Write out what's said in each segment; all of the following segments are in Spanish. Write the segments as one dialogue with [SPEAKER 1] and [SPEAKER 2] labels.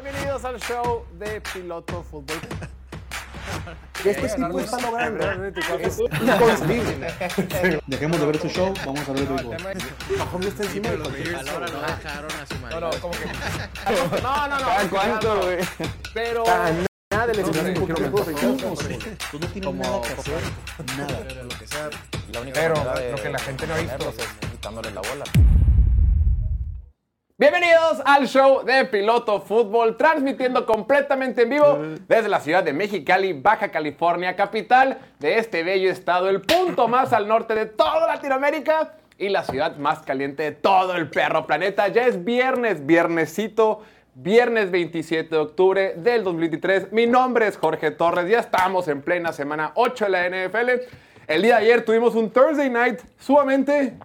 [SPEAKER 1] Bienvenidos al show de Piloto Fútbol.
[SPEAKER 2] Que este tipo está logrando.
[SPEAKER 1] este
[SPEAKER 2] Es inconcebible.
[SPEAKER 3] Dejemos de ver su show, vamos a ver tu equipo.
[SPEAKER 2] Mahomes está encima del
[SPEAKER 4] A la hora lo dejaron a su madre.
[SPEAKER 1] No, no, como que. No, no, no.
[SPEAKER 5] ¿Cuánto, güey?
[SPEAKER 1] Pero.
[SPEAKER 2] Nada del equipo complejo, Ricardo.
[SPEAKER 3] Tú no tienes nada que hacer. Nada.
[SPEAKER 5] La única
[SPEAKER 6] Pero
[SPEAKER 5] manera de
[SPEAKER 6] lo que la gente no ha visto.
[SPEAKER 5] detenerlos es quitándole la bola.
[SPEAKER 1] Bienvenidos al show de Piloto Fútbol, transmitiendo completamente en vivo desde la ciudad de Mexicali, Baja California, capital de este bello estado, el punto más al norte de toda Latinoamérica y la ciudad más caliente de todo el perro planeta. Ya es viernes, viernesito, viernes 27 de octubre del 2023. Mi nombre es Jorge Torres, ya estamos en plena semana 8 de la NFL. El día de ayer tuvimos un Thursday night sumamente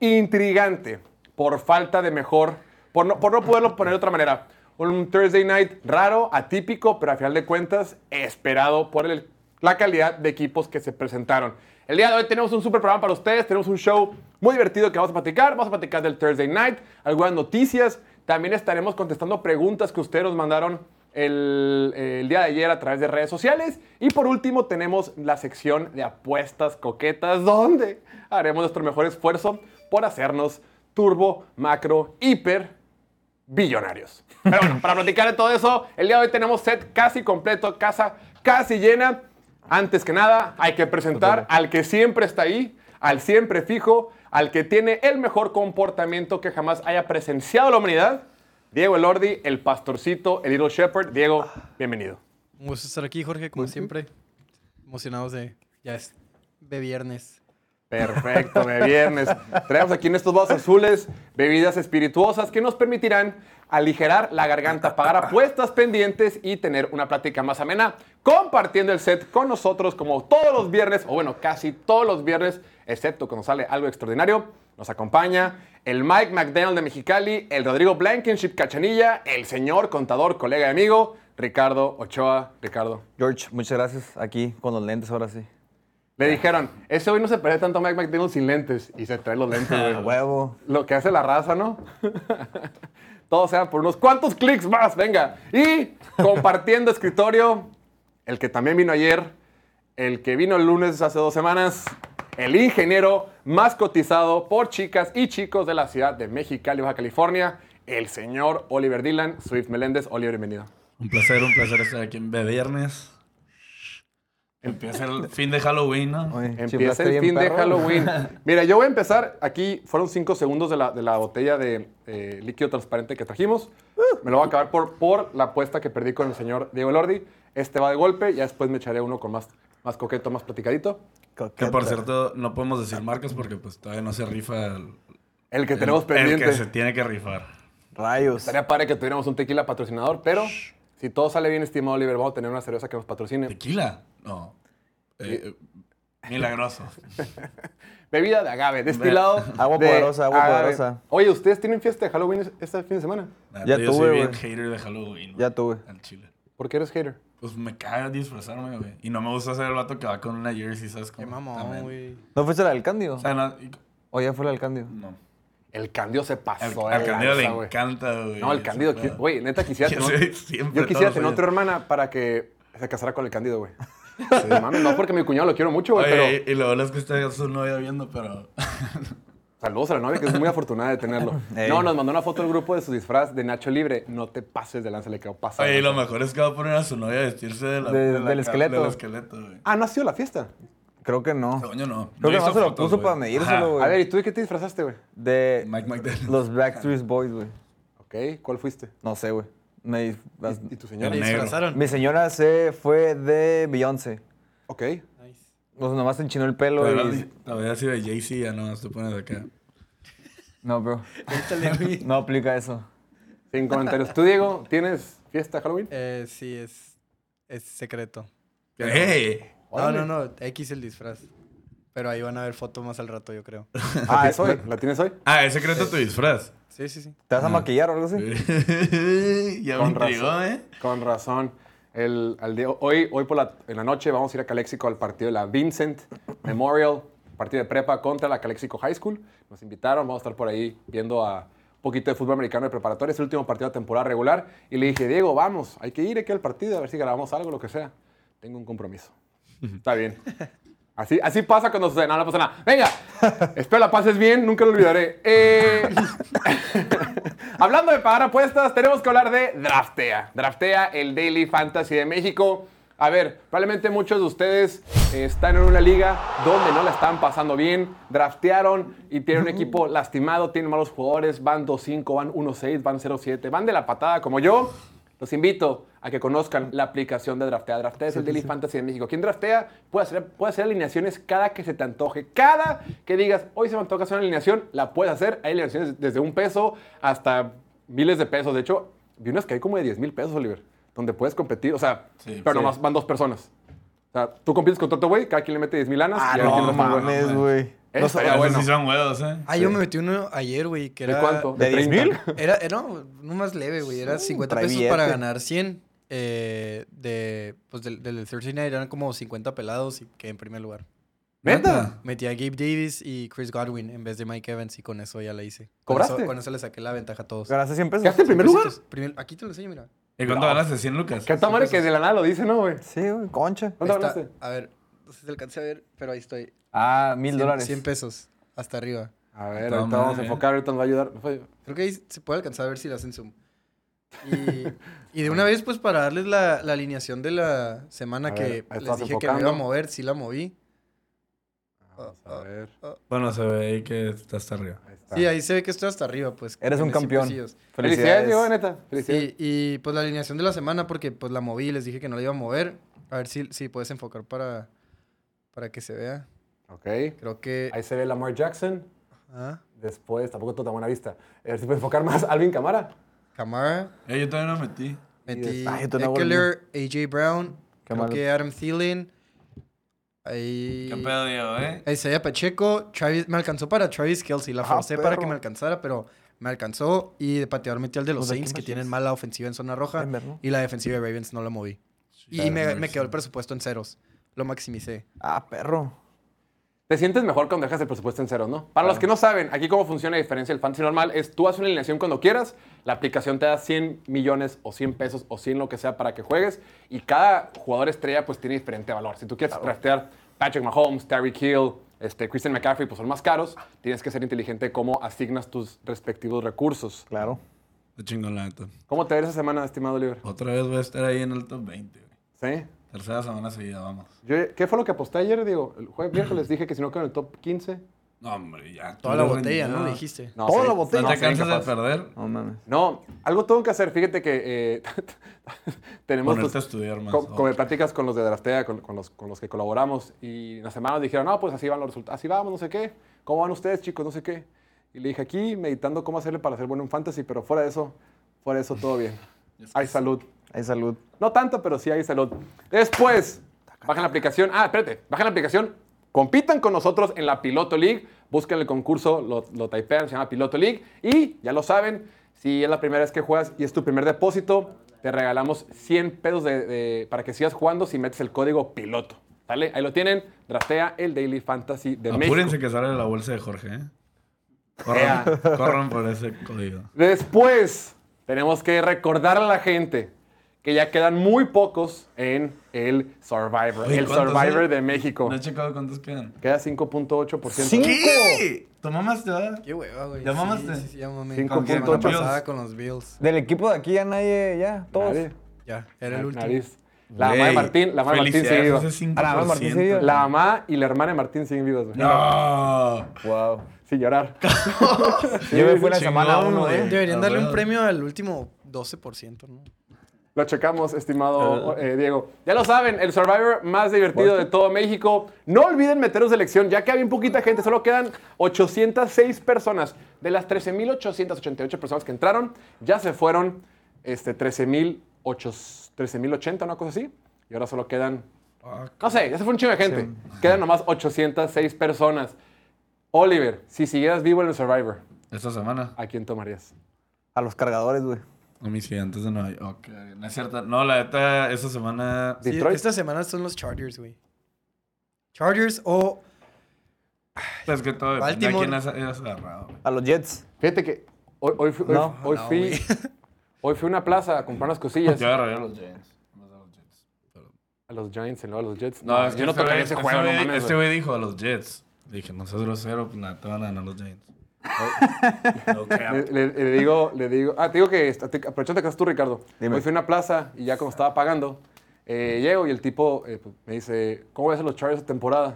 [SPEAKER 1] intrigante por falta de mejor, por no, por no poderlo poner de otra manera. Un Thursday night raro, atípico, pero a final de cuentas esperado por el- la calidad de equipos que se presentaron. El día de hoy tenemos un super programa para ustedes, tenemos un show muy divertido que vamos a platicar. Vamos a platicar del Thursday night, algunas noticias. También estaremos contestando preguntas que ustedes nos mandaron el, el día de ayer a través de redes sociales. Y por último tenemos la sección de apuestas coquetas, donde haremos nuestro mejor esfuerzo por hacernos turbo, macro, hiper billonarios. Pero bueno, para platicar de todo eso, el día de hoy tenemos set casi completo, casa casi llena. Antes que nada, hay que presentar al que siempre está ahí, al siempre fijo, al que tiene el mejor comportamiento que jamás haya presenciado la humanidad. Diego Elordi, el pastorcito, el Little Shepherd. Diego, bienvenido.
[SPEAKER 4] Un gusto estar aquí, Jorge, como siempre. Emocionados de. Ya es de viernes.
[SPEAKER 1] Perfecto, de viernes. Traemos aquí en estos vasos azules bebidas espirituosas que nos permitirán aligerar la garganta, pagar apuestas pendientes y tener una plática más amena, compartiendo el set con nosotros como todos los viernes, o bueno, casi todos los viernes, excepto cuando sale algo extraordinario. Nos acompaña el Mike McDaniel de Mexicali, el Rodrigo Blankenship Cachanilla, el señor contador, colega y amigo, Ricardo Ochoa. Ricardo,
[SPEAKER 5] George, muchas gracias. Aquí con los lentes ahora sí.
[SPEAKER 1] le dijeron, ese hoy no se parece tanto a Mike McDaniel sin lentes. Y se trae los lentes, güey.
[SPEAKER 5] A huevo.
[SPEAKER 1] Lo que hace la raza, ¿no? Todo sea por unos cuantos clics más, venga. Y compartiendo escritorio, el que también vino ayer, el que vino el lunes hace dos semanas, el ingeniero más cotizado por chicas y chicos de la ciudad de Mexicali, Baja California, el señor Oliver Dylan, Swift Meléndez. Oliver, bienvenido.
[SPEAKER 7] Un placer, un placer estar aquí en de viernes. Empieza el fin de Halloween, ¿no?
[SPEAKER 5] Oye,
[SPEAKER 1] Empieza
[SPEAKER 5] chiflaste
[SPEAKER 1] el
[SPEAKER 5] bien,
[SPEAKER 1] fin de
[SPEAKER 5] perro.
[SPEAKER 1] Halloween. Mira, yo voy a empezar. Aquí fueron 5 segundos de la, de la botella de eh, líquido transparente que trajimos. Me lo voy a acabar por, por la apuesta que perdí con el señor Diego Lordi. Este va de golpe, ya después me echaré uno con más, más coqueto, más platicadito.
[SPEAKER 7] Que
[SPEAKER 5] Coqueta.
[SPEAKER 7] por cierto, no podemos decir marcas porque pues todavía no se rifa el,
[SPEAKER 1] El que tenemos
[SPEAKER 7] el-
[SPEAKER 1] pendiente.
[SPEAKER 7] el que se tiene que rifar.
[SPEAKER 5] Rayos.
[SPEAKER 1] Estaría padre que tuviéramos un tequila patrocinador, pero si todo sale bien, estimado Oliver, vamos a tener una cerveza que nos patrocine.
[SPEAKER 7] ¿Tequila? No. Eh, eh, milagroso.
[SPEAKER 1] Bebida de agave, destilado.
[SPEAKER 5] Agua
[SPEAKER 1] de
[SPEAKER 5] poderosa, agua
[SPEAKER 1] agave.
[SPEAKER 5] poderosa.
[SPEAKER 1] Oye, ¿ustedes tienen fiesta de Halloween este fin de semana?
[SPEAKER 7] La
[SPEAKER 5] Ya
[SPEAKER 7] neta, yo
[SPEAKER 5] tuve,
[SPEAKER 7] soy
[SPEAKER 5] güey.
[SPEAKER 7] bien hater de Halloween. güey,
[SPEAKER 5] Ya tuve.
[SPEAKER 7] Al chile.
[SPEAKER 1] ¿Por qué eres hater?
[SPEAKER 7] Pues me caga disfrazarme, güey. Y no me gusta ser el vato que va con una jersey, ¿sabes?
[SPEAKER 4] Qué
[SPEAKER 7] Como,
[SPEAKER 4] mamón,
[SPEAKER 7] también.
[SPEAKER 4] güey.
[SPEAKER 5] ¿No fuiste al alcandio?
[SPEAKER 7] O sea, no. y-
[SPEAKER 5] ¿O ya fue al alcandio?
[SPEAKER 7] no.
[SPEAKER 1] El cambio se pasó.
[SPEAKER 7] Al, al
[SPEAKER 1] de
[SPEAKER 7] Candido le
[SPEAKER 1] lanza, güey.
[SPEAKER 7] encanta, güey.
[SPEAKER 1] No, el
[SPEAKER 7] ese
[SPEAKER 1] Candido.
[SPEAKER 7] pedo.
[SPEAKER 1] qui- Güey, neta, quisiera
[SPEAKER 7] Ya
[SPEAKER 1] tener-
[SPEAKER 7] sé, siempre,
[SPEAKER 1] yo quisiera
[SPEAKER 7] todos los
[SPEAKER 1] tener
[SPEAKER 7] años.
[SPEAKER 1] otra hermana para que se casara con el Candido, güey. No mames, no porque mi cuñado lo quiero mucho, güey,
[SPEAKER 7] Oye,
[SPEAKER 1] pero
[SPEAKER 7] y, y lo bueno es que está su novia viendo, pero.
[SPEAKER 1] saludos a la novia que es muy afortunada de tenerlo.
[SPEAKER 5] Ey.
[SPEAKER 1] No, nos mandó una foto del grupo de su disfraz de Nacho Libre. No te pases de lanza, le quedó pasado.
[SPEAKER 7] Oye, y lo mejor es que va a poner a su novia a vestirse de la-
[SPEAKER 5] De-
[SPEAKER 7] de la
[SPEAKER 5] del
[SPEAKER 7] ca-
[SPEAKER 5] esqueleto.
[SPEAKER 7] Del esqueleto, güey.
[SPEAKER 1] Ah, no ha sido la fiesta.
[SPEAKER 5] Creo que no.
[SPEAKER 7] Coño, no.
[SPEAKER 5] Creo que más
[SPEAKER 7] no hizo
[SPEAKER 5] se lo
[SPEAKER 7] fotos,
[SPEAKER 5] puso
[SPEAKER 7] güey.
[SPEAKER 5] para medírselo,
[SPEAKER 1] A
[SPEAKER 7] Pues-
[SPEAKER 5] güey.
[SPEAKER 1] ver, ¿y tú de qué te disfrazaste, güey?
[SPEAKER 5] De
[SPEAKER 7] Mike McDaniel.
[SPEAKER 5] los Backstreet Boys, güey.
[SPEAKER 1] Ok, ¿cuál fuiste?
[SPEAKER 5] No sé, güey. Me dis- las-
[SPEAKER 1] ¿Y tu
[SPEAKER 7] El
[SPEAKER 1] señora?
[SPEAKER 4] ¿Le
[SPEAKER 7] negro.
[SPEAKER 4] disfrazaron?
[SPEAKER 5] Mi señora se fue de Beyoncé.
[SPEAKER 1] Ok.
[SPEAKER 4] Nice.
[SPEAKER 5] O sea, nomás se enchinó el
[SPEAKER 7] Pero
[SPEAKER 5] pelo
[SPEAKER 7] ahora sí,
[SPEAKER 5] y...
[SPEAKER 7] La verdad, si de Jay-Z ya no, te pones acá.
[SPEAKER 5] No, bro.
[SPEAKER 4] Échale, güey.
[SPEAKER 5] No aplica eso.
[SPEAKER 1] Sin comentarios. ¿Tú, Diego, tienes fiesta de Halloween?
[SPEAKER 4] Eh, sí, es. Es secreto.
[SPEAKER 7] ¡Ey!
[SPEAKER 4] No, no, no. X el disfraz. Pero ahí van a ver foto más al rato, yo creo.
[SPEAKER 1] Ah, es hoy. ¿La tienes hoy?
[SPEAKER 7] Ah, es secreto tu disfraz.
[SPEAKER 4] Sí, sí, sí.
[SPEAKER 5] ¿Te vas a maquillar o algo así?
[SPEAKER 7] ya me
[SPEAKER 1] Con
[SPEAKER 7] intrigó,
[SPEAKER 1] razón.
[SPEAKER 7] ¿eh?
[SPEAKER 1] Con razón. El, al día- hoy hoy por la, en la noche vamos a ir a Calexico al partido de la Vincent Memorial, partido de prepa contra la Calexico High School. Nos invitaron, vamos a estar por ahí viendo a poquito de fútbol americano de preparatoria, es el último partido de temporada regular. Y le dije, Diego, vamos, hay que ir aquí al partido, a ver si grabamos algo, lo que sea. Tengo un compromiso. Está bien. Así, así pasa cuando sucede, no, no pasa nada. Venga, espero la pases bien, nunca lo olvidaré. Eh, hablando de pagar apuestas, tenemos que hablar de Draftea. Draftea, el Daily Fantasy de México. A ver, probablemente muchos de ustedes eh, están en una liga donde no la están pasando bien, draftearon y tienen un equipo lastimado, tienen malos jugadores, van 2-5, van 1-6, van 0-7, van de la patada como yo. Los invito a que conozcan la aplicación de Draftea. Draftea es el Daily Fantasy de México. Quien draftea puede hacer, puede hacer alineaciones cada que se te antoje. Cada que digas, hoy se me antoja hacer una alineación, la puedes hacer. Hay alineaciones desde un peso hasta miles de pesos. De hecho, vi unas que hay como de 10 mil pesos, Oliver, donde puedes competir. O sea,
[SPEAKER 7] Sí,
[SPEAKER 1] pero
[SPEAKER 7] sí.
[SPEAKER 1] nomás van dos personas. O sea, tú compites con otro güey, cada quien le mete 10 mil lanas.
[SPEAKER 5] Ah,
[SPEAKER 1] y a ver quién
[SPEAKER 5] no
[SPEAKER 1] lo paga.
[SPEAKER 5] mames, güey.
[SPEAKER 1] Eh,
[SPEAKER 5] No
[SPEAKER 1] estaría
[SPEAKER 7] Esos
[SPEAKER 1] bueno.
[SPEAKER 7] sí son huevos, ¿eh?
[SPEAKER 4] Ah, yo me metí uno ayer, güey, que
[SPEAKER 1] ¿De
[SPEAKER 4] era...
[SPEAKER 1] cuánto?
[SPEAKER 5] ¿De 10 mil?
[SPEAKER 1] 30.
[SPEAKER 4] Era, eh, no, no más leve, güey. Era 50
[SPEAKER 5] trae
[SPEAKER 4] pesos
[SPEAKER 5] billete.
[SPEAKER 4] para ganar 100. eh, de, pues del, del Thursday Night eran como 50 pelados y quedé en primer lugar.
[SPEAKER 1] ¿Neta?
[SPEAKER 4] Metí a Gabe Davis y Chris Godwin en vez de Mike Evans y con eso ya la hice.
[SPEAKER 1] ¿Cobraste?
[SPEAKER 4] Con eso, con eso le saqué la ventaja a todos.
[SPEAKER 5] ¿Ganaste 100 pesos?
[SPEAKER 1] ¿Quedaste en primer lugar?
[SPEAKER 4] Pesitos. Primer- aquí te lo enseño, mira.
[SPEAKER 7] ¿Y cuánto ganaste? 100 lucas.
[SPEAKER 1] Que esta madre que de la nada lo dice, ¿no, güey?
[SPEAKER 5] Sí, güey, concha.
[SPEAKER 1] ¿Cuánto
[SPEAKER 4] Ahí está.
[SPEAKER 1] ganaste?
[SPEAKER 4] A ver, no sé si alcancé a ver, pero ahí estoy.
[SPEAKER 5] Ah, mil
[SPEAKER 4] 100,
[SPEAKER 5] dólares.
[SPEAKER 4] 100 pesos, hasta arriba.
[SPEAKER 1] A ver,
[SPEAKER 7] Puta
[SPEAKER 1] ahorita vamos a
[SPEAKER 7] madre.
[SPEAKER 1] enfocar, ahorita nos va a ayudar. Me fue-
[SPEAKER 4] Creo que ahí se puede alcanzar a ver si la hacen zoom. Y, y de una vez, pues, para darles la, la alineación de la semana
[SPEAKER 1] A
[SPEAKER 4] que
[SPEAKER 1] ver, ahí
[SPEAKER 4] les
[SPEAKER 1] estás
[SPEAKER 4] dije que me iba a
[SPEAKER 1] enfocando.
[SPEAKER 4] mover, sí la moví.
[SPEAKER 1] Vamos a ver.
[SPEAKER 7] Bueno, se ve ahí que está hasta arriba.
[SPEAKER 1] Ahí está.
[SPEAKER 4] Sí, ahí se ve que estoy hasta arriba, pues.
[SPEAKER 5] Eres
[SPEAKER 4] con
[SPEAKER 5] un
[SPEAKER 4] mis cien
[SPEAKER 5] campeón.
[SPEAKER 4] pesillos.
[SPEAKER 1] Felicidades, Diego,
[SPEAKER 5] Felicidades.
[SPEAKER 1] neta. Felicidades.
[SPEAKER 4] Y, y, pues la alineación de la semana, porque pues la moví, les dije que no la iba a mover. A ver si, si puedes enfocar para, para que se vea.
[SPEAKER 1] Ok.
[SPEAKER 4] Creo que.
[SPEAKER 1] Ahí se ve Lamar Jackson.
[SPEAKER 4] Ah,
[SPEAKER 1] Después, tampoco tengo tan buena vista. A ver si puedes enfocar más. Alvin Camara.
[SPEAKER 4] Camara.
[SPEAKER 7] Eh, yo todavía no metí.
[SPEAKER 4] Metí
[SPEAKER 5] Ay, tú no hago el
[SPEAKER 4] Eckler, AJ Brown.
[SPEAKER 5] Qué
[SPEAKER 4] creo
[SPEAKER 5] malo.
[SPEAKER 4] que Adam Thielen. Ahí.
[SPEAKER 7] ¿Qué pedo, Diego, eh?
[SPEAKER 4] Isaiah Pacheco, Travis, me alcanzó para Travis Kelsey, la forcé para que
[SPEAKER 5] Ah, perro.
[SPEAKER 4] me alcanzara, pero me alcanzó y de pateador metí al de los
[SPEAKER 5] Pues, ¿de
[SPEAKER 4] Saints
[SPEAKER 5] qué
[SPEAKER 4] que
[SPEAKER 5] más
[SPEAKER 4] tienen
[SPEAKER 5] tienes?
[SPEAKER 4] mala ofensiva en zona roja
[SPEAKER 5] Denver, ¿no?
[SPEAKER 4] y la defensiva de Ravens no la moví. Y me, me quedó el presupuesto en ceros, lo maximicé.
[SPEAKER 5] Ah, perro.
[SPEAKER 1] Te sientes mejor cuando dejas el presupuesto en cero, ¿no? Para los que no saben, aquí cómo funciona la diferencia del fantasy normal es tú haces una alineación cuando quieras, la aplicación te da 100 millones o 100 pesos o 100 lo que sea para que juegues y cada jugador estrella pues tiene diferente valor. Si tú quieres draftear Patrick Mahomes, Tyreek Hill, este, Christian McCaffrey, pues son más caros, tienes que ser inteligente cómo asignas tus respectivos recursos.
[SPEAKER 5] Claro.
[SPEAKER 7] Está chingón, la neta.
[SPEAKER 1] ¿Cómo te ves esa semana, estimado Oliver?
[SPEAKER 7] Otra vez voy a estar ahí en el top 20, güey.
[SPEAKER 1] ¿Sí?
[SPEAKER 7] Tercera semana seguida, vamos.
[SPEAKER 1] Yo- ¿Qué fue lo que aposté ayer, Diego? El jueves miércoles dije que si no quedo en el top 15.
[SPEAKER 7] No, hombre, ya. tú
[SPEAKER 4] Toda la
[SPEAKER 7] eres
[SPEAKER 4] botella, ¿no?
[SPEAKER 7] rendido.
[SPEAKER 4] Dijiste.
[SPEAKER 1] No,
[SPEAKER 5] Toda
[SPEAKER 1] sí.
[SPEAKER 5] la
[SPEAKER 7] No,
[SPEAKER 5] botella.
[SPEAKER 7] te
[SPEAKER 1] soy
[SPEAKER 7] cansas de
[SPEAKER 1] incapaz.
[SPEAKER 7] perder.
[SPEAKER 5] No mames.
[SPEAKER 1] No, algo tengo que hacer. Fíjate que eh, tenemos
[SPEAKER 7] Ponerte a
[SPEAKER 1] tus-
[SPEAKER 7] estudiar más.
[SPEAKER 1] pues, co-
[SPEAKER 7] Oh.
[SPEAKER 1] como me platicas con los de Draftea, con, con los, con los que colaboramos, y en la semana nos dijeron, no, pues así van los resultados, así vamos, no sé qué, ¿cómo van ustedes, chicos? No sé qué. Y le dije aquí, meditando cómo hacerle para ser bueno en fantasy, pero fuera de eso, fuera de eso, todo bien. Hay salud.
[SPEAKER 5] Hay salud.
[SPEAKER 1] No tanto, pero sí hay salud. Después, bajan la aplicación. Ah, espérate, bajan la aplicación. Compitan con nosotros en la Piloto League. Busquen el concurso, lo, lo typean, se llama Piloto League. Y ya lo saben, si es la primera vez que juegas y es tu primer depósito, te regalamos 100 pesos de- de- para que sigas jugando si metes el código piloto. ¿Sale? Ahí lo tienen. Draftea el Daily Fantasy de
[SPEAKER 7] Apúrense
[SPEAKER 1] México.
[SPEAKER 7] que sale de la bolsa de Jorge, ¿eh? Corran, corran por ese código.
[SPEAKER 1] Después, tenemos que recordar a la gente que ya quedan muy pocos en el Survivor.
[SPEAKER 7] Oye,
[SPEAKER 1] el
[SPEAKER 7] ¿cuántos,
[SPEAKER 1] Survivor
[SPEAKER 7] eh?
[SPEAKER 1] de México.
[SPEAKER 7] No he checado cuántos quedan.
[SPEAKER 1] Queda 5.8%.
[SPEAKER 7] ¿Qué? ¿Tu mamá te va?
[SPEAKER 4] Qué hueva, güey.
[SPEAKER 7] ¿Ya mamaste?
[SPEAKER 4] Sí, sí, sí, ya mamé.
[SPEAKER 1] Cinco
[SPEAKER 4] Con que
[SPEAKER 1] punto
[SPEAKER 4] la
[SPEAKER 1] ocho.
[SPEAKER 4] pasada con los Bills.
[SPEAKER 5] Del equipo de aquí ya nadie, ya, todos.
[SPEAKER 1] Nadie.
[SPEAKER 4] Ya, era el último.
[SPEAKER 1] Nariz. La mamá de Martín, la mamá de Martín sigue viva.
[SPEAKER 5] A la mamá de Martín se iba.
[SPEAKER 1] La mamá y la hermana de Martín siguen vivas, güey.
[SPEAKER 7] No.
[SPEAKER 5] Wow.
[SPEAKER 1] Sin llorar.
[SPEAKER 5] Yo me fui la
[SPEAKER 7] Chingón,
[SPEAKER 5] semana uno,
[SPEAKER 7] güey.
[SPEAKER 5] eh.
[SPEAKER 4] Deberían
[SPEAKER 7] Ah,
[SPEAKER 4] darle un
[SPEAKER 7] bueno.
[SPEAKER 4] premio al último 12%, ¿no?
[SPEAKER 1] Lo checamos,
[SPEAKER 4] Ah.
[SPEAKER 1] estimado eh, Diego. Ya lo saben, el Survivor más divertido de todo México. No olviden meteros de elección, ya que hay bien poquita gente, solo quedan 806 personas. De las 13.888 personas que entraron, ya se fueron este, 13.008 13.080, una cosa así. Y ahora solo quedan
[SPEAKER 4] Ah,
[SPEAKER 1] No sé, ya se fue un chingo de gente. Quedan nomás 806 personas. Oliver, si siguieras vivo en el Survivor,
[SPEAKER 7] Esta semana.
[SPEAKER 1] ¿a quién tomarías?
[SPEAKER 5] A los cargadores, güey.
[SPEAKER 7] A mis gigantes de Nueva York. Ok, No es cierto. No, la neta, esta semana.
[SPEAKER 4] Sí,
[SPEAKER 1] ¿Detroit?
[SPEAKER 4] esta semana son los Chargers, güey. Chargers o...
[SPEAKER 7] Es que todo depende a
[SPEAKER 4] Baltimore.
[SPEAKER 7] quién has, has agarrado. güey.
[SPEAKER 5] A los Jets.
[SPEAKER 1] Fíjate que Hoy, hoy fui, hoy-
[SPEAKER 5] No,
[SPEAKER 1] hoy
[SPEAKER 4] no,
[SPEAKER 1] fui,
[SPEAKER 4] güey.
[SPEAKER 1] hoy fui a una plaza a comprar unas cosillas.
[SPEAKER 7] Yo agarraría a los Giants. Más a los Jets.
[SPEAKER 1] A los Giants y luego a los Jets.
[SPEAKER 7] No, es que
[SPEAKER 1] yo no
[SPEAKER 7] este
[SPEAKER 1] tocaría
[SPEAKER 7] güey-
[SPEAKER 1] ese
[SPEAKER 7] este
[SPEAKER 1] juego, no
[SPEAKER 7] güey-
[SPEAKER 1] mames,
[SPEAKER 7] Este
[SPEAKER 1] güey.
[SPEAKER 7] güey dijo a los Jets. Dije, no seas grosero, pues nada, te van a ganar los Giants. No, qué
[SPEAKER 1] Le,
[SPEAKER 7] apto.
[SPEAKER 1] le- le digo, le digo, ah, te digo que, est- te- aprovechando que estás tú, Ricardo,
[SPEAKER 5] Dime.
[SPEAKER 1] hoy fui a una plaza y ya cuando estaba pagando, eh, llego y el tipo eh, pues, me dice, ¿cómo ves a los Chargers esta temporada?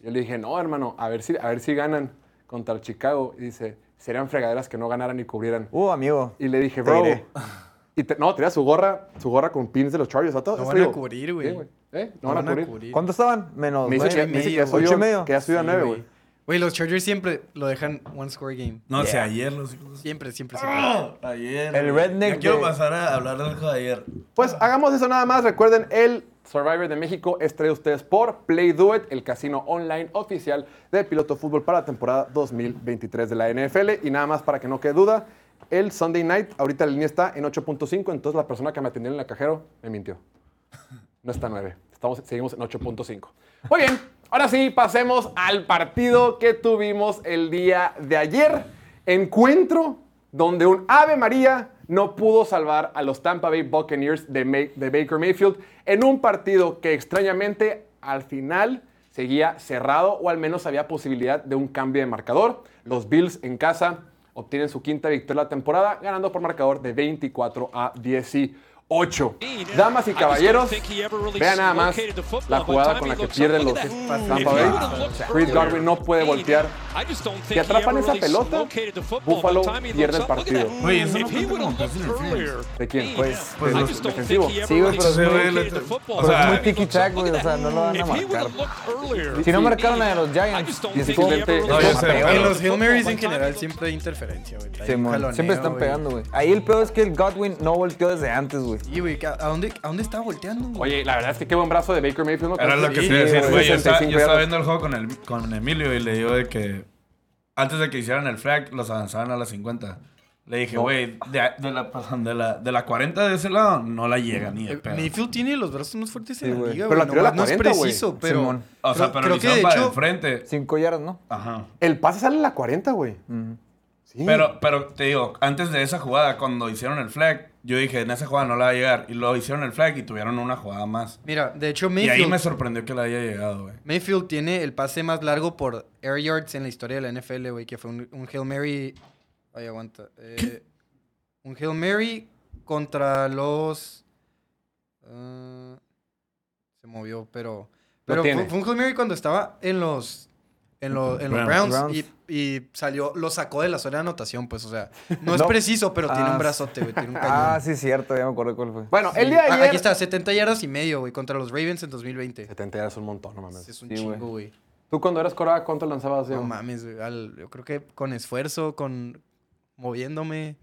[SPEAKER 1] Yo le dije, no, hermano, a ver si, a ver si ganan contra el Chicago. Y dice, serían fregaderas que no ganaran ni cubrieran.
[SPEAKER 5] Uh, amigo.
[SPEAKER 1] Y le dije,
[SPEAKER 5] Te
[SPEAKER 1] bro.
[SPEAKER 5] diré.
[SPEAKER 1] Y te- no, tenía su gorra, su gorra con pins de los Chargers. ¿no?
[SPEAKER 4] No
[SPEAKER 1] Eso
[SPEAKER 4] van a
[SPEAKER 1] digo.
[SPEAKER 4] cubrir, güey.
[SPEAKER 1] Sí, ¿Eh? No, van a cubrir.
[SPEAKER 5] ¿Cuánto estaban? Menos
[SPEAKER 1] Me dice
[SPEAKER 5] nueve,
[SPEAKER 1] que, me dice que
[SPEAKER 4] medio,
[SPEAKER 1] ya subió,
[SPEAKER 5] ocho y medio.
[SPEAKER 1] que ya subió a
[SPEAKER 4] Sí,
[SPEAKER 1] nueve, güey.
[SPEAKER 4] Güey, los Chargers siempre lo dejan one score game.
[SPEAKER 7] No, si ayer los hijos.
[SPEAKER 4] Siempre, siempre, siempre.
[SPEAKER 7] ¡Ah! Ayer.
[SPEAKER 5] El
[SPEAKER 7] güey.
[SPEAKER 5] redneck
[SPEAKER 7] Ya quiero
[SPEAKER 5] de-
[SPEAKER 7] pasar a hablar del juego de ayer.
[SPEAKER 1] Pues hagamos eso nada más. Recuerden, el Survivor de México es traído a ustedes por Play Do It, el casino online oficial de Piloto Fútbol para la temporada 2023 de la NFL. Y nada más para que no quede duda, el Sunday Night, ahorita la línea está en 8.5, entonces la persona que me atendió en el cajero me mintió. No está 9. Estamos, seguimos en 8.5. Muy bien, ahora sí, pasemos al partido que tuvimos el día de ayer. Encuentro donde un Ave María no pudo salvar a los Tampa Bay Buccaneers de, Ma- de Baker Mayfield en un partido que extrañamente al final seguía cerrado o al menos había posibilidad de un cambio de marcador. Los Bills en casa obtienen su quinta victoria de la temporada ganando por marcador de 24 a 18. Damas y caballeros, vean nada más la jugada con la que pierden los Tampa Bay. Reed Darwin no puede voltear. Si atrapan esa pelota, Buffalo pierde el partido.
[SPEAKER 7] Oye, eso no cuenta como pass
[SPEAKER 1] ¿De quién?
[SPEAKER 5] Pues,
[SPEAKER 7] pues, los
[SPEAKER 1] defensivo.
[SPEAKER 5] Sí, güey, pero es
[SPEAKER 7] Sí,
[SPEAKER 5] muy-
[SPEAKER 7] güey, le- o
[SPEAKER 5] pero es
[SPEAKER 7] sea,
[SPEAKER 5] muy tiki-tac, güey. O sea, no lo van a marcar. Si no
[SPEAKER 1] Sí.
[SPEAKER 5] marcaron a los Giants,
[SPEAKER 1] Y es excelente.
[SPEAKER 7] No, yo sé,
[SPEAKER 4] En
[SPEAKER 7] pero-
[SPEAKER 4] los Hail Marys en general siempre hay interferencia, güey. Trae
[SPEAKER 5] Simón,
[SPEAKER 4] un jaloneo,
[SPEAKER 5] siempre están
[SPEAKER 4] güey.
[SPEAKER 5] pegando, güey. Ahí el peor es que el Godwin no volteó desde antes, güey.
[SPEAKER 4] Y, güey, ¿a a dónde, ¿a dónde está volteando, güey?
[SPEAKER 1] Oye, la verdad es que qué buen brazo de Baker Mayfield. ¿no?
[SPEAKER 7] Era lo que
[SPEAKER 4] Sí,
[SPEAKER 7] te iba a decir,
[SPEAKER 1] güey,
[SPEAKER 7] güey. Yo estaba,
[SPEAKER 1] 65
[SPEAKER 7] yo estaba
[SPEAKER 1] yardas.
[SPEAKER 7] viendo el juego con, el, con Emilio y le digo de que antes de que hicieran el flag, los avanzaban a las 50. Le dije, güey, de, a- de la, perdón, de, la, de la 40 de ese lado no la llega ni de
[SPEAKER 4] Eh,
[SPEAKER 7] pedo.
[SPEAKER 4] Mayfield tiene los brazos más fuertes en la
[SPEAKER 5] güey.
[SPEAKER 4] liga,
[SPEAKER 1] Pero
[SPEAKER 4] güey.
[SPEAKER 1] la tiró a la
[SPEAKER 4] nomás No es
[SPEAKER 1] 40, güey.
[SPEAKER 4] preciso, pero...
[SPEAKER 5] Simón.
[SPEAKER 7] O sea,
[SPEAKER 4] creo-
[SPEAKER 7] pero
[SPEAKER 4] creo que
[SPEAKER 7] lo
[SPEAKER 4] de
[SPEAKER 7] hicieron para
[SPEAKER 4] hecho...
[SPEAKER 7] enfrente.
[SPEAKER 5] Cinco yardas, ¿no?
[SPEAKER 7] Ajá.
[SPEAKER 1] El pase sale en la 40, güey. Sí.
[SPEAKER 7] Pero, pero te digo, antes de esa jugada, cuando hicieron el flag, yo dije, en esa jugada no la va a llegar. Y luego hicieron el flag y tuvieron una jugada más.
[SPEAKER 4] Mira, de hecho,
[SPEAKER 7] Y ahí
[SPEAKER 4] Mayfield...
[SPEAKER 7] me sorprendió que la haya llegado, güey.
[SPEAKER 4] Mayfield tiene el pase más largo por air yards en la historia de la NFL, güey, que fue un, un Hail Mary. Ay, aguanta. eh, un Hail Mary contra los. ah, se movió, pero. Pero fue,
[SPEAKER 1] tiene.
[SPEAKER 4] fue un Hail Mary cuando estaba en los. En, lo- en los
[SPEAKER 7] Browns.
[SPEAKER 4] Browns,
[SPEAKER 5] Browns.
[SPEAKER 4] Y, y salió, lo sacó de la zona de anotación, pues, o sea, no, es
[SPEAKER 5] No.
[SPEAKER 4] preciso, pero tiene
[SPEAKER 5] Ah,
[SPEAKER 4] un brazote, güey, tiene un cañón.
[SPEAKER 5] Ah, sí, cierto, ya me acordé cuál fue.
[SPEAKER 1] bueno, el día de
[SPEAKER 4] Ah,
[SPEAKER 1] ayer.
[SPEAKER 4] Aquí está, 70 yardas y medio, güey, contra los Ravens en 2020.
[SPEAKER 1] 70 yardas es un montón, no mames.
[SPEAKER 4] Es un
[SPEAKER 5] Sí, güey.
[SPEAKER 4] chingo, güey.
[SPEAKER 1] ¿Tú cuando eras Cora, cuánto lanzabas?
[SPEAKER 4] No
[SPEAKER 1] Diego?
[SPEAKER 4] mames, güey, al- yo creo que con esfuerzo, con moviéndome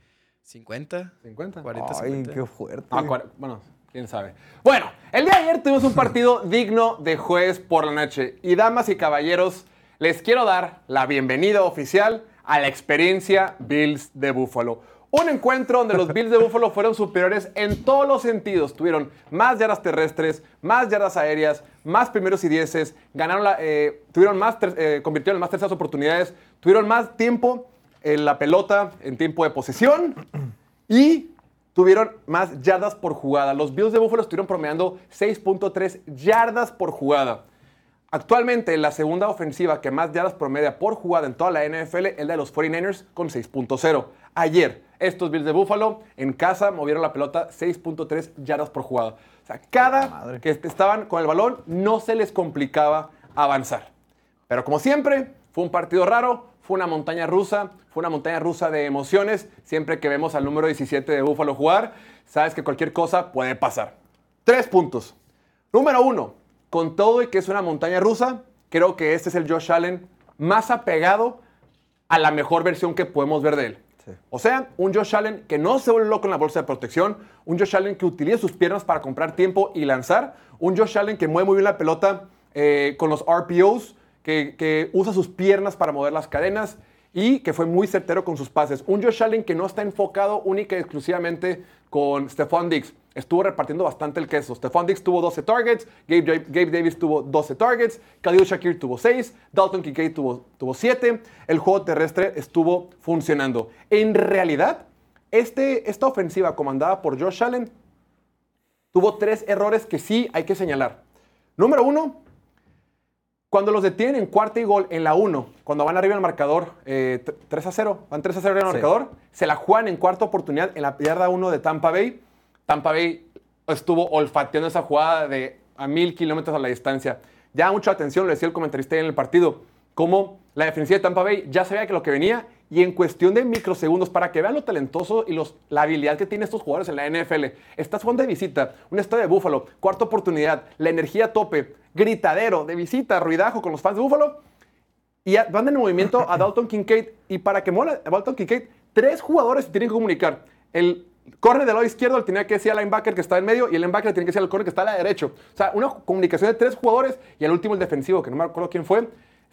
[SPEAKER 4] 50,
[SPEAKER 1] 50.
[SPEAKER 4] 40,
[SPEAKER 5] Ay,
[SPEAKER 4] 50.
[SPEAKER 5] qué fuerte.
[SPEAKER 1] Ah, cuar- bueno, quién sabe. Bueno, el día de ayer tuvimos un partido digno de jueves por la noche. Y damas y caballeros, les quiero dar la bienvenida oficial a la experiencia Bills de Buffalo. Un encuentro donde los Bills de Buffalo fueron superiores en todos los sentidos. Tuvieron más yardas terrestres, más yardas aéreas, más primeros y dieces, ganaron la- eh, tuvieron más, ter- eh, convirtieron en más terceras oportunidades, tuvieron más tiempo en la pelota, en tiempo de posesión. Y tuvieron más yardas por jugada. Los Bills de Buffalo estuvieron promediando 6.3 yardas por jugada. Actualmente, la segunda ofensiva que más yardas promedia por jugada en toda la NFL es la de los 49ers con 6.0. Ayer, estos Bills de Buffalo en casa movieron la pelota 6.3 yardas por jugada. O sea, cada que estaban con el balón no se les complicaba avanzar. Pero como siempre, fue un partido raro, fue una montaña rusa, fue una montaña rusa de emociones. Siempre que vemos al número 17 de Búfalo jugar, sabes que cualquier cosa puede pasar. Tres puntos. Número uno, con todo y que es una montaña rusa, creo que este es el Josh Allen más apegado a la mejor versión que podemos ver de él. O sea, un Josh Allen que no se vuelve loco en la bolsa de protección, un Josh Allen que utiliza sus piernas para comprar tiempo y lanzar, un Josh Allen que mueve muy bien la pelota eh, con los RPOs, que, que usa sus piernas para mover las cadenas y que fue muy certero con sus pases. Un Josh Allen que no está enfocado única y exclusivamente con Stephon Diggs. Estuvo repartiendo bastante el queso. Stephon Diggs tuvo 12 targets, Gabe, Ja- Gabe Davis tuvo 12 targets, Khalil Shakir tuvo 6, Dalton Kincaid tuvo, tuvo 7. El juego terrestre estuvo funcionando. En realidad, este, esta ofensiva comandada por Josh Allen tuvo tres errores que sí hay que señalar. Número uno, cuando los detienen en cuarta y gol en la 1, cuando van arriba en el marcador eh, t- 3 a 0, van 3 a 0 en el marcador, se la juegan en cuarta oportunidad en la yarda 1 de Tampa Bay. Tampa Bay estuvo olfateando esa jugada de a mil kilómetros a la distancia. Ya mucha atención, lo decía el comentarista ahí en el partido, como la defensiva de Tampa Bay ya sabía que lo que venía y en cuestión de microsegundos, para que vean lo talentoso y los, la habilidad que tienen estos jugadores en la NFL. Estás jugando de visita, un estadio de Búfalo, cuarta oportunidad, la energía a tope, gritadero de visita, ruidajo con los fans de Búfalo. Y a- van en movimiento a Dalton Kincaid. Y para que mueva a Dalton Kincaid, tres jugadores se tienen que comunicar. El corre del lado izquierdo le tenía que decir al linebacker que está en medio y el linebacker le tenía que decir al corner que está al lado derecho. O sea, una comunicación de tres jugadores y el último, el defensivo, que no me acuerdo quién fue,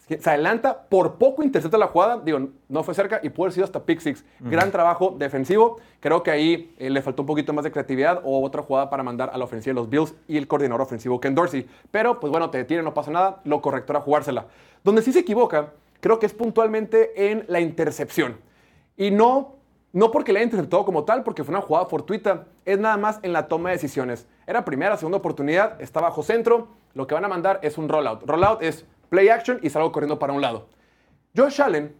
[SPEAKER 1] que se adelanta, por poco intercepta la jugada, digo, no fue cerca y pudo haber sido hasta pick six. Gran trabajo defensivo. Creo que ahí eh, le faltó un poquito más de creatividad o otra jugada para mandar a la ofensiva de los Bills y el coordinador ofensivo Ken Dorsey. Pero, pues bueno, te detiene, no pasa nada. Lo correcto era jugársela. Donde sí se equivoca, creo que es puntualmente en la intercepción. Y no, no porque le haya interceptado como tal, porque fue una jugada fortuita. Es nada más en la toma de decisiones. Era primera, segunda oportunidad, está bajo centro. Lo que van a mandar es un rollout. Rollout es play action y salgo corriendo para un lado. Josh Allen,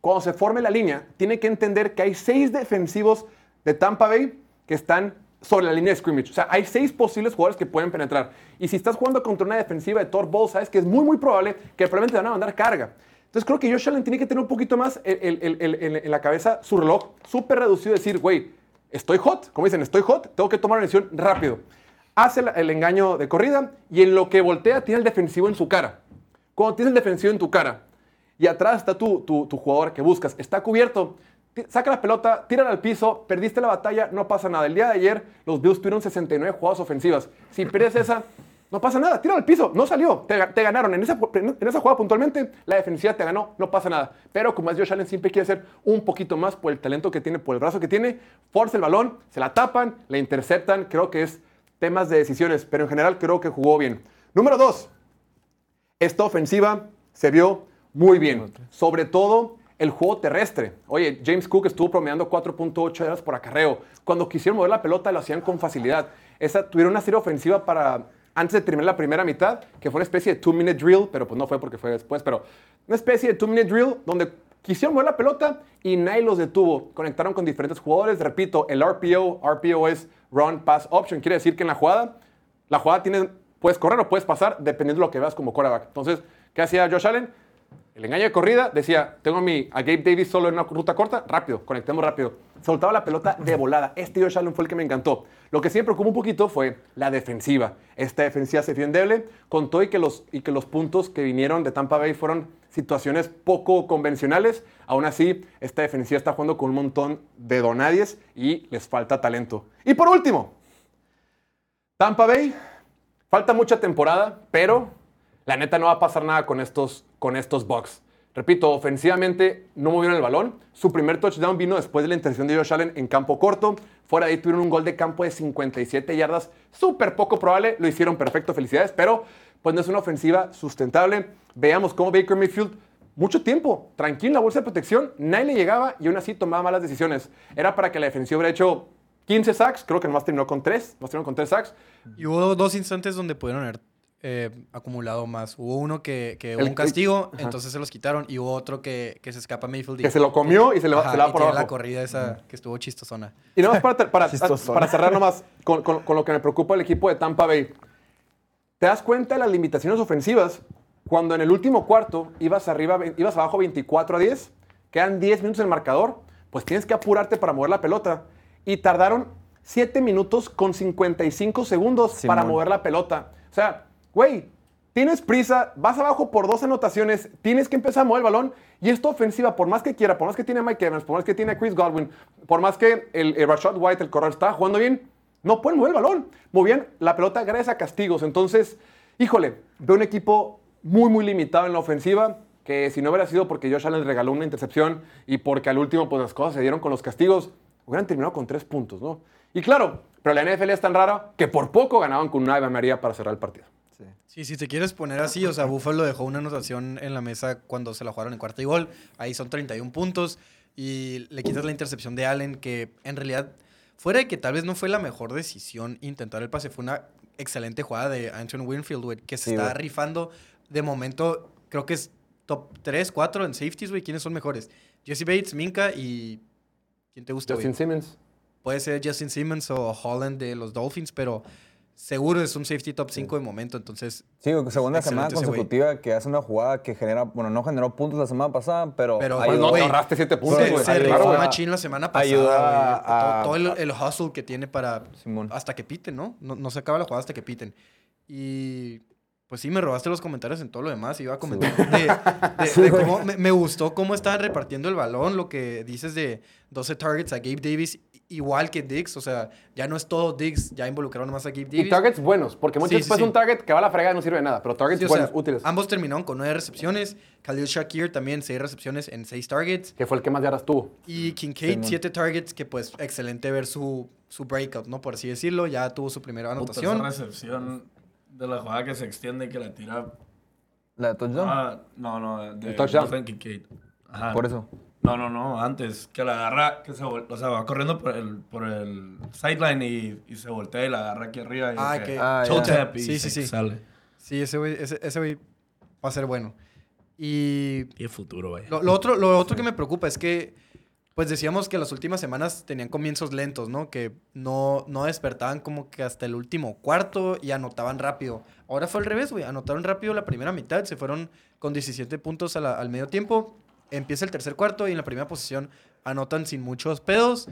[SPEAKER 1] cuando se forme la línea, tiene que entender que hay seis defensivos de Tampa Bay que están sobre la línea de scrimmage. O sea, hay seis posibles jugadores que pueden penetrar. Y si estás jugando contra una defensiva de Thor Ball, sabes que es muy, muy probable que probablemente te van a mandar carga. Entonces creo que Josh Allen tiene que tener un poquito más el- el- el- el- el- en la cabeza su reloj súper reducido y decir, güey, estoy hot, como dicen, estoy hot, tengo que tomar una decisión rápido. Hace la- el engaño de corrida y en lo que voltea tiene el defensivo en su cara. Cuando tienes el defensivo en tu cara y atrás está tu, tu- tu jugador que buscas, está cubierto, ti- saca la pelota, tírala al piso, perdiste la batalla, no pasa nada. El día de ayer los Bills tuvieron 69 jugadas ofensivas. Si pierdes esa, no pasa nada, tírala al piso, no salió, te, ga- te ganaron. En esa, en esa jugada puntualmente, la defensiva te ganó, no pasa nada. Pero como es Josh Allen, siempre quiere hacer un poquito más por el talento que tiene, por el brazo que tiene, forza el balón, se la tapan, la interceptan, creo que es temas de decisiones, pero en general creo que jugó bien. Número dos, esta ofensiva se vio muy bien. Sobre todo el juego terrestre. Oye, James Cook estuvo promediando 4.8 yardas por acarreo. Cuando quisieron mover la pelota lo hacían con facilidad. Esa, tuvieron una serie ofensiva para antes de terminar la primera mitad, que fue una especie de two-minute drill, pero pues no fue porque fue después, pero una especie de two-minute drill donde quisieron mover la pelota y nadie los detuvo. Conectaron con diferentes jugadores. Repito, el RPO, RPO es Run Pass Option. Quiere decir que en la jugada la jugada tiene, puedes correr o puedes pasar dependiendo de lo que veas como quarterback. Entonces, ¿qué hacía Josh Allen? El engaño de corrida decía, tengo a, mi, a Gabe Davis solo en una ruta corta, rápido, conectemos rápido. Soltaba la pelota de volada. Este Josh Allen fue el que me encantó. Lo que sí me preocupó un poquito fue la defensiva. Esta defensiva se vio endeble, contó y que, los, y que los puntos que vinieron de Tampa Bay fueron situaciones poco convencionales. Aún así, esta defensiva está jugando con un montón de donadies y les falta talento. Y por último, Tampa Bay, falta mucha temporada, pero la neta no va a pasar nada con estos, con estos Bucks. Repito, ofensivamente no movieron el balón. Su primer touchdown vino después de la intercepción de Josh Allen en campo corto. Fuera de ahí tuvieron un gol de campo de 57 yardas, súper poco probable. Lo hicieron perfecto, felicidades, pero pues no es una ofensiva sustentable. Veamos cómo Baker Mayfield mucho tiempo, tranquilo en la bolsa de protección, nadie le llegaba y aún así tomaba malas decisiones. Era para que la defensiva hubiera hecho 15 sacks, creo que nomás terminó con 3, más terminó con 3 sacks.
[SPEAKER 4] Y hubo dos instantes donde pudieron haber eh, acumulado más. Hubo uno que, que hubo
[SPEAKER 1] El-
[SPEAKER 4] un castigo, entonces se los quitaron. Y hubo otro que, que se escapa a Mayfield. y-
[SPEAKER 1] Que se lo comió y se le va,
[SPEAKER 4] Ajá,
[SPEAKER 1] se le va
[SPEAKER 4] y
[SPEAKER 1] por
[SPEAKER 4] tiene
[SPEAKER 1] abajo.
[SPEAKER 4] la corrida esa que estuvo chistosona.
[SPEAKER 1] Y nada más para, ter- para,
[SPEAKER 2] Chistoso.
[SPEAKER 1] para cerrar nomás con, con- con lo que me preocupa el equipo de Tampa Bay. Te das cuenta de las limitaciones ofensivas cuando en el último cuarto ibas, arriba, ve- ibas abajo 24 a 10, quedan 10 minutos en el marcador, pues tienes que apurarte para mover la pelota. Y tardaron 7 minutos con 55 segundos para
[SPEAKER 2] Simón.
[SPEAKER 1] mover la pelota. O sea, güey, tienes prisa, vas abajo por dos anotaciones, tienes que empezar a mover el balón y esta ofensiva, por más que quiera, por más que tiene a Mike Evans, por más que tiene a Chris Godwin, por más que el, el Rashad White, el corral, está jugando bien, no pueden mover el balón. Movían la pelota gracias a castigos. Entonces, híjole, veo un equipo muy, muy limitado en la ofensiva que si no hubiera sido porque Josh Allen regaló una intercepción y porque al último pues las cosas se dieron con los castigos, hubieran terminado con tres puntos, ¿no? Y claro, pero la NFL es tan rara que por poco ganaban con una Ave María para cerrar el partido.
[SPEAKER 4] Sí, si te quieres poner así, o sea, Buffalo dejó una anotación en la mesa cuando se la jugaron en cuarta y gol. Ahí son 31 puntos. Y le quitas la intercepción de Allen, que en realidad, fuera de que tal vez no fue la mejor decisión intentar el pase, fue una excelente jugada de Anton Winfield, güey, que
[SPEAKER 1] Sí,
[SPEAKER 4] se está
[SPEAKER 1] güey.
[SPEAKER 4] rifando. De momento, creo que es top 3, 4 en safeties, güey. ¿Quiénes son mejores? Jesse Bates, Minka y. ¿Quién te gusta, güey?
[SPEAKER 1] Justin Simmons.
[SPEAKER 4] Puede ser Justin Simmons o Holland de los Dolphins, pero seguro es un safety top 5 de momento. Entonces,
[SPEAKER 5] Sí, güey, segunda semana
[SPEAKER 4] Excelente ese güey.
[SPEAKER 5] consecutiva que hace una jugada que genera, bueno, no generó puntos la semana pasada, pero,
[SPEAKER 4] Pero,
[SPEAKER 1] Pues no
[SPEAKER 5] ayudó,
[SPEAKER 1] te
[SPEAKER 4] güey,
[SPEAKER 1] ahorraste siete puntos,
[SPEAKER 4] Se,
[SPEAKER 1] güey.
[SPEAKER 4] se
[SPEAKER 1] Claro,
[SPEAKER 4] rifó
[SPEAKER 1] güey.
[SPEAKER 4] machín la semana pasada.
[SPEAKER 5] ayuda
[SPEAKER 4] güey. todo
[SPEAKER 5] a-
[SPEAKER 4] todo el, el hustle que tiene para.
[SPEAKER 5] Simón.
[SPEAKER 4] Hasta que piten, ¿no? ¿no? no se acaba la jugada hasta que piten. Y. Pues sí, me robaste los comentarios en todo lo demás. Iba a comentar de, de- de cómo me, me gustó cómo estaban repartiendo el balón, lo que dices de 12 targets a Gabe Davis, igual que Diggs. O sea, ya no es todo Diggs, ya involucraron más a Gabe Davis.
[SPEAKER 1] Y targets buenos, porque muchas
[SPEAKER 4] Sí, sí,
[SPEAKER 1] veces pasa
[SPEAKER 4] sí.
[SPEAKER 1] un target que va a la fregada y no sirve de nada, pero targets
[SPEAKER 4] Sí, o sea,
[SPEAKER 1] buenos, útiles.
[SPEAKER 4] Ambos terminaron con nueve recepciones. Khalil Shakir también seis recepciones en seis targets.
[SPEAKER 1] Que fue el que más yardas tuvo.
[SPEAKER 4] Y Kincaid, siete targets, que pues excelente ver su, su breakout, ¿no? Por así decirlo, ya tuvo su primera
[SPEAKER 7] Anotación.
[SPEAKER 4] anotación.
[SPEAKER 7] recepción de la jugada que se extiende y que la tira.
[SPEAKER 5] la de touchdown,
[SPEAKER 7] Ah, no, no, de
[SPEAKER 1] El touchdown.
[SPEAKER 7] Jonathan Kincaid.
[SPEAKER 4] Ah,
[SPEAKER 7] Ajá.
[SPEAKER 5] por eso.
[SPEAKER 7] No, no, no, antes. Que la agarra, que se vol- o sea, va corriendo por el, por el sideline y, y se voltea y la agarra aquí arriba. Y
[SPEAKER 4] Ah,
[SPEAKER 7] de
[SPEAKER 4] que
[SPEAKER 5] Ah,
[SPEAKER 4] toe
[SPEAKER 7] toe
[SPEAKER 4] tap.
[SPEAKER 7] tap y
[SPEAKER 4] Sí, sí,
[SPEAKER 7] se
[SPEAKER 4] sí.
[SPEAKER 7] sale.
[SPEAKER 4] Sí, ese güey ese, ese güey va a ser bueno. Y
[SPEAKER 7] Y el futuro, vaya.
[SPEAKER 4] lo, lo otro, lo otro que me preocupa es que, pues decíamos que las últimas semanas tenían comienzos lentos, ¿no? Que no, no despertaban como que hasta el último cuarto y anotaban rápido. Ahora fue al revés, güey. Anotaron rápido la primera mitad, se fueron con 17 puntos a la- al medio tiempo. Empieza el tercer cuarto y en la primera posición anotan sin muchos pedos.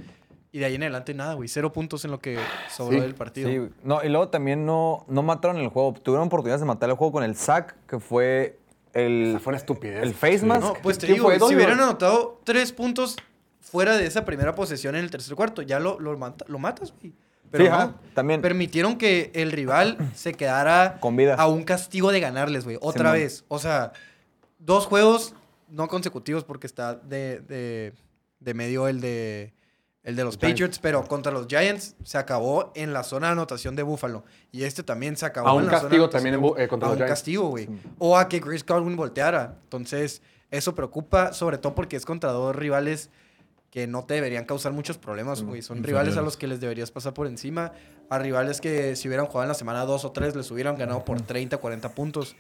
[SPEAKER 4] Y de ahí en adelante nada, güey. Cero puntos en lo que sobró
[SPEAKER 1] Sí,
[SPEAKER 4] del partido.
[SPEAKER 5] Sí, güey. no, y luego también no, no mataron el juego. Tuvieron oportunidades de matar el juego con el sack, que fue el,
[SPEAKER 1] Esa fue una estupidez.
[SPEAKER 5] el face mask.
[SPEAKER 4] No, pues te
[SPEAKER 1] ¿Quién
[SPEAKER 4] digo,
[SPEAKER 1] fue?
[SPEAKER 4] si
[SPEAKER 1] ¿Dónde,
[SPEAKER 4] hubieran
[SPEAKER 1] güey?
[SPEAKER 4] anotado tres puntos fuera de esa primera posesión en el tercer cuarto, ya lo, lo, mata- lo matas, güey. Pero
[SPEAKER 5] Sí,
[SPEAKER 4] no,
[SPEAKER 5] ajá, también.
[SPEAKER 4] permitieron que el rival se quedara
[SPEAKER 5] Con vida.
[SPEAKER 4] a un castigo de ganarles, güey. Otra
[SPEAKER 5] Simón.
[SPEAKER 4] vez. O sea, dos juegos no consecutivos porque está de, de, de medio el de, el de los
[SPEAKER 1] Giants.
[SPEAKER 4] Patriots, pero contra los Giants se acabó en la zona de anotación de Búfalo. Y este también se acabó
[SPEAKER 1] A un
[SPEAKER 4] en la zona de
[SPEAKER 1] castigo
[SPEAKER 4] anotación
[SPEAKER 1] también
[SPEAKER 4] de
[SPEAKER 1] en Bu-
[SPEAKER 4] Bú-
[SPEAKER 1] eh, contra
[SPEAKER 4] a
[SPEAKER 1] los
[SPEAKER 4] un
[SPEAKER 1] Giants.
[SPEAKER 4] castigo, güey. O a que Chris Godwin volteara. Entonces, eso preocupa, sobre todo porque es contra dos rivales que no te deberían causar muchos problemas,
[SPEAKER 1] Mm,
[SPEAKER 4] güey. Son rivales a los que les deberías pasar por encima. A rivales que si hubieran jugado en la semana 2 o 3 les hubieran ganado por 30, 40 puntos.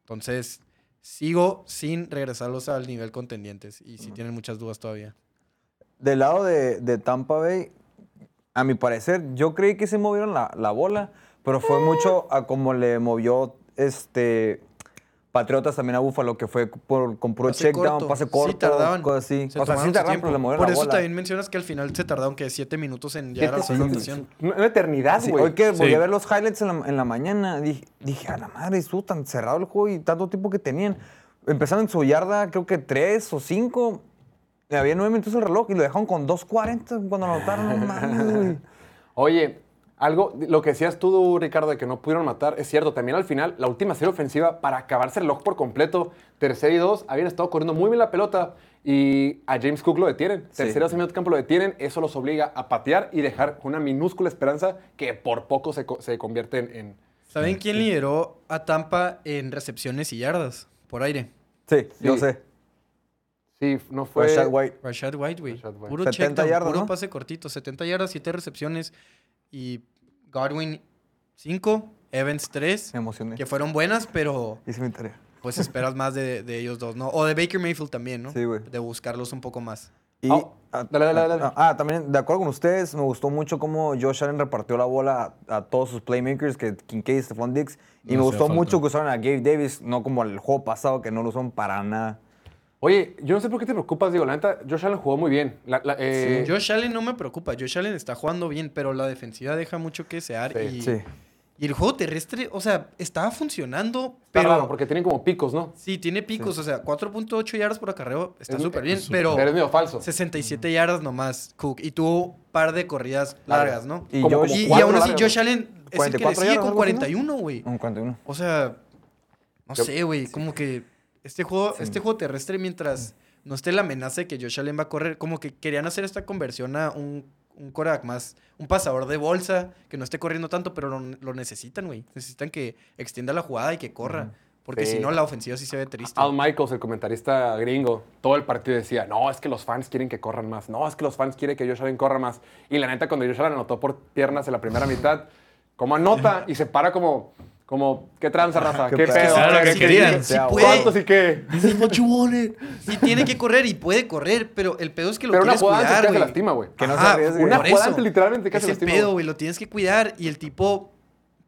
[SPEAKER 4] Entonces, sigo sin regresarlos al nivel contendientes. Y si tienen muchas dudas todavía.
[SPEAKER 5] Del lado de, de Tampa Bay, a mi parecer, yo creí que se movieron la, la bola, pero fue mucho a como le movió este Patriotas también a Buffalo, que fue por, con puro
[SPEAKER 4] Pase
[SPEAKER 5] check down,
[SPEAKER 4] corto.
[SPEAKER 5] pase
[SPEAKER 4] Sí,
[SPEAKER 5] corto,
[SPEAKER 4] tardaban.
[SPEAKER 5] cosas así.
[SPEAKER 4] Se
[SPEAKER 5] o sea,
[SPEAKER 4] tomaron
[SPEAKER 5] sí
[SPEAKER 4] su
[SPEAKER 5] tardaron,
[SPEAKER 4] tiempo.
[SPEAKER 5] pero le movieron
[SPEAKER 4] Por
[SPEAKER 5] la
[SPEAKER 4] eso
[SPEAKER 5] bola.
[SPEAKER 4] también mencionas que al final se tardaron que 7 minutos en llegar a la
[SPEAKER 1] Siete
[SPEAKER 4] zona de
[SPEAKER 1] segundos.
[SPEAKER 4] anotación.
[SPEAKER 1] Una una eternidad,
[SPEAKER 5] Sí,
[SPEAKER 1] Ah, güey.
[SPEAKER 5] hoy que volví
[SPEAKER 7] Sí.
[SPEAKER 5] a ver los highlights en la, en la mañana, dije, dije, a la madre, estuvo tan cerrado el juego y tanto tiempo que tenían. Empezaron en su yarda, creo que tres o cinco. Le había nueve minutos el reloj y lo dejaron con 2.40 cuando anotaron. no mames, güey.
[SPEAKER 1] Oye, algo, lo que decías tú, Ricardo, de que no pudieron matar, es cierto. También al final, la última serie ofensiva, para acabarse el reloj por completo, tercera y dos, habían estado corriendo muy bien la pelota y a James Cook lo detienen. Tercera y dos en medio campo lo detienen. Eso los obliga a patear y dejar una minúscula esperanza que por poco se, co- se convierte en, en-
[SPEAKER 4] ¿Saben quién lideró a Tampa en recepciones y yardas por aire?
[SPEAKER 5] Sí, yo
[SPEAKER 1] Sí.
[SPEAKER 5] sé.
[SPEAKER 1] Sí, no fue...
[SPEAKER 5] Rashad Pues White.
[SPEAKER 4] Rashad White, güey.
[SPEAKER 1] Rashad White.
[SPEAKER 4] Puro
[SPEAKER 5] 70
[SPEAKER 4] check down,
[SPEAKER 5] yardas,
[SPEAKER 4] puro
[SPEAKER 5] ¿no?
[SPEAKER 4] pase cortito. 70 yardas, 7 recepciones. Y Godwin 5, Evans 3.
[SPEAKER 5] Me emocioné.
[SPEAKER 4] Que fueron buenas, pero
[SPEAKER 5] Hice mi tarea.
[SPEAKER 4] pues esperas más de, de ellos dos, ¿no? O de Baker Mayfield también, ¿no?
[SPEAKER 5] Sí, güey.
[SPEAKER 4] De buscarlos un poco más.
[SPEAKER 5] Y,
[SPEAKER 1] Ah,
[SPEAKER 5] ah,
[SPEAKER 1] dale, dale,
[SPEAKER 5] ah,
[SPEAKER 1] dale.
[SPEAKER 5] ah, ah, también, de acuerdo con ustedes, me gustó mucho cómo Josh Allen repartió la bola a, a todos sus playmakers, que Kincaid, Stephon Dix. Y me
[SPEAKER 7] No hacía
[SPEAKER 5] gustó
[SPEAKER 7] falta.
[SPEAKER 5] mucho que usaron a Gabe Davis, no como el juego pasado, que no lo usaron para nada.
[SPEAKER 1] Oye, yo no sé por qué te preocupas, digo, la neta, Josh Allen jugó muy bien. La- la- eh,
[SPEAKER 4] Josh Allen no me preocupa. Josh Allen está jugando bien, pero la defensiva deja mucho que desear.
[SPEAKER 1] Sí,
[SPEAKER 4] y,
[SPEAKER 5] sí.
[SPEAKER 4] y el juego terrestre, o sea, estaba funcionando,
[SPEAKER 1] está
[SPEAKER 4] pero...
[SPEAKER 1] raro, porque tienen como picos, ¿no?
[SPEAKER 4] Sí, tiene picos, o sea, 4.8 yardas por acarreo está
[SPEAKER 1] Es-
[SPEAKER 4] súper
[SPEAKER 1] es
[SPEAKER 4] bien,
[SPEAKER 1] súper-
[SPEAKER 4] pero
[SPEAKER 1] es medio falso.
[SPEAKER 4] 67 yardas nomás Cook y tuvo un par de corridas largas, ¿no?
[SPEAKER 5] Y,
[SPEAKER 1] Como-
[SPEAKER 5] yo,
[SPEAKER 1] como
[SPEAKER 4] Y, y
[SPEAKER 1] cuatro
[SPEAKER 4] aún así
[SPEAKER 1] largas,
[SPEAKER 4] Josh Allen es el que
[SPEAKER 5] 44
[SPEAKER 4] le sigue
[SPEAKER 5] yardas,
[SPEAKER 4] con
[SPEAKER 5] algo así, ¿no?
[SPEAKER 4] 41, güey.
[SPEAKER 5] Un 41.
[SPEAKER 4] O sea, no sé, güey, como que este juego este juego terrestre mientras no esté la amenaza de que Josh Allen va a correr. Como que querían hacer esta conversión a un, un quarterback más, un pasador de bolsa, que no esté corriendo tanto, pero lo, lo necesitan, güey. Necesitan que extienda la jugada y que corra. Porque
[SPEAKER 1] Sí.
[SPEAKER 4] si no, la ofensiva sí se ve triste.
[SPEAKER 1] Al Michaels, el comentarista gringo, todo el partido decía, no, es que los fans quieren que corran más, no, es que los fans quieren que Josh Allen corra más. Y la neta, cuando Josh Allen anotó por piernas en la primera mitad, como anota y se para como, como ¿qué tranza, raza? ¿Qué,
[SPEAKER 5] Qué pedo".
[SPEAKER 1] pedo?
[SPEAKER 7] Era lo que
[SPEAKER 4] Sí,
[SPEAKER 7] querían.
[SPEAKER 4] sí puede.
[SPEAKER 1] ¿Cuántos y qué?
[SPEAKER 4] This is what you wanted. Y tiene que correr y puede correr, pero el pedo es que lo
[SPEAKER 1] Pero una
[SPEAKER 4] quieres
[SPEAKER 1] jugada antes
[SPEAKER 4] cuidar,
[SPEAKER 1] que se
[SPEAKER 4] güey.
[SPEAKER 1] lastima, güey.
[SPEAKER 5] Que no se
[SPEAKER 4] Ajá,
[SPEAKER 5] arriesgue.
[SPEAKER 1] Una
[SPEAKER 4] por
[SPEAKER 1] jugada
[SPEAKER 4] eso.
[SPEAKER 1] antes literalmente que se
[SPEAKER 4] Ese
[SPEAKER 1] lastima.
[SPEAKER 4] pedo, güey, lo tienes que cuidar. Y el tipo,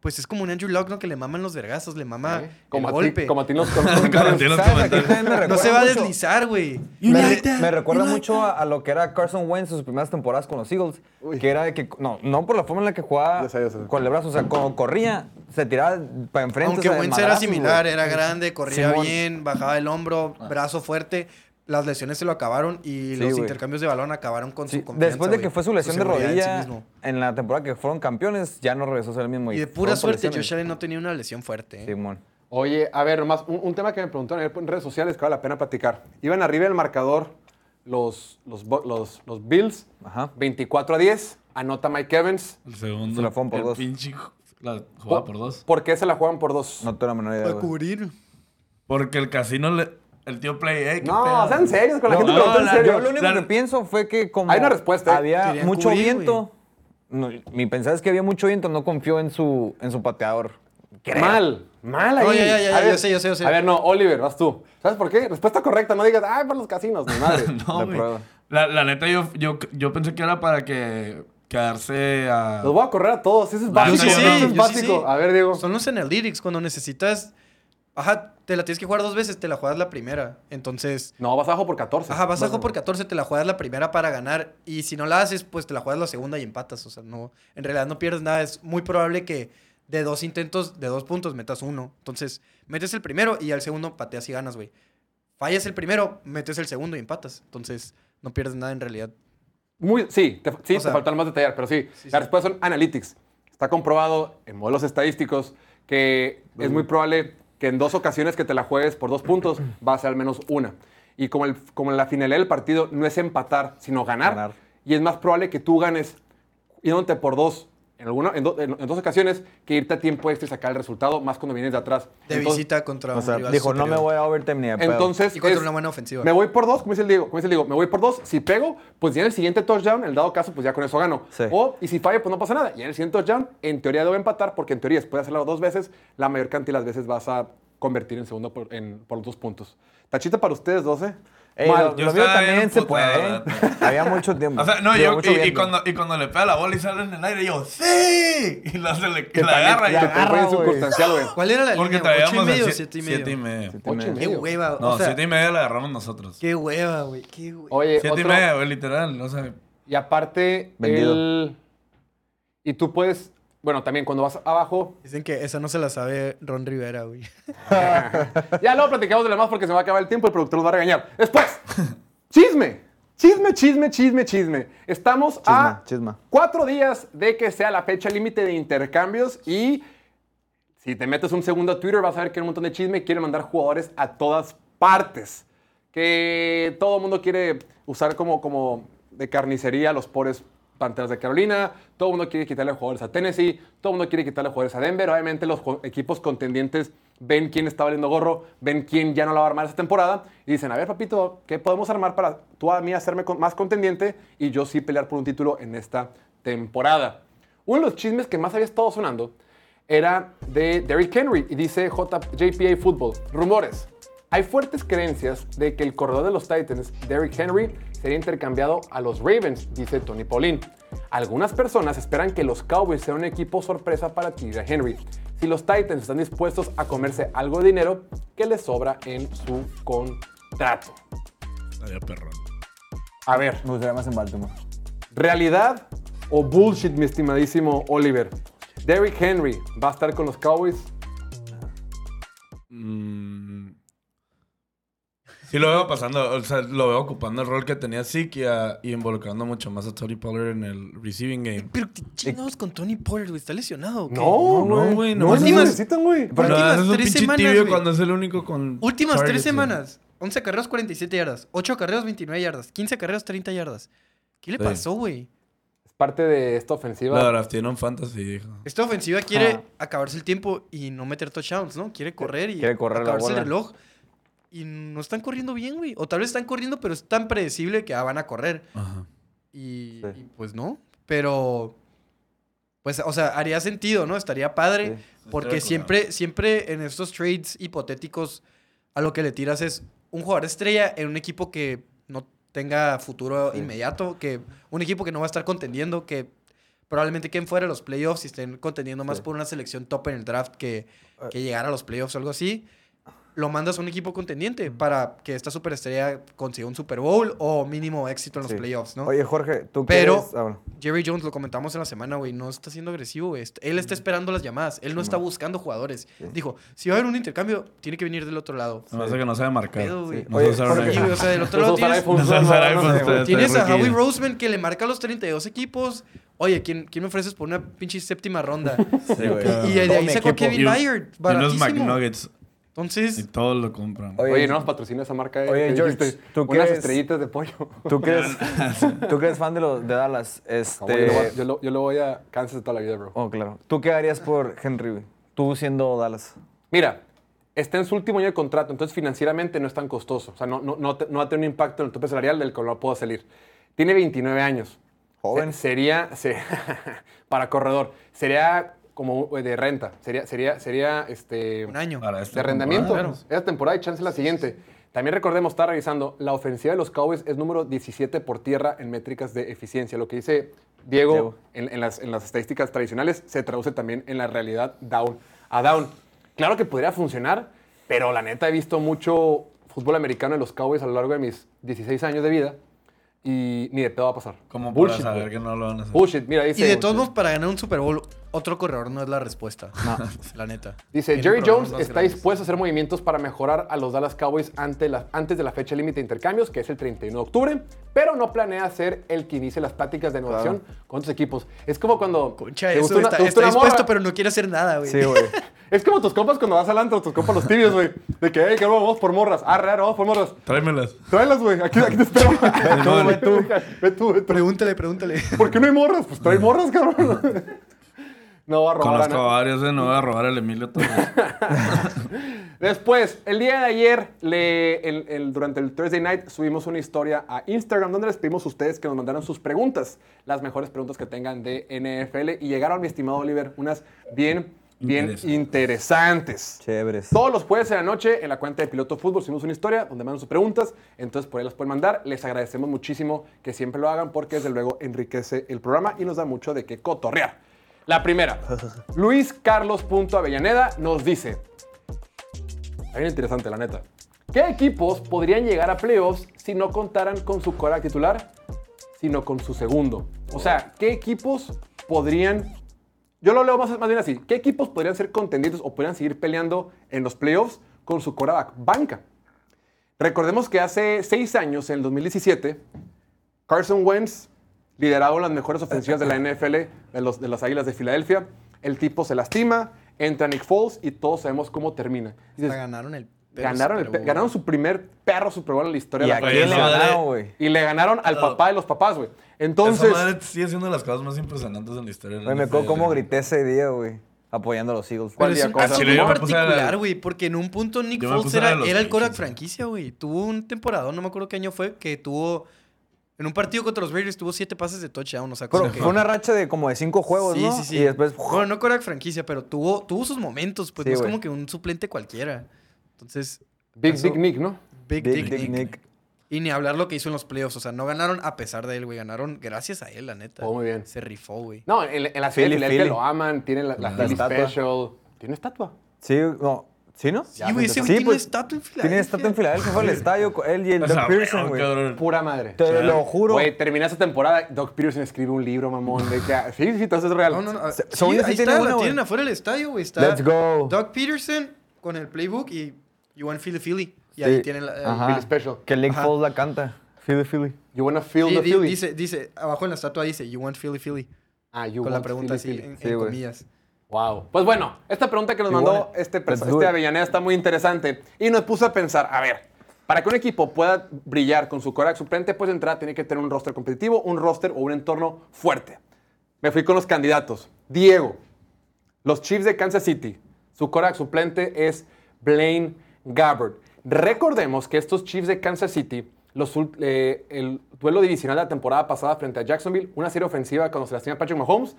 [SPEAKER 4] pues es como un Andrew Luck, ¿no? Que le maman los vergazos, le mama
[SPEAKER 1] Como
[SPEAKER 4] el
[SPEAKER 1] a,
[SPEAKER 4] golpe.
[SPEAKER 1] ti, como a ti nos con los comentarios.
[SPEAKER 7] ti los
[SPEAKER 1] ¿Sabes?
[SPEAKER 7] comentarios.
[SPEAKER 5] También me
[SPEAKER 4] no
[SPEAKER 5] recuerda
[SPEAKER 4] se va a
[SPEAKER 5] mucho-
[SPEAKER 4] deslizar, güey.
[SPEAKER 5] Me, me recuerda mucho a, a lo que era Carson Wentz en sus primeras temporadas con los Eagles, que era de que, no, no por la forma en la que jugaba
[SPEAKER 2] Ya sé, ya sé.
[SPEAKER 5] con el brazo, o sea, cuando corría, se tiraba para enfrente.
[SPEAKER 4] Aunque
[SPEAKER 5] o sea, de
[SPEAKER 4] Wentz era
[SPEAKER 5] madrazo,
[SPEAKER 4] similar, eh,
[SPEAKER 5] güey.
[SPEAKER 4] era grande, corría
[SPEAKER 5] Simón.
[SPEAKER 4] bien, bajaba el hombro, brazo fuerte. Las lesiones se lo acabaron y los
[SPEAKER 5] güey.
[SPEAKER 4] intercambios de balón acabaron con
[SPEAKER 5] Sí,
[SPEAKER 4] su confianza,
[SPEAKER 5] después de
[SPEAKER 4] güey,
[SPEAKER 5] que fue su lesión de
[SPEAKER 4] seguridad en sí
[SPEAKER 5] rodilla
[SPEAKER 4] mismo.
[SPEAKER 5] en la temporada que fueron campeones, ya no regresó a ser el mismo.
[SPEAKER 4] Y de
[SPEAKER 5] fueron
[SPEAKER 4] pura
[SPEAKER 5] por
[SPEAKER 4] suerte,
[SPEAKER 5] lesiones.
[SPEAKER 4] Josh Allen no tenía una lesión fuerte. ¿eh?
[SPEAKER 5] Simón.
[SPEAKER 1] Oye, a ver, nomás un, un tema que me preguntaron ayer en redes sociales que vale la pena platicar. Iban arriba del marcador los, los, Bo- los, los Bills,
[SPEAKER 5] Ajá.
[SPEAKER 1] 24 a 10, anota Mike Evans.
[SPEAKER 7] El segundo.
[SPEAKER 5] Se la fueron por
[SPEAKER 7] el
[SPEAKER 5] dos.
[SPEAKER 7] pinche ju- la
[SPEAKER 4] Oh.
[SPEAKER 7] jugada por dos.
[SPEAKER 1] ¿Por qué se la juegan por dos? No,
[SPEAKER 5] No tengo la menor idea.
[SPEAKER 4] Para
[SPEAKER 5] güey.
[SPEAKER 4] cubrir.
[SPEAKER 7] Porque el casino le. El tío Play, eh. qué pedo.
[SPEAKER 1] sean serios con la
[SPEAKER 5] No,
[SPEAKER 1] gente.
[SPEAKER 7] no,
[SPEAKER 1] preguntó en
[SPEAKER 7] la-
[SPEAKER 1] serio.
[SPEAKER 5] Yo lo único
[SPEAKER 7] Claro.
[SPEAKER 5] que pienso fue que como
[SPEAKER 1] Hay una respuesta, ¿eh?
[SPEAKER 5] había
[SPEAKER 4] Querían
[SPEAKER 5] mucho
[SPEAKER 4] cubrir,
[SPEAKER 5] viento. no, mi pensar es que había mucho viento, no confió en su, en su pateador.
[SPEAKER 1] Mal, mal ahí.
[SPEAKER 4] No, ya, ya, ya,
[SPEAKER 1] A
[SPEAKER 4] ya, yo sé, yo sé, yo sé.
[SPEAKER 1] A ver, no, Oliver, vas tú. ¿Sabes por qué? Respuesta correcta, no digas, ay, por los casinos, mi madre.
[SPEAKER 7] No,
[SPEAKER 5] La
[SPEAKER 7] güey.
[SPEAKER 5] prueba.
[SPEAKER 7] La, la neta, yo, yo, yo pensé que era para que quedarse a.
[SPEAKER 1] Los voy a correr a todos, eso es
[SPEAKER 7] La
[SPEAKER 1] básico.
[SPEAKER 7] neta, yo
[SPEAKER 1] ¿no? Eso
[SPEAKER 7] sí,
[SPEAKER 1] es
[SPEAKER 4] yo sí, sí.
[SPEAKER 1] básico. A ver, Diego.
[SPEAKER 4] Son los analytics cuando necesitas. Ajá, te la tienes que jugar dos veces, te la juegas la primera. Entonces,
[SPEAKER 1] No, vas abajo por 14.
[SPEAKER 4] ajá, vas a jugar por 14, te la juegas la primera para ganar. Y si no la haces, pues te la juegas la segunda y empatas. O sea, no, en realidad no pierdes nada. Es muy probable que de dos intentos, de dos puntos, metas uno. Entonces, metes el primero y al segundo pateas y ganas, güey. Fallas el primero, metes el segundo y empatas. Entonces, no pierdes nada en realidad.
[SPEAKER 1] Muy, sí, te, sí,
[SPEAKER 4] O sea-
[SPEAKER 1] te faltan más detallar, pero sí.
[SPEAKER 4] Sí,
[SPEAKER 1] la
[SPEAKER 4] sí.
[SPEAKER 1] respuesta son analytics. Está comprobado en modelos estadísticos que es muy probable que en dos ocasiones que te la juegues por dos puntos va a ser al menos una. Y como, el, como la finalidad del partido no es empatar, sino ganar,
[SPEAKER 5] Ganar.
[SPEAKER 1] y es más probable que tú ganes yéndote por dos en, alguna, en, do- en- en dos ocasiones que irte a tiempo extra y sacar el resultado, más cuando vienes de atrás.
[SPEAKER 4] De
[SPEAKER 1] Entonces-
[SPEAKER 4] visita contra
[SPEAKER 5] O
[SPEAKER 4] un
[SPEAKER 5] sea,
[SPEAKER 4] rival
[SPEAKER 5] dijo, no
[SPEAKER 4] superior".
[SPEAKER 5] me voy a overtime ni de pedo".
[SPEAKER 1] Entonces,
[SPEAKER 4] Y contra
[SPEAKER 1] es-
[SPEAKER 4] una buena ofensiva.
[SPEAKER 1] Me voy por dos, como dice el Diego, como dice el Diego, me voy por dos. Si pego, pues ya en el siguiente touchdown, en el dado caso, pues ya con eso gano.
[SPEAKER 5] Sí.
[SPEAKER 1] O, y si fallo, pues no pasa nada. Y en el siguiente touchdown, en teoría debo empatar, porque en teoría, después de hacerlo dos veces, la mayor cantidad de las veces vas a convertir en segundo por, en- por los dos puntos. Tachita para ustedes, 12.
[SPEAKER 5] Ey,
[SPEAKER 1] Mal.
[SPEAKER 5] lo,
[SPEAKER 7] yo
[SPEAKER 5] lo mío
[SPEAKER 7] estaba
[SPEAKER 5] también
[SPEAKER 7] bien
[SPEAKER 5] se
[SPEAKER 7] emputado,
[SPEAKER 5] puede.
[SPEAKER 7] la
[SPEAKER 5] ¿eh? Había mucho tiempo.
[SPEAKER 7] O sea, no,
[SPEAKER 5] Digo,
[SPEAKER 7] yo,
[SPEAKER 5] mucho
[SPEAKER 7] y, y
[SPEAKER 5] viento.
[SPEAKER 7] cuando, y cuando le pega la bola y sale en el aire, yo, ¡sí! Y la, se le, y
[SPEAKER 5] también-
[SPEAKER 7] la agarra. y
[SPEAKER 5] la
[SPEAKER 7] yo,
[SPEAKER 1] Que fue
[SPEAKER 5] agarra, güey.
[SPEAKER 1] circunstancial, güey.
[SPEAKER 4] ¿Cuál era la
[SPEAKER 7] Porque
[SPEAKER 4] línea?
[SPEAKER 7] traíamos
[SPEAKER 4] ¿Ocho y
[SPEAKER 7] a
[SPEAKER 4] medio o
[SPEAKER 7] sie-
[SPEAKER 4] siete y medio?
[SPEAKER 7] siete y medio.
[SPEAKER 1] Ocho y
[SPEAKER 4] Qué
[SPEAKER 1] medio.
[SPEAKER 4] hueva.
[SPEAKER 7] No,
[SPEAKER 4] o sea,
[SPEAKER 7] siete y medio la agarramos nosotros.
[SPEAKER 4] Qué hueva, güey. Qué hueva.
[SPEAKER 1] Oye,
[SPEAKER 7] Siete y
[SPEAKER 1] otro-
[SPEAKER 7] medio, güey, literal. O sea,
[SPEAKER 1] Y aparte,
[SPEAKER 5] Vendido.
[SPEAKER 1] el- Y tú puedes... Bueno, también cuando vas abajo,
[SPEAKER 4] Dicen que esa no se la sabe Ron Rivera, güey.
[SPEAKER 1] Ya luego platicamos de lo más porque se me va a acabar el tiempo y el productor nos va a regañar. Después, chisme. Chisme, chisme, chisme, chisme. Estamos a
[SPEAKER 5] Chisma, chisma.
[SPEAKER 1] cuatro días de que sea la fecha límite de intercambios y si te metes un segundo a Twitter vas a ver que hay un montón de chisme. Quieren mandar jugadores a todas partes. Que todo el mundo quiere usar como, como de carnicería a los pobres Panteras de Carolina. Todo el mundo quiere quitarle jugadores a Tennessee. Todo el mundo quiere quitarle jugadores a Denver. Obviamente los ju- equipos contendientes ven quién está valiendo gorro, ven quién ya no la va a armar esta temporada y dicen, a ver papito, ¿qué podemos armar para tú a mí hacerme con- más contendiente y yo sí pelear por un título en esta temporada? Uno de los chismes que más había estado sonando era de Derrick Henry y dice J JPA Football. Rumores. Hay fuertes creencias de que el corredor de los Titans, Derrick Henry, sería intercambiado a los Ravens, dice Tony Paulin. Algunas personas esperan que los Cowboys sean un equipo sorpresa para adquirir a Henry, si los Titans están dispuestos a comerse algo de dinero que les sobra en su contrato.
[SPEAKER 7] había perrón.
[SPEAKER 1] A ver,
[SPEAKER 5] Me gustaría más en Baltimore.
[SPEAKER 1] ¿Realidad o bullshit, mi estimadísimo Oliver? ¿Derrick Henry va a estar con los Cowboys?
[SPEAKER 7] Mm. Sí, lo veo pasando, o sea, lo veo ocupando el rol que tenía Sikia y involucrando mucho más a Tony Pollard en el receiving game.
[SPEAKER 4] Pero qué chingados con Tony Pollard, güey. ¿Está lesionado? o qué?
[SPEAKER 7] no, güey, no.
[SPEAKER 1] No, no,
[SPEAKER 4] Últimas-
[SPEAKER 1] necesitan, güey.
[SPEAKER 7] Pero
[SPEAKER 4] últimas
[SPEAKER 7] es un
[SPEAKER 4] tres
[SPEAKER 7] pinche
[SPEAKER 4] semanas,
[SPEAKER 7] tibio
[SPEAKER 4] güey.
[SPEAKER 7] cuando es el único con.
[SPEAKER 4] Últimas tres
[SPEAKER 7] targets, güey.
[SPEAKER 4] semanas. 11 carreras, 47 yardas. 8 carreras, 29 yardas. 15 carreras, 30 yardas. ¿Qué le
[SPEAKER 7] Sí.
[SPEAKER 4] pasó, güey?
[SPEAKER 1] Es parte de esta ofensiva.
[SPEAKER 7] La draftearon fantasy, dijo.
[SPEAKER 4] Esta ofensiva quiere
[SPEAKER 7] Ah.
[SPEAKER 4] acabarse el tiempo y no meter touchdowns, ¿no? Quiere correr y
[SPEAKER 5] Quiere correr la
[SPEAKER 4] acabarse
[SPEAKER 5] bola.
[SPEAKER 4] el reloj. Y no están corriendo bien, güey. O tal vez están corriendo, pero es tan predecible que ah, van a correr.
[SPEAKER 7] Ajá.
[SPEAKER 4] Y,
[SPEAKER 5] Sí.
[SPEAKER 4] y, pues no. Pero, pues, o sea, haría sentido, ¿no? Estaría padre.
[SPEAKER 5] Sí.
[SPEAKER 4] Porque
[SPEAKER 7] Estoy de acuerdo.
[SPEAKER 4] siempre, siempre en estos trades hipotéticos, a lo que le tiras es un jugador estrella en un equipo que no tenga futuro inmediato, que un equipo que no va a estar contendiendo, que probablemente queden fuera de los playoffs y estén contendiendo más por una selección top en el draft que,
[SPEAKER 5] Ah.
[SPEAKER 4] que llegar a los playoffs o algo así. Lo mandas a un equipo contendiente para que esta superestrella consiga un Super Bowl o mínimo éxito en los
[SPEAKER 5] Sí.
[SPEAKER 4] playoffs, ¿no?
[SPEAKER 5] Oye, Jorge, tú que
[SPEAKER 4] Pero-
[SPEAKER 5] eres- ah, bueno.
[SPEAKER 4] Jerry Jones, lo comentamos en la semana, güey, no está siendo agresivo, güey. Est- Él está
[SPEAKER 1] Mm.
[SPEAKER 4] esperando las llamadas, él no está buscando jugadores. Dijo, si va a haber un intercambio, tiene que venir del otro lado.
[SPEAKER 7] Me parece que no sabe marcar.
[SPEAKER 4] Pedo, güey.
[SPEAKER 7] No
[SPEAKER 5] Oye,
[SPEAKER 7] se usaron
[SPEAKER 5] Jorge,
[SPEAKER 4] Sí, güey, o sea, del otro
[SPEAKER 1] Pues
[SPEAKER 4] lado
[SPEAKER 1] usar
[SPEAKER 4] tienes,
[SPEAKER 1] iPhone,
[SPEAKER 7] No se
[SPEAKER 1] usar
[SPEAKER 7] usar
[SPEAKER 1] iPhone,
[SPEAKER 7] iPhone.
[SPEAKER 1] güey.
[SPEAKER 7] usted,
[SPEAKER 4] tienes a
[SPEAKER 7] rookie.
[SPEAKER 4] Howie Roseman que le marca a los 32 equipos. Oye, ¿quién, quién me ofreces por una pinche séptima ronda?
[SPEAKER 7] Sí, güey.
[SPEAKER 4] y de
[SPEAKER 5] Todo
[SPEAKER 4] ahí
[SPEAKER 5] mi
[SPEAKER 4] sacó a
[SPEAKER 5] equipo.
[SPEAKER 4] Kevin
[SPEAKER 7] Y un-
[SPEAKER 4] Byard,
[SPEAKER 7] Y unos
[SPEAKER 4] baratísimo.
[SPEAKER 7] McNuggets. Y
[SPEAKER 4] Entonces,
[SPEAKER 7] todos lo compran.
[SPEAKER 5] Oye,
[SPEAKER 1] Oye, no nos patrocina esa marca. eh,
[SPEAKER 5] Oye,
[SPEAKER 1] que
[SPEAKER 5] George,
[SPEAKER 1] dijiste,
[SPEAKER 5] ¿tú qué
[SPEAKER 1] Unas
[SPEAKER 5] eres?
[SPEAKER 1] estrellitas de pollo.
[SPEAKER 5] ¿Tú que eres, tú que eres fan de, los de Dallas,
[SPEAKER 1] No, güey, yo, le voy,
[SPEAKER 5] este...
[SPEAKER 1] a- yo lo- yo le voy a Kansas toda la vida, bro.
[SPEAKER 5] Oh, claro. ¿Tú qué harías por Henry, güey? Tú siendo Dallas.
[SPEAKER 1] Mira, está en su último año de contrato, entonces financieramente no es tan costoso. O sea, no, no, no, te- no va a tener un impacto en el tope salarial del que no puedo salir. Tiene 29 años.
[SPEAKER 5] Joven.
[SPEAKER 1] Se- sería, se- para corredor, sería como eh, de renta. Sería, sería, sería este.
[SPEAKER 4] un año.
[SPEAKER 7] Para
[SPEAKER 1] De
[SPEAKER 7] esta
[SPEAKER 1] arrendamiento.
[SPEAKER 7] temporada.
[SPEAKER 1] Esta temporada y chance la siguiente. También recordemos, está revisando, la ofensiva de los Cowboys es número 17 por tierra en métricas de eficiencia. Lo que dice Diego,
[SPEAKER 5] Diego.
[SPEAKER 1] En, en las, en las estadísticas tradicionales se traduce también en la realidad down a down. Claro que podría funcionar, pero la neta he visto mucho fútbol americano en los Cowboys a lo largo de mis 16 años de vida y ni de pedo va a pasar.
[SPEAKER 7] Como
[SPEAKER 1] Bullshit,
[SPEAKER 7] para saber
[SPEAKER 1] güey.
[SPEAKER 7] que no lo van a hacer.
[SPEAKER 1] Bullshit, mira,
[SPEAKER 4] Y
[SPEAKER 1] dice...
[SPEAKER 4] de todos modos, para ganar un Super Bowl, otro corredor no es la respuesta. La neta.
[SPEAKER 1] Dice,
[SPEAKER 4] Tienen
[SPEAKER 1] Jerry
[SPEAKER 4] problemas
[SPEAKER 1] Jones
[SPEAKER 4] más
[SPEAKER 1] está
[SPEAKER 4] grandes.
[SPEAKER 1] dispuesto a hacer movimientos para mejorar a los Dallas Cowboys ante la- antes de la fecha límite de intercambios, que es el 31 de octubre, pero no planea ser el que inicie las prácticas de negociación con tus equipos. Es como cuando...
[SPEAKER 4] Concha,
[SPEAKER 1] te
[SPEAKER 4] eso
[SPEAKER 1] gusta una-
[SPEAKER 4] está,
[SPEAKER 1] te gusta
[SPEAKER 4] está
[SPEAKER 1] una morra.
[SPEAKER 4] dispuesto, pero no quiere hacer nada, güey.
[SPEAKER 5] Sí, güey.
[SPEAKER 1] Es como tus compas cuando vas al antro, tus compas los tibios, güey. De que, hey, cabrón, vamos por morras. Ah, raro, vamos por morras.
[SPEAKER 7] Tráemelas.
[SPEAKER 1] Tráelas, güey. Aquí, aquí te espero. ve
[SPEAKER 7] tú,
[SPEAKER 1] ve tú. Ve tú, ve tú.
[SPEAKER 4] Pregúntale, pregúntale.
[SPEAKER 1] ¿Por qué no hay morras? Pues trae morras, cabrón. No va a robar a
[SPEAKER 7] Conozco
[SPEAKER 1] nadie.
[SPEAKER 7] a varios, eh, no voy a robar al Emilio Torres.
[SPEAKER 1] Después, el día de ayer, le- el- el- durante el Thursday Night, subimos una historia a Instagram donde les pedimos a ustedes que nos mandaran sus preguntas, las mejores preguntas que tengan de NFL. Y llegaron, mi estimado Oliver, unas bien, bien
[SPEAKER 7] Interesantes.
[SPEAKER 1] interesantes.
[SPEAKER 5] Chéveres.
[SPEAKER 1] Todos los jueves en la noche en la cuenta de Piloto Fútbol subimos una historia donde mandan sus preguntas, entonces por ahí las pueden mandar. Les agradecemos muchísimo que siempre lo hagan porque desde luego enriquece el programa y nos da mucho de qué cotorrear. La primera, Luis Carlos punto Avellaneda nos dice, está bien interesante la neta, ¿qué equipos podrían llegar a playoffs si no contaran con su coreback titular, sino con su segundo? O sea, ¿qué equipos podrían yo lo leo más, más bien así. ¿Qué equipos podrían ser contendientes o podrían seguir peleando en los playoffs con su coreback banca? Recordemos que hace seis años, en el 2017, Carson Wentz lideraba las mejores ofensivas de la NFL, de, los- de las Águilas de Filadelfia. El tipo se lastima, entra Nick Foles y todos sabemos cómo termina. Dices,
[SPEAKER 4] Hasta ganaron el perro
[SPEAKER 1] ganaron, el
[SPEAKER 4] Super
[SPEAKER 1] pe-
[SPEAKER 4] Bowl.
[SPEAKER 1] ganaron su primer perro Super Bowl en la historia
[SPEAKER 5] ¿Y
[SPEAKER 1] de
[SPEAKER 5] a
[SPEAKER 1] la
[SPEAKER 7] quién
[SPEAKER 5] quién
[SPEAKER 1] franquicia.
[SPEAKER 5] le
[SPEAKER 7] le madre-
[SPEAKER 5] ganaron,
[SPEAKER 7] ganaron,
[SPEAKER 5] güey?
[SPEAKER 1] Y le ganaron al papá de los papás, güey. Entonces...
[SPEAKER 7] Esa madre sigue siendo de las cosas más impresionantes de la historia. de la
[SPEAKER 5] Güey, me acuerdo
[SPEAKER 7] NFL,
[SPEAKER 5] cómo
[SPEAKER 7] güey.
[SPEAKER 5] grité ese día, güey. Apoyando a los Eagles.
[SPEAKER 4] Pero
[SPEAKER 1] ¿Cuál
[SPEAKER 4] es
[SPEAKER 1] día,
[SPEAKER 4] un
[SPEAKER 1] cosa?
[SPEAKER 4] caso
[SPEAKER 7] Chile, yo
[SPEAKER 4] muy
[SPEAKER 7] me puse a la-
[SPEAKER 4] particular, güey, porque en un punto Nick
[SPEAKER 7] Yo me
[SPEAKER 4] Foles
[SPEAKER 7] puse a la
[SPEAKER 4] era,
[SPEAKER 7] de los
[SPEAKER 4] era el coreback
[SPEAKER 7] Patriots.
[SPEAKER 4] franquicia, güey. Tuvo un temporada, no me acuerdo qué año fue, que tuvo... En un partido contra los Raiders tuvo siete pases de touchdown, o sea, como
[SPEAKER 5] Pero
[SPEAKER 4] que...
[SPEAKER 5] fue una racha de como de cinco juegos,
[SPEAKER 4] sí,
[SPEAKER 5] ¿no?
[SPEAKER 4] sí, sí.
[SPEAKER 5] Y después...
[SPEAKER 4] Bueno, no coreback franquicia, pero tuvo, tuvo sus momentos, pues
[SPEAKER 5] Sí,
[SPEAKER 4] no es
[SPEAKER 5] güey.
[SPEAKER 4] como que un suplente cualquiera. Entonces,
[SPEAKER 1] Big,
[SPEAKER 4] Eso-
[SPEAKER 1] Big Nick, ¿no?
[SPEAKER 4] Big,
[SPEAKER 5] Dick,
[SPEAKER 4] Dick,
[SPEAKER 5] Dick,
[SPEAKER 4] Nick.
[SPEAKER 5] Nick.
[SPEAKER 4] Y ni hablar lo que hizo en los playoffs, o sea, no ganaron a pesar de él, güey, ganaron gracias a él, la neta.
[SPEAKER 1] Oh, muy bien.
[SPEAKER 4] Se rifó, güey.
[SPEAKER 1] No, en, en la ciudad de
[SPEAKER 5] Philly,
[SPEAKER 1] Filadelfia
[SPEAKER 5] Philly.
[SPEAKER 1] lo aman, tiene la, la
[SPEAKER 5] La
[SPEAKER 1] Philly
[SPEAKER 5] estatua.
[SPEAKER 1] Special. Tiene estatua.
[SPEAKER 5] Sí, no. ¿Sí, no?
[SPEAKER 4] Sí, güey, ese
[SPEAKER 5] Sí,
[SPEAKER 4] güey tiene
[SPEAKER 5] pues,
[SPEAKER 4] estatua en Filadelfia.
[SPEAKER 5] Tiene estatua en Filadelfia, fue al estadio, con él y el
[SPEAKER 7] O
[SPEAKER 5] Doug
[SPEAKER 7] sea,
[SPEAKER 5] Pearson,
[SPEAKER 7] weón,
[SPEAKER 5] güey.
[SPEAKER 7] cabrón.
[SPEAKER 1] Pura madre.
[SPEAKER 5] Te lo juro.
[SPEAKER 1] Güey, termina esa temporada, Doc Peterson escribe un libro, mamón. De que, ah, sí, sí, entonces es real.
[SPEAKER 4] No, ah, no, no.
[SPEAKER 5] Se-
[SPEAKER 4] sí,
[SPEAKER 5] según yo sí
[SPEAKER 4] ahí
[SPEAKER 5] tiene
[SPEAKER 4] está,
[SPEAKER 5] una,
[SPEAKER 4] la
[SPEAKER 5] güey.
[SPEAKER 4] tienen afuera del estadio, güey. Está
[SPEAKER 5] Let's go.
[SPEAKER 4] Doug Peterson con el playbook y You Want Philly Philly. Y
[SPEAKER 5] Sí.
[SPEAKER 4] ahí tienen la. eh, el-
[SPEAKER 5] Ajá.
[SPEAKER 1] Philly Special.
[SPEAKER 5] Que Nick
[SPEAKER 4] Ajá.
[SPEAKER 5] Foles la canta. Philly, Philly.
[SPEAKER 1] You wanna feel
[SPEAKER 4] Sí,
[SPEAKER 1] the
[SPEAKER 4] di-
[SPEAKER 1] Philly.
[SPEAKER 4] dice, dice, abajo en la estatua dice You Want Philly Philly.
[SPEAKER 1] ah, you
[SPEAKER 4] con la
[SPEAKER 1] want
[SPEAKER 4] pregunta
[SPEAKER 1] Philly,
[SPEAKER 4] así,
[SPEAKER 1] Philly.
[SPEAKER 4] en,
[SPEAKER 5] Sí,
[SPEAKER 4] en
[SPEAKER 5] güey.
[SPEAKER 4] comillas.
[SPEAKER 1] Wow. Pues bueno, esta pregunta que nos
[SPEAKER 5] You
[SPEAKER 1] mandó
[SPEAKER 5] want it.
[SPEAKER 1] este,
[SPEAKER 5] Let's
[SPEAKER 1] perso-
[SPEAKER 5] do
[SPEAKER 1] este
[SPEAKER 5] it.
[SPEAKER 1] Avellaneda está muy interesante y nos puso a pensar, a ver, Para que un equipo pueda brillar con su coreback suplente, pues de entrada tiene que tener un roster competitivo, un roster o un entorno fuerte. Me fui con los candidatos. Diego, los Chiefs de Kansas City. Su coreback suplente es Blaine Gabbert. Recordemos que estos Chiefs de Kansas City, los ul- eh, el duelo divisional de la temporada pasada frente a Jacksonville, una serie ofensiva cuando se lastima Patrick Mahomes,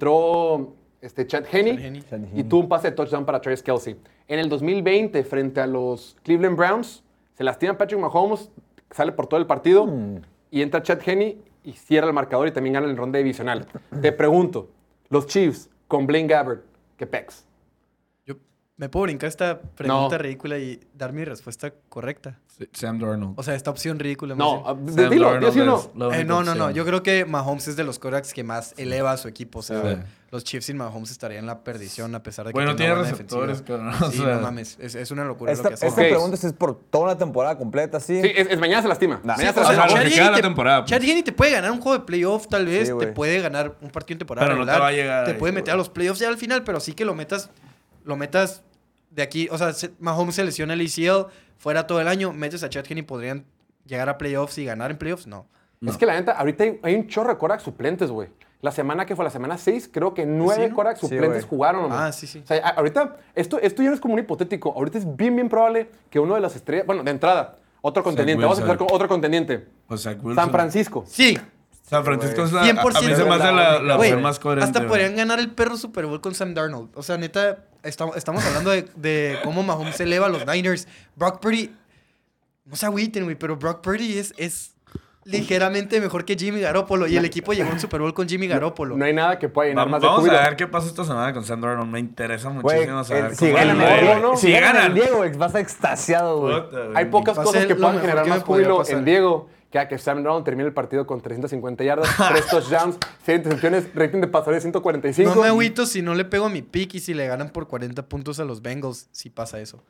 [SPEAKER 1] entró este, Chad Henney y tuvo un pase de touchdown para Travis Kelsey. En el 2020, frente a los Cleveland Browns, se lastima Patrick Mahomes, sale por todo el partido y entra Chad Henney y cierra el marcador y también gana el ronda divisional. Te pregunto, los Chiefs con Blaine Gabbert, ¿qué pex?
[SPEAKER 4] Yo me puedo brincar esta pregunta
[SPEAKER 1] No.
[SPEAKER 4] ridícula y dar mi respuesta correcta.
[SPEAKER 7] Sam Darnold.
[SPEAKER 4] O sea, esta opción ridícula. más
[SPEAKER 1] No,
[SPEAKER 4] bien.
[SPEAKER 1] ah, d- dilo, dilo sí o no.
[SPEAKER 4] Eh, no, no, no. Yo creo que Mahomes es de los quarterbacks que más eleva a su equipo. O sea,
[SPEAKER 7] Sí.
[SPEAKER 4] los Chiefs sin Mahomes estarían en la perdición a pesar de que
[SPEAKER 7] Bueno,
[SPEAKER 4] tenga
[SPEAKER 7] tiene
[SPEAKER 4] buena
[SPEAKER 7] receptores,
[SPEAKER 4] defensiva.
[SPEAKER 7] cabrón, o
[SPEAKER 4] Sí,
[SPEAKER 7] sea.
[SPEAKER 4] no mames. Es, es una locura
[SPEAKER 5] Esta,
[SPEAKER 4] lo que hace.
[SPEAKER 5] esta
[SPEAKER 1] Ok.
[SPEAKER 5] pregunta es por toda la temporada completa, ¿sí?
[SPEAKER 1] Sí, es, es mañana se lastima.
[SPEAKER 4] Sí,
[SPEAKER 1] Mañana se
[SPEAKER 4] o sea,
[SPEAKER 7] la-
[SPEAKER 1] lastima.
[SPEAKER 7] lo
[SPEAKER 4] Chad
[SPEAKER 7] que
[SPEAKER 4] Henne
[SPEAKER 7] queda la
[SPEAKER 4] te-
[SPEAKER 7] temporada, pues.
[SPEAKER 4] Chad Henne te puede ganar un juego de playoff, tal vez.
[SPEAKER 5] Sí,
[SPEAKER 4] te
[SPEAKER 5] güey.
[SPEAKER 4] puede ganar un partido en temporada
[SPEAKER 7] Pero no te
[SPEAKER 4] regular,
[SPEAKER 7] va a llegar
[SPEAKER 4] Te
[SPEAKER 7] ahí,
[SPEAKER 4] puede meter
[SPEAKER 7] güey.
[SPEAKER 4] a los playoffs ya al final, pero sí que lo metas... Lo metas de aquí... O sea, se- Mahomes se lesiona el ACL, fuera todo el año, metes a Chad Henne y podrían llegar a playoffs y ganar en playoffs. No.
[SPEAKER 1] Es que la neta, ahorita hay, hay un chorro de corebacks suplentes, güey. La semana que fue la semana 6, creo que nueve
[SPEAKER 4] ¿no?
[SPEAKER 1] corebacks
[SPEAKER 5] Sí,
[SPEAKER 1] suplentes
[SPEAKER 5] güey.
[SPEAKER 1] jugaron. hombre.
[SPEAKER 4] Ah, sí, sí.
[SPEAKER 1] O sea, a- ahorita, esto, esto ya no es como un hipotético. Ahorita es bien, bien probable que uno de las estrellas. Bueno, de entrada, otro contendiente. Vamos a
[SPEAKER 7] Wilson.
[SPEAKER 1] empezar con otro contendiente.
[SPEAKER 7] O sea, Wilson.
[SPEAKER 1] San Francisco.
[SPEAKER 4] Sí,
[SPEAKER 7] San Francisco es la.
[SPEAKER 4] 100%.
[SPEAKER 7] A mí se me hace la, la
[SPEAKER 4] Güey,
[SPEAKER 7] opción más coherente.
[SPEAKER 4] Hasta
[SPEAKER 7] güey.
[SPEAKER 4] podrían ganar el perro Super Bowl con Sam Darnold. O sea, neta, estamos, estamos hablando de, de cómo Mahomes eleva a los Niners. Brock Purdy, no se agüiten, güey, pero Brock Purdy es, es ligeramente mejor que Jimmy Garoppolo. Y el equipo llegó a un Super Bowl con Jimmy Garoppolo.
[SPEAKER 1] No hay nada que pueda llenar
[SPEAKER 7] Va-
[SPEAKER 1] más de
[SPEAKER 7] Vamos
[SPEAKER 1] júbilo.
[SPEAKER 7] a ver qué pasa esta semana con Sam Darnold. Me interesa
[SPEAKER 5] Güey,
[SPEAKER 7] muchísimo saber
[SPEAKER 5] el- si
[SPEAKER 7] cómo
[SPEAKER 5] ganan,
[SPEAKER 7] le va a ir,
[SPEAKER 1] Diego,
[SPEAKER 7] güey.
[SPEAKER 1] ¿no?
[SPEAKER 7] Si ganan.
[SPEAKER 5] Diego, güey, vas a extasiado, güey.
[SPEAKER 7] Puta, güey.
[SPEAKER 1] Hay pocas
[SPEAKER 4] Va a
[SPEAKER 1] cosas
[SPEAKER 4] ser
[SPEAKER 1] que
[SPEAKER 4] lo
[SPEAKER 1] puedan
[SPEAKER 4] mejor
[SPEAKER 1] generar
[SPEAKER 4] que me
[SPEAKER 1] más
[SPEAKER 4] podría
[SPEAKER 1] júbilo
[SPEAKER 4] pasar.
[SPEAKER 1] en Diego que a que Sam Darnold termine el partido con 350 yardas, 3 touchdowns, 7 intercepciones, rating de pasadores 145.
[SPEAKER 4] No me agüito si no le pego a mi pick y si le ganan por 40 puntos a los Bengals, si pasa eso.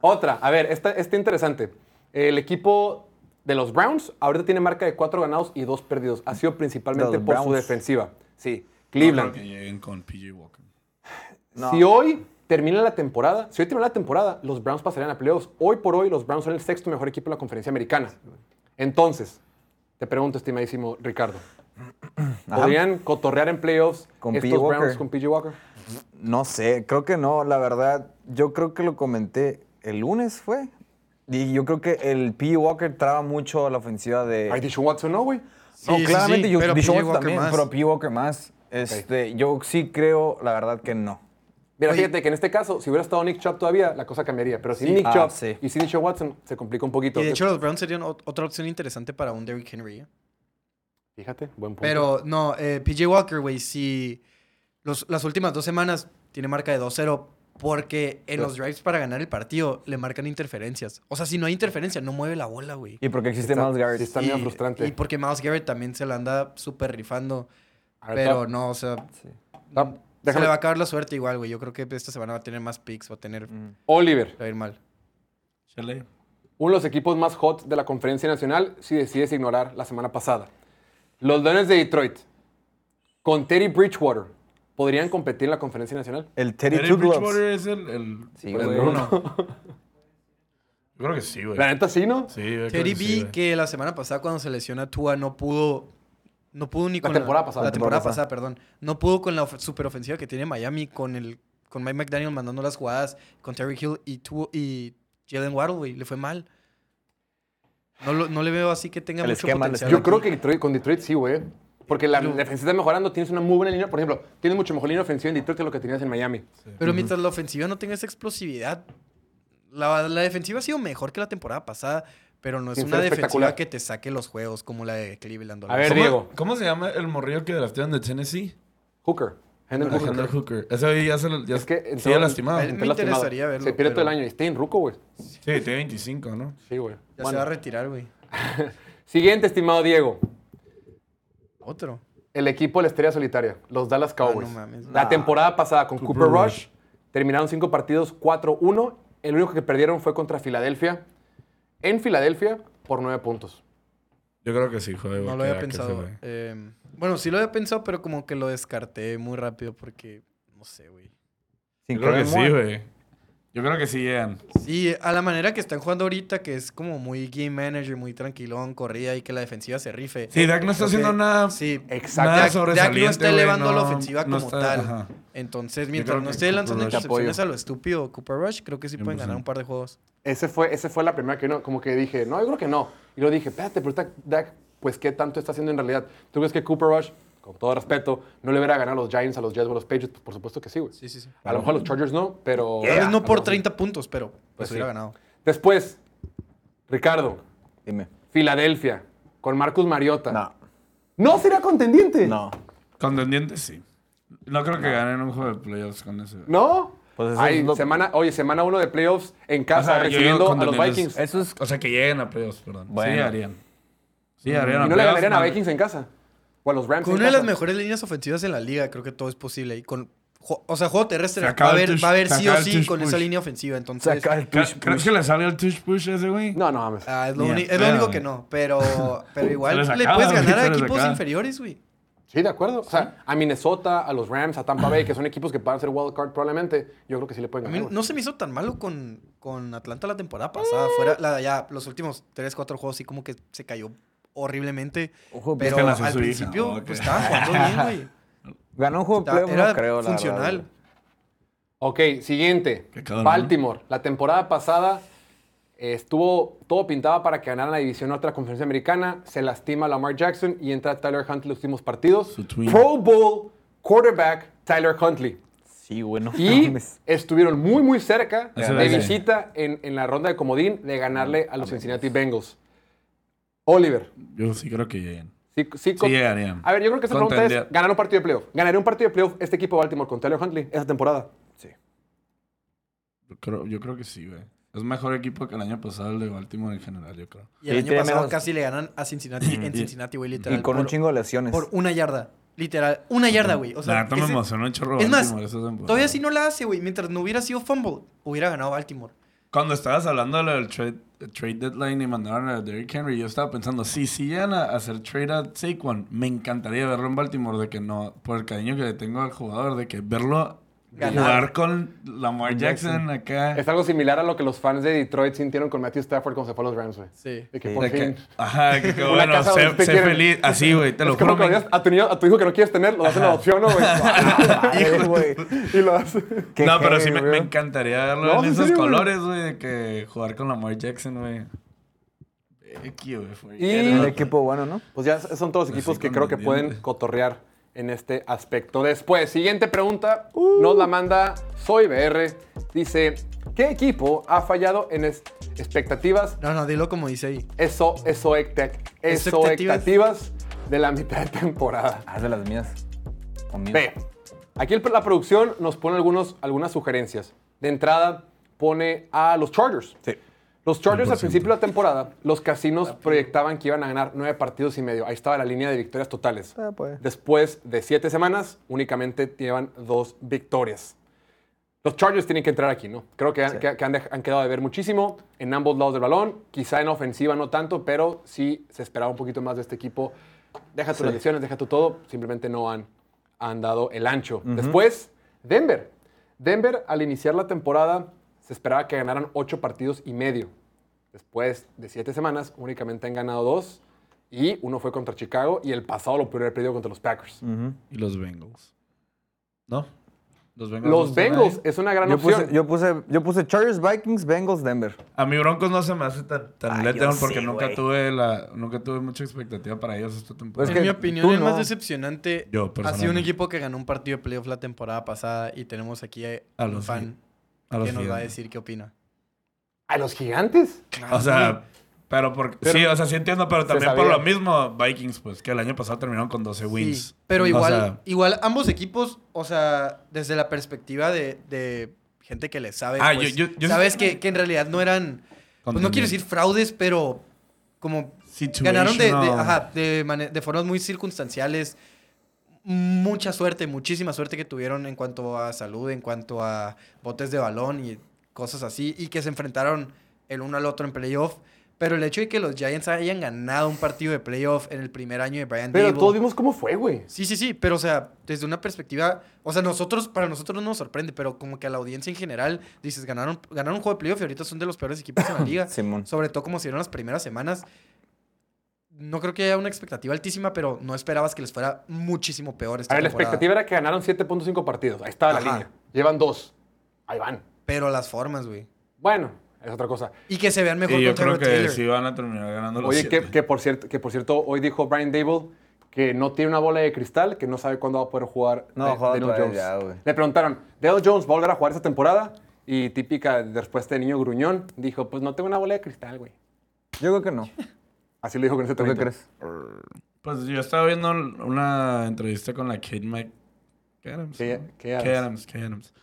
[SPEAKER 1] Otra, a ver, esta está interesante. El equipo de los Browns ahorita tiene marca de cuatro ganados y dos perdidos. Ha sido principalmente
[SPEAKER 5] De los
[SPEAKER 1] por su
[SPEAKER 5] Browns.
[SPEAKER 1] defensiva. Sí,
[SPEAKER 7] No creo
[SPEAKER 1] Cleveland.
[SPEAKER 7] que lleguen con PJ Walker.
[SPEAKER 5] No.
[SPEAKER 1] Si hoy termina la temporada, si hoy termina la temporada, los Browns pasarían a playoffs. Hoy por hoy, los Browns son el sexto mejor equipo de la conferencia americana. Entonces, te pregunto, estimadísimo Ricardo, ¿podrían cotorrear en playoffs
[SPEAKER 5] Con
[SPEAKER 1] estos
[SPEAKER 5] P.J. Walker.
[SPEAKER 1] Browns con PJ Walker?
[SPEAKER 5] No sé, creo que no, la verdad. Yo creo que lo comenté el lunes, ¿fue? Y yo creo que el P. Walker traba mucho a la ofensiva de.
[SPEAKER 1] Ay, Deshaun Watson no, güey.
[SPEAKER 5] no,
[SPEAKER 4] Sí, sí,
[SPEAKER 5] claramente
[SPEAKER 4] sí,
[SPEAKER 5] yo
[SPEAKER 4] pero
[SPEAKER 5] Deshaun
[SPEAKER 4] P.J.
[SPEAKER 5] Watson
[SPEAKER 4] Walker
[SPEAKER 5] también,
[SPEAKER 4] más.
[SPEAKER 5] pero P. Walker más. Este, Yo sí creo, la verdad, que no.
[SPEAKER 1] Mira,
[SPEAKER 4] Oye.
[SPEAKER 1] fíjate que en este caso, si hubiera estado Nick Chubb todavía, la cosa cambiaría. Pero sin
[SPEAKER 5] Sí.
[SPEAKER 1] Nick
[SPEAKER 5] Ah,
[SPEAKER 1] Chubb
[SPEAKER 5] sí.
[SPEAKER 1] y sin Deshaun Watson, se complica un poquito.
[SPEAKER 4] Y de hecho, los Browns serían ot- otra opción interesante para un Derrick Henry. ¿eh?
[SPEAKER 1] Fíjate, buen punto.
[SPEAKER 4] Pero no, eh, PJ Walker, güey, si los- las últimas dos semanas tiene marca de 2-0 porque en los drives para ganar el partido le marcan interferencias. O sea, si no hay interferencia, no mueve la bola, güey.
[SPEAKER 5] Y porque existe
[SPEAKER 1] Está-
[SPEAKER 5] Miles Garrett.
[SPEAKER 1] sí Este está medio
[SPEAKER 4] Y-
[SPEAKER 1] frustrante.
[SPEAKER 4] Y porque Miles Garrett también se la anda súper rifando.
[SPEAKER 1] A ver,
[SPEAKER 4] pero
[SPEAKER 1] Top,
[SPEAKER 4] no, o sea,
[SPEAKER 1] Top,
[SPEAKER 4] se
[SPEAKER 1] déjame-
[SPEAKER 4] le va a acabar la suerte igual, güey. Yo creo que esta semana va a tener más picks, va a tener...
[SPEAKER 1] Oliver,
[SPEAKER 4] le va a ir mal.
[SPEAKER 7] Chale.
[SPEAKER 1] uno de los equipos más hot de la conferencia nacional, si decides ignorar la semana pasada. Los Leones de Detroit, con Terry Bridgewater, ¿podrían competir en la conferencia nacional?
[SPEAKER 5] El Teddy
[SPEAKER 7] Terry
[SPEAKER 5] Two Gloves.
[SPEAKER 7] Bridgewater es el. el
[SPEAKER 5] Sí,
[SPEAKER 7] el
[SPEAKER 5] güey.
[SPEAKER 7] número uno. Yo creo que sí, güey.
[SPEAKER 1] La neta sí, ¿no?
[SPEAKER 7] Sí, yo creo
[SPEAKER 4] Teddy
[SPEAKER 7] que
[SPEAKER 4] B,
[SPEAKER 7] sí, güey.
[SPEAKER 4] que la semana pasada cuando se lesiona a Tua no pudo. No pudo ni
[SPEAKER 1] La
[SPEAKER 4] con
[SPEAKER 1] temporada pasada.
[SPEAKER 4] La temporada
[SPEAKER 5] Temporada
[SPEAKER 4] pasada, perdón. No pudo con la of- superofensiva que tiene Miami, con el con Mike McDaniel mandando las jugadas, con Terry Hill y, Tua- y Jalen Waddle, güey. Le fue mal. No, lo- no le veo así que tenga
[SPEAKER 5] El
[SPEAKER 4] mucho
[SPEAKER 5] esquema, el
[SPEAKER 4] potencial.
[SPEAKER 1] Yo
[SPEAKER 4] aquí.
[SPEAKER 1] creo que Detroit- con Detroit sí, güey. Porque la
[SPEAKER 4] Pero-
[SPEAKER 1] defensa está mejorando, tienes una muy buena línea. Por ejemplo, tienes mucho mejor línea ofensiva en Detroit que lo que tenías en Miami.
[SPEAKER 4] Pero mientras la ofensiva no tenga esa explosividad, la, la defensiva ha sido mejor que la temporada pasada, pero no es
[SPEAKER 1] Sin
[SPEAKER 4] una
[SPEAKER 1] ser
[SPEAKER 4] defensiva
[SPEAKER 1] espectacular.
[SPEAKER 4] que te saque los juegos como la de Cleveland. o
[SPEAKER 1] A
[SPEAKER 4] algo
[SPEAKER 1] ver,
[SPEAKER 4] así.
[SPEAKER 7] ¿Cómo,
[SPEAKER 1] Diego.
[SPEAKER 7] ¿Cómo se llama el morrillo que draftearon de Tennessee?
[SPEAKER 1] Hooker. Hendon Hooker.
[SPEAKER 7] Alexander Hooker. Ese güey ya se lo. Ya,
[SPEAKER 1] Es que
[SPEAKER 7] sí,
[SPEAKER 1] entró-
[SPEAKER 7] ya lastimado.
[SPEAKER 4] A él me
[SPEAKER 1] Está lastimado.
[SPEAKER 4] interesaría verlo,
[SPEAKER 1] Se pierde todo el
[SPEAKER 4] pero-
[SPEAKER 1] año. Y está en ruco, güey.
[SPEAKER 7] Sí, tiene 25, ¿no?
[SPEAKER 1] Sí, güey.
[SPEAKER 4] Ya se
[SPEAKER 1] Bueno.
[SPEAKER 4] va a retirar, güey.
[SPEAKER 1] Siguiente, estimado Diego.
[SPEAKER 4] Otro.
[SPEAKER 1] El equipo de la estrella solitaria, los Dallas Cowboys.
[SPEAKER 4] Ah, no mames.
[SPEAKER 1] La temporada pasada con Cooper, Rush, terminaron cinco partidos, 4-1. El único que perdieron fue contra Filadelfia. En Filadelfia, por nueve puntos.
[SPEAKER 7] Yo creo que sí, joder.
[SPEAKER 4] No
[SPEAKER 7] güey,
[SPEAKER 4] lo
[SPEAKER 7] que-
[SPEAKER 4] había
[SPEAKER 7] que ese
[SPEAKER 4] pensado.
[SPEAKER 7] güey.
[SPEAKER 4] eh, bueno, sí lo había pensado, pero como que lo descarté muy rápido porque, no sé, güey.
[SPEAKER 5] Sin
[SPEAKER 7] Yo creo que
[SPEAKER 5] Kevin Moore.
[SPEAKER 7] sí, güey. Yo creo que sí llegan.
[SPEAKER 4] Sí, a la manera que están jugando ahorita, que es como muy game manager, muy tranquilón, corrida y que la defensiva se rife.
[SPEAKER 7] Sí, Dak no está
[SPEAKER 4] Creo
[SPEAKER 7] haciendo
[SPEAKER 4] que-
[SPEAKER 7] nada-
[SPEAKER 4] Sí,
[SPEAKER 1] Exacto.
[SPEAKER 7] Nada
[SPEAKER 4] Dak- Dak
[SPEAKER 7] sobresaliente,
[SPEAKER 4] no está elevando
[SPEAKER 7] güey,
[SPEAKER 4] la
[SPEAKER 7] no-
[SPEAKER 4] ofensiva
[SPEAKER 7] no
[SPEAKER 4] como
[SPEAKER 7] está-
[SPEAKER 4] tal.
[SPEAKER 7] ajá.
[SPEAKER 4] Entonces, mientras
[SPEAKER 7] creo
[SPEAKER 4] no
[SPEAKER 7] que
[SPEAKER 4] esté
[SPEAKER 7] Cooper
[SPEAKER 4] lanzando
[SPEAKER 7] Rush-
[SPEAKER 4] intercepciones
[SPEAKER 1] Apoyo.
[SPEAKER 4] a lo estúpido Cooper Rush, creo que sí pueden ganar
[SPEAKER 7] 100%.
[SPEAKER 4] un par de juegos.
[SPEAKER 1] Ese fue, ese fue la primera que no, como que dije, no, yo creo que no. Y luego dije, espérate, pero Dak- Dak, pues, ¿qué tanto está haciendo en realidad? ¿Tú crees que Cooper Rush, con todo respeto, no le hubiera ganado a los Giants, a los Jets o a los Patriots? Pues, por supuesto que sí, güey.
[SPEAKER 4] Sí, sí, sí.
[SPEAKER 1] A lo mejor a los Chargers no, pero...
[SPEAKER 4] Tal vez
[SPEAKER 1] A
[SPEAKER 4] no
[SPEAKER 1] lo
[SPEAKER 4] por
[SPEAKER 1] mejor
[SPEAKER 4] 30 puntos, pero pues,
[SPEAKER 1] Pues sí.
[SPEAKER 4] hubiera ganado.
[SPEAKER 1] Después, Ricardo,
[SPEAKER 2] Dime.
[SPEAKER 1] Filadelfia, con Marcus Mariota.
[SPEAKER 2] No,
[SPEAKER 1] ¿No será contendiente?
[SPEAKER 2] no.
[SPEAKER 7] Contendientes, sí. No creo que ganen un juego de playoffs con ese.
[SPEAKER 1] ¿No?
[SPEAKER 2] Pues eso
[SPEAKER 1] Ay,
[SPEAKER 2] es lo-
[SPEAKER 1] semana, oye, semana uno de playoffs en casa
[SPEAKER 7] Ajá, yo digo
[SPEAKER 1] recibiendo a los
[SPEAKER 7] contendientes.
[SPEAKER 1] Vikings.
[SPEAKER 7] Eh,
[SPEAKER 2] Eso es.
[SPEAKER 7] O sea, que lleguen a playoffs, perdón. Sí,
[SPEAKER 2] Bueno.
[SPEAKER 7] harían. Sí, harían a
[SPEAKER 1] Mm, ¿Y no le
[SPEAKER 7] playoffs,
[SPEAKER 1] ganarían a
[SPEAKER 7] no-
[SPEAKER 1] Vikings en casa? ¿O a los Rams
[SPEAKER 4] Con
[SPEAKER 1] en
[SPEAKER 4] una de las
[SPEAKER 1] casa.
[SPEAKER 4] mejores líneas ofensivas en la liga, creo que todo es posible. Y con, ju- o sea, juego terrestre
[SPEAKER 7] Se
[SPEAKER 4] va
[SPEAKER 7] acaba
[SPEAKER 4] a
[SPEAKER 7] el
[SPEAKER 4] haber,
[SPEAKER 7] tush-
[SPEAKER 4] va a haber
[SPEAKER 7] se
[SPEAKER 4] sí
[SPEAKER 7] acaba
[SPEAKER 4] o
[SPEAKER 7] el
[SPEAKER 4] sí
[SPEAKER 7] tush
[SPEAKER 4] con esa
[SPEAKER 7] push.
[SPEAKER 4] línea ofensiva. Entonces,
[SPEAKER 2] Saca el
[SPEAKER 7] Cre-
[SPEAKER 2] tush.
[SPEAKER 7] ¿Crees que le sale el touch push a ese güey?
[SPEAKER 1] No, no mames.
[SPEAKER 4] ah, es, lo
[SPEAKER 7] Ni
[SPEAKER 4] uni-
[SPEAKER 7] en
[SPEAKER 4] es lo único
[SPEAKER 7] pedo,
[SPEAKER 4] que
[SPEAKER 7] güey.
[SPEAKER 4] no. Pero, pero igual
[SPEAKER 7] les
[SPEAKER 4] le
[SPEAKER 7] acaba,
[SPEAKER 4] puedes
[SPEAKER 7] güey,
[SPEAKER 4] ganar a
[SPEAKER 7] se les
[SPEAKER 4] equipos
[SPEAKER 7] acaba.
[SPEAKER 4] inferiores, güey.
[SPEAKER 1] Sí, de acuerdo. O sea, a Minnesota, a los Rams, a Tampa Bay, que son equipos que van a ser wild card probablemente, yo creo que sí le pueden
[SPEAKER 4] A
[SPEAKER 1] ganar.
[SPEAKER 4] mí
[SPEAKER 1] güey.
[SPEAKER 4] no se me hizo tan malo con, con Atlanta la temporada pasada. Fuera, la de allá, los últimos 3, 4 juegos sí como que se cayó horriblemente.
[SPEAKER 2] Ojo,
[SPEAKER 4] pero
[SPEAKER 7] es que nació
[SPEAKER 4] al
[SPEAKER 7] su hija,
[SPEAKER 4] principio
[SPEAKER 7] ok.
[SPEAKER 4] pues, estaban jugando bien, güey.
[SPEAKER 5] Ganó un juego de
[SPEAKER 4] Estaba-
[SPEAKER 5] playoff,
[SPEAKER 4] Era
[SPEAKER 5] no creo, la verdad,
[SPEAKER 4] funcional.
[SPEAKER 5] güey.
[SPEAKER 1] Ok, siguiente.
[SPEAKER 7] Qué cabrón,
[SPEAKER 1] Baltimore. La temporada pasada eh, estuvo todo pintado para que ganaran la división otra conferencia americana. Se lastima Lamar Jackson y entra Tyler Huntley los últimos partidos.
[SPEAKER 7] Su twin.
[SPEAKER 1] Pro Bowl quarterback Tyler Huntley.
[SPEAKER 5] Sí, güey, no
[SPEAKER 1] Y
[SPEAKER 5] mames.
[SPEAKER 1] estuvieron muy, muy cerca
[SPEAKER 7] Ese
[SPEAKER 1] de
[SPEAKER 7] sí.
[SPEAKER 1] visita en, en la ronda de comodín de ganarle a los Cincinnati Bengals. Oliver,
[SPEAKER 7] Yo sí creo que lleguen.
[SPEAKER 1] sí, sí,
[SPEAKER 7] Sí llegarían.
[SPEAKER 1] A ver, yo creo que esa pregunta
[SPEAKER 7] Contender.
[SPEAKER 1] es, ¿ganar un partido de playoff? ¿Ganaría un partido de playoff este equipo de Baltimore con Tyler Huntley esa temporada?
[SPEAKER 7] Yo creo, yo creo que sí, güey. Es mejor equipo que el año pasado el de Baltimore en general, yo creo.
[SPEAKER 4] Y el
[SPEAKER 5] Sí,
[SPEAKER 4] año
[SPEAKER 5] tiene
[SPEAKER 4] pasado
[SPEAKER 5] menos-
[SPEAKER 4] casi le ganan a Cincinnati en Cincinnati, güey, literal.
[SPEAKER 5] Y con un
[SPEAKER 4] por-
[SPEAKER 5] chingo de lesiones.
[SPEAKER 4] Por una yarda. Literal. Una yarda, güey. O sea,
[SPEAKER 7] la neta me
[SPEAKER 4] ese-
[SPEAKER 7] emocionó un chorro
[SPEAKER 4] es más,
[SPEAKER 7] Baltimore esa temporada.
[SPEAKER 4] todavía si no la hace, güey. Mientras no hubiera sido fumble, hubiera ganado Baltimore.
[SPEAKER 7] Cuando estabas hablando de lo del trade, trade deadline y mandaron a Derrick Henry, yo estaba pensando, si sí, llegan a hacer trade a Saquon, me encantaría verlo en Baltimore, de que no, por el cariño que le tengo al jugador, de que verlo
[SPEAKER 4] Ganar.
[SPEAKER 7] jugar con Lamar Jackson acá.
[SPEAKER 1] Es algo similar a lo que los fans de Detroit sintieron con Matthew Stafford cuando se fue a los Rams, güey.
[SPEAKER 4] Sí.
[SPEAKER 1] De que
[SPEAKER 5] Sí.
[SPEAKER 1] por
[SPEAKER 7] De que-
[SPEAKER 1] fin.
[SPEAKER 7] ajá, de que, que
[SPEAKER 1] Una
[SPEAKER 7] bueno,
[SPEAKER 1] casa donde
[SPEAKER 7] sé,
[SPEAKER 1] usted
[SPEAKER 7] sé
[SPEAKER 1] quiere.
[SPEAKER 7] feliz. Así, güey, te lo
[SPEAKER 1] es como
[SPEAKER 7] juro.
[SPEAKER 1] cuando
[SPEAKER 7] me-
[SPEAKER 1] digas a tu, niño, a tu hijo que no quieres tener, lo das en adopción, ¿no, güey.
[SPEAKER 5] Ay, güey.
[SPEAKER 1] y lo das.
[SPEAKER 5] Qué
[SPEAKER 7] no, pero sí
[SPEAKER 5] heavy,
[SPEAKER 7] me,
[SPEAKER 5] bro.
[SPEAKER 7] me encantaría verlo
[SPEAKER 1] No, en
[SPEAKER 7] en esos
[SPEAKER 1] serio, güey.
[SPEAKER 7] colores, güey, de que jugar con Lamar Jackson, güey. Aquí, güey, fue-
[SPEAKER 1] Y-
[SPEAKER 7] era-
[SPEAKER 5] Un equipo bueno, ¿no?
[SPEAKER 1] Pues ya son todos los equipos
[SPEAKER 7] Así
[SPEAKER 1] que
[SPEAKER 7] con
[SPEAKER 1] creo que
[SPEAKER 7] los
[SPEAKER 1] pueden
[SPEAKER 7] dientes.
[SPEAKER 1] cotorrear en este aspecto. Después, siguiente pregunta. Nos la manda Soy BR. Dice, ¿qué equipo ha fallado en es- expectativas
[SPEAKER 4] No, no, dilo como dice ahí.
[SPEAKER 1] eso, eso, eso, expectativas de la mitad de temporada?
[SPEAKER 5] Haz de las mías. O mías.
[SPEAKER 1] B. Aquí el- la producción nos pone algunos, algunas sugerencias. De entrada, pone a los Chargers.
[SPEAKER 5] Sí.
[SPEAKER 1] Los Chargers al principio de la temporada, los
[SPEAKER 5] Ah,
[SPEAKER 1] casinos
[SPEAKER 5] pues,
[SPEAKER 1] proyectaban que iban a ganar nueve partidos y medio. Ahí estaba la línea de victorias totales.
[SPEAKER 5] Ah, pues.
[SPEAKER 1] Después de siete semanas, únicamente llevan dos victorias. Los Chargers tienen que entrar aquí, ¿no? Creo que han, que- que han dej- han quedado de ver muchísimo en ambos lados del balón. Quizá en ofensiva no tanto, pero sí se esperaba un poquito más de este equipo. Deja tus lesiones, deja tu todo. Simplemente no han, han dado el ancho. Después, Denver. Denver, al iniciar la temporada, se esperaba que ganaran ocho partidos y medio. Después de siete semanas, únicamente han ganado dos. Y uno fue contra Chicago y el pasado lo pudieron haber perdido contra los Packers.
[SPEAKER 5] Ujú.
[SPEAKER 7] Y los Bengals. ¿No? Los Bengals. no
[SPEAKER 1] Los
[SPEAKER 7] están
[SPEAKER 1] Bengals
[SPEAKER 7] ahí.
[SPEAKER 1] es una gran
[SPEAKER 5] Yo
[SPEAKER 1] opción.
[SPEAKER 5] puse, yo, puse, yo puse Chargers, Vikings, Bengals, Denver.
[SPEAKER 7] A mi Broncos no se me hace tan, tan letdown
[SPEAKER 5] yo
[SPEAKER 7] porque
[SPEAKER 5] sí,
[SPEAKER 7] nunca
[SPEAKER 5] güey.
[SPEAKER 7] tuve la nunca tuve mucha expectativa para ellos esta
[SPEAKER 5] Es
[SPEAKER 7] temporada.
[SPEAKER 4] en
[SPEAKER 5] que
[SPEAKER 4] mi opinión,
[SPEAKER 5] tú
[SPEAKER 4] el
[SPEAKER 5] no.
[SPEAKER 4] más decepcionante ha
[SPEAKER 7] Yo,
[SPEAKER 4] sido un
[SPEAKER 7] personalmente.
[SPEAKER 4] equipo que ganó un partido de playoff la temporada pasada y tenemos aquí a,
[SPEAKER 7] A
[SPEAKER 4] un
[SPEAKER 7] los
[SPEAKER 4] fan
[SPEAKER 7] a los
[SPEAKER 4] que nos va a
[SPEAKER 7] Gigantes.
[SPEAKER 4] decir qué opina.
[SPEAKER 1] ¿A los gigantes?
[SPEAKER 7] O
[SPEAKER 4] "Ah,
[SPEAKER 7] sea, pero porque sí, o sea, sí entiendo, pero también por
[SPEAKER 1] sabía.
[SPEAKER 7] lo mismo Vikings pues que el año pasado terminaron con 12 wins.
[SPEAKER 4] Sí, pero
[SPEAKER 7] O
[SPEAKER 4] igual,
[SPEAKER 7] sea,
[SPEAKER 4] igual ambos equipos, o sea, desde la perspectiva de, de gente que le sabe,
[SPEAKER 7] Ah,
[SPEAKER 4] pues,
[SPEAKER 7] yo- yo- yo-
[SPEAKER 4] sabes que, que en realidad no eran, pues no quiero decir fraudes, pero como ganaron de, de-
[SPEAKER 7] situational.
[SPEAKER 4] ajá, de mane- de formas muy circunstanciales. Mucha suerte, muchísima suerte que tuvieron en cuanto a salud, en cuanto a botes de balón y cosas así, y que se enfrentaron el uno al otro en playoff. Pero el hecho de que los Giants hayan ganado un partido de playoff en el primer año de Brian
[SPEAKER 1] Pero
[SPEAKER 4] Dable-
[SPEAKER 1] todos vimos cómo fue, güey.
[SPEAKER 4] Sí, sí, sí, pero o sea, desde una perspectiva, o sea, nosotros, para nosotros no nos sorprende, pero como que a la audiencia en general, dices, ganaron, ganaron un juego de playoff y ahorita son de los peores equipos en la liga,
[SPEAKER 5] Simón.
[SPEAKER 4] sobre todo como se dieron las primeras semanas. No creo que haya una expectativa altísima, pero no esperabas que les fuera muchísimo peor esta
[SPEAKER 1] A ver, la
[SPEAKER 4] temporada.
[SPEAKER 1] expectativa era que ganaron 7.5 partidos. Ahí estaba la
[SPEAKER 4] Ajá.
[SPEAKER 1] línea. Llevan dos. Ahí van.
[SPEAKER 4] Pero las formas, güey.
[SPEAKER 1] Bueno, es otra cosa.
[SPEAKER 4] Y que se vean mejor
[SPEAKER 7] Y yo
[SPEAKER 4] con
[SPEAKER 7] creo
[SPEAKER 4] Tyrod
[SPEAKER 7] que
[SPEAKER 4] Taylor.
[SPEAKER 7] sí van a terminar ganando los
[SPEAKER 1] Oye, que,
[SPEAKER 7] siete.
[SPEAKER 1] que por cierto, que por cierto, hoy dijo Brian Dable que no tiene una bola de cristal, que no sabe cuándo va a poder jugar
[SPEAKER 5] No,
[SPEAKER 1] Da-
[SPEAKER 5] juega otra vez
[SPEAKER 1] Jones.
[SPEAKER 5] ya, güey.
[SPEAKER 1] Le preguntaron, ¿Dale Jones va a volver a jugar esta temporada? Y típica respuesta de niño gruñón, dijo, pues no tengo una bola de cristal, güey.
[SPEAKER 5] Yo creo que no.
[SPEAKER 1] Así lo dijo con ese
[SPEAKER 5] ¿Tú qué
[SPEAKER 1] tonito.
[SPEAKER 5] crees?
[SPEAKER 7] Pues yo estaba viendo una entrevista con la Kate Mac... ¿Qué Adams?
[SPEAKER 1] Kay-
[SPEAKER 7] ¿no?
[SPEAKER 1] Kay Adams.
[SPEAKER 7] Kay Adams, Kay Adams.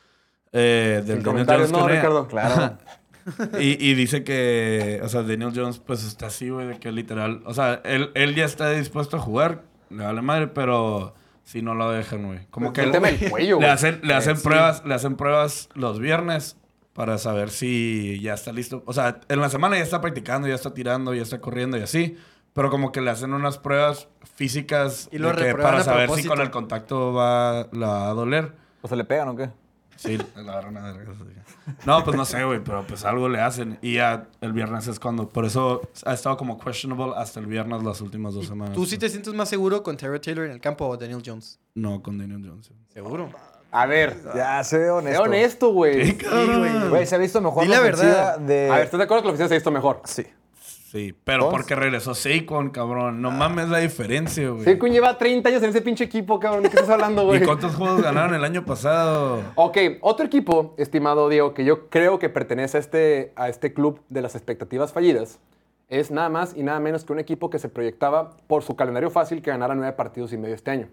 [SPEAKER 7] Eh, del
[SPEAKER 1] Sin
[SPEAKER 7] Daniel
[SPEAKER 1] comentarios,
[SPEAKER 7] Jones
[SPEAKER 1] no,
[SPEAKER 7] con ella.
[SPEAKER 1] Ricardo.
[SPEAKER 5] Claro.
[SPEAKER 7] Y, y dice que, o sea, Daniel Jones, pues está así, güey, de que literal, o sea, él, él ya está dispuesto a jugar, le vale madre, pero si no lo dejan, güey. Como que
[SPEAKER 1] Que
[SPEAKER 7] le,
[SPEAKER 1] el cuello,
[SPEAKER 7] le
[SPEAKER 1] güey. Eh,
[SPEAKER 7] hacen,
[SPEAKER 4] eh,
[SPEAKER 7] le hacen pruebas, le hacen pruebas los viernes para saber si ya está listo. O sea, en la semana ya está practicando, ya está tirando, ya está corriendo y así. Pero como que le hacen unas pruebas físicas
[SPEAKER 4] Y lo
[SPEAKER 7] de que
[SPEAKER 4] reprueban
[SPEAKER 7] para
[SPEAKER 4] a
[SPEAKER 7] saber si
[SPEAKER 4] propósito.
[SPEAKER 7] con el contacto va, la va a doler.
[SPEAKER 5] ¿O se le pegan o qué?
[SPEAKER 7] Sí, la agarran a vergas, así que. No, pues no sé, güey, pero pues algo le hacen. Y ya el viernes es cuando. Por eso ha estado como questionable hasta el viernes las últimas dos semanas.
[SPEAKER 4] ¿Tú sí te sientes más seguro con Tyrod Taylor en el campo o Daniel Jones?
[SPEAKER 7] No, con Daniel Johnson.
[SPEAKER 4] Seguro.
[SPEAKER 1] A ver,
[SPEAKER 5] Ya, sé
[SPEAKER 1] sé
[SPEAKER 5] honesto.
[SPEAKER 1] honesto, güey.
[SPEAKER 5] Güey, se ha visto mejor
[SPEAKER 4] Di la
[SPEAKER 5] ofensiva
[SPEAKER 4] verdad.
[SPEAKER 5] de...
[SPEAKER 1] A ver, ¿estás de acuerdo que la oficina se hizo mejor?
[SPEAKER 5] Sí.
[SPEAKER 7] Sí, pero porque regresó Saquon, cabrón.
[SPEAKER 1] Ah.
[SPEAKER 7] No mames la diferencia, güey.
[SPEAKER 1] Saquon lleva 30 años en ese pinche equipo, cabrón. ¿De qué estás hablando, güey?
[SPEAKER 7] ¿Y cuántos juegos ganaron el año pasado?
[SPEAKER 1] Ok, otro equipo, estimado Diego, que yo creo que pertenece a este, a este club de las expectativas fallidas, es nada más y nada menos que un equipo que se proyectaba por su calendario fácil que ganara nueve partidos y medio este año.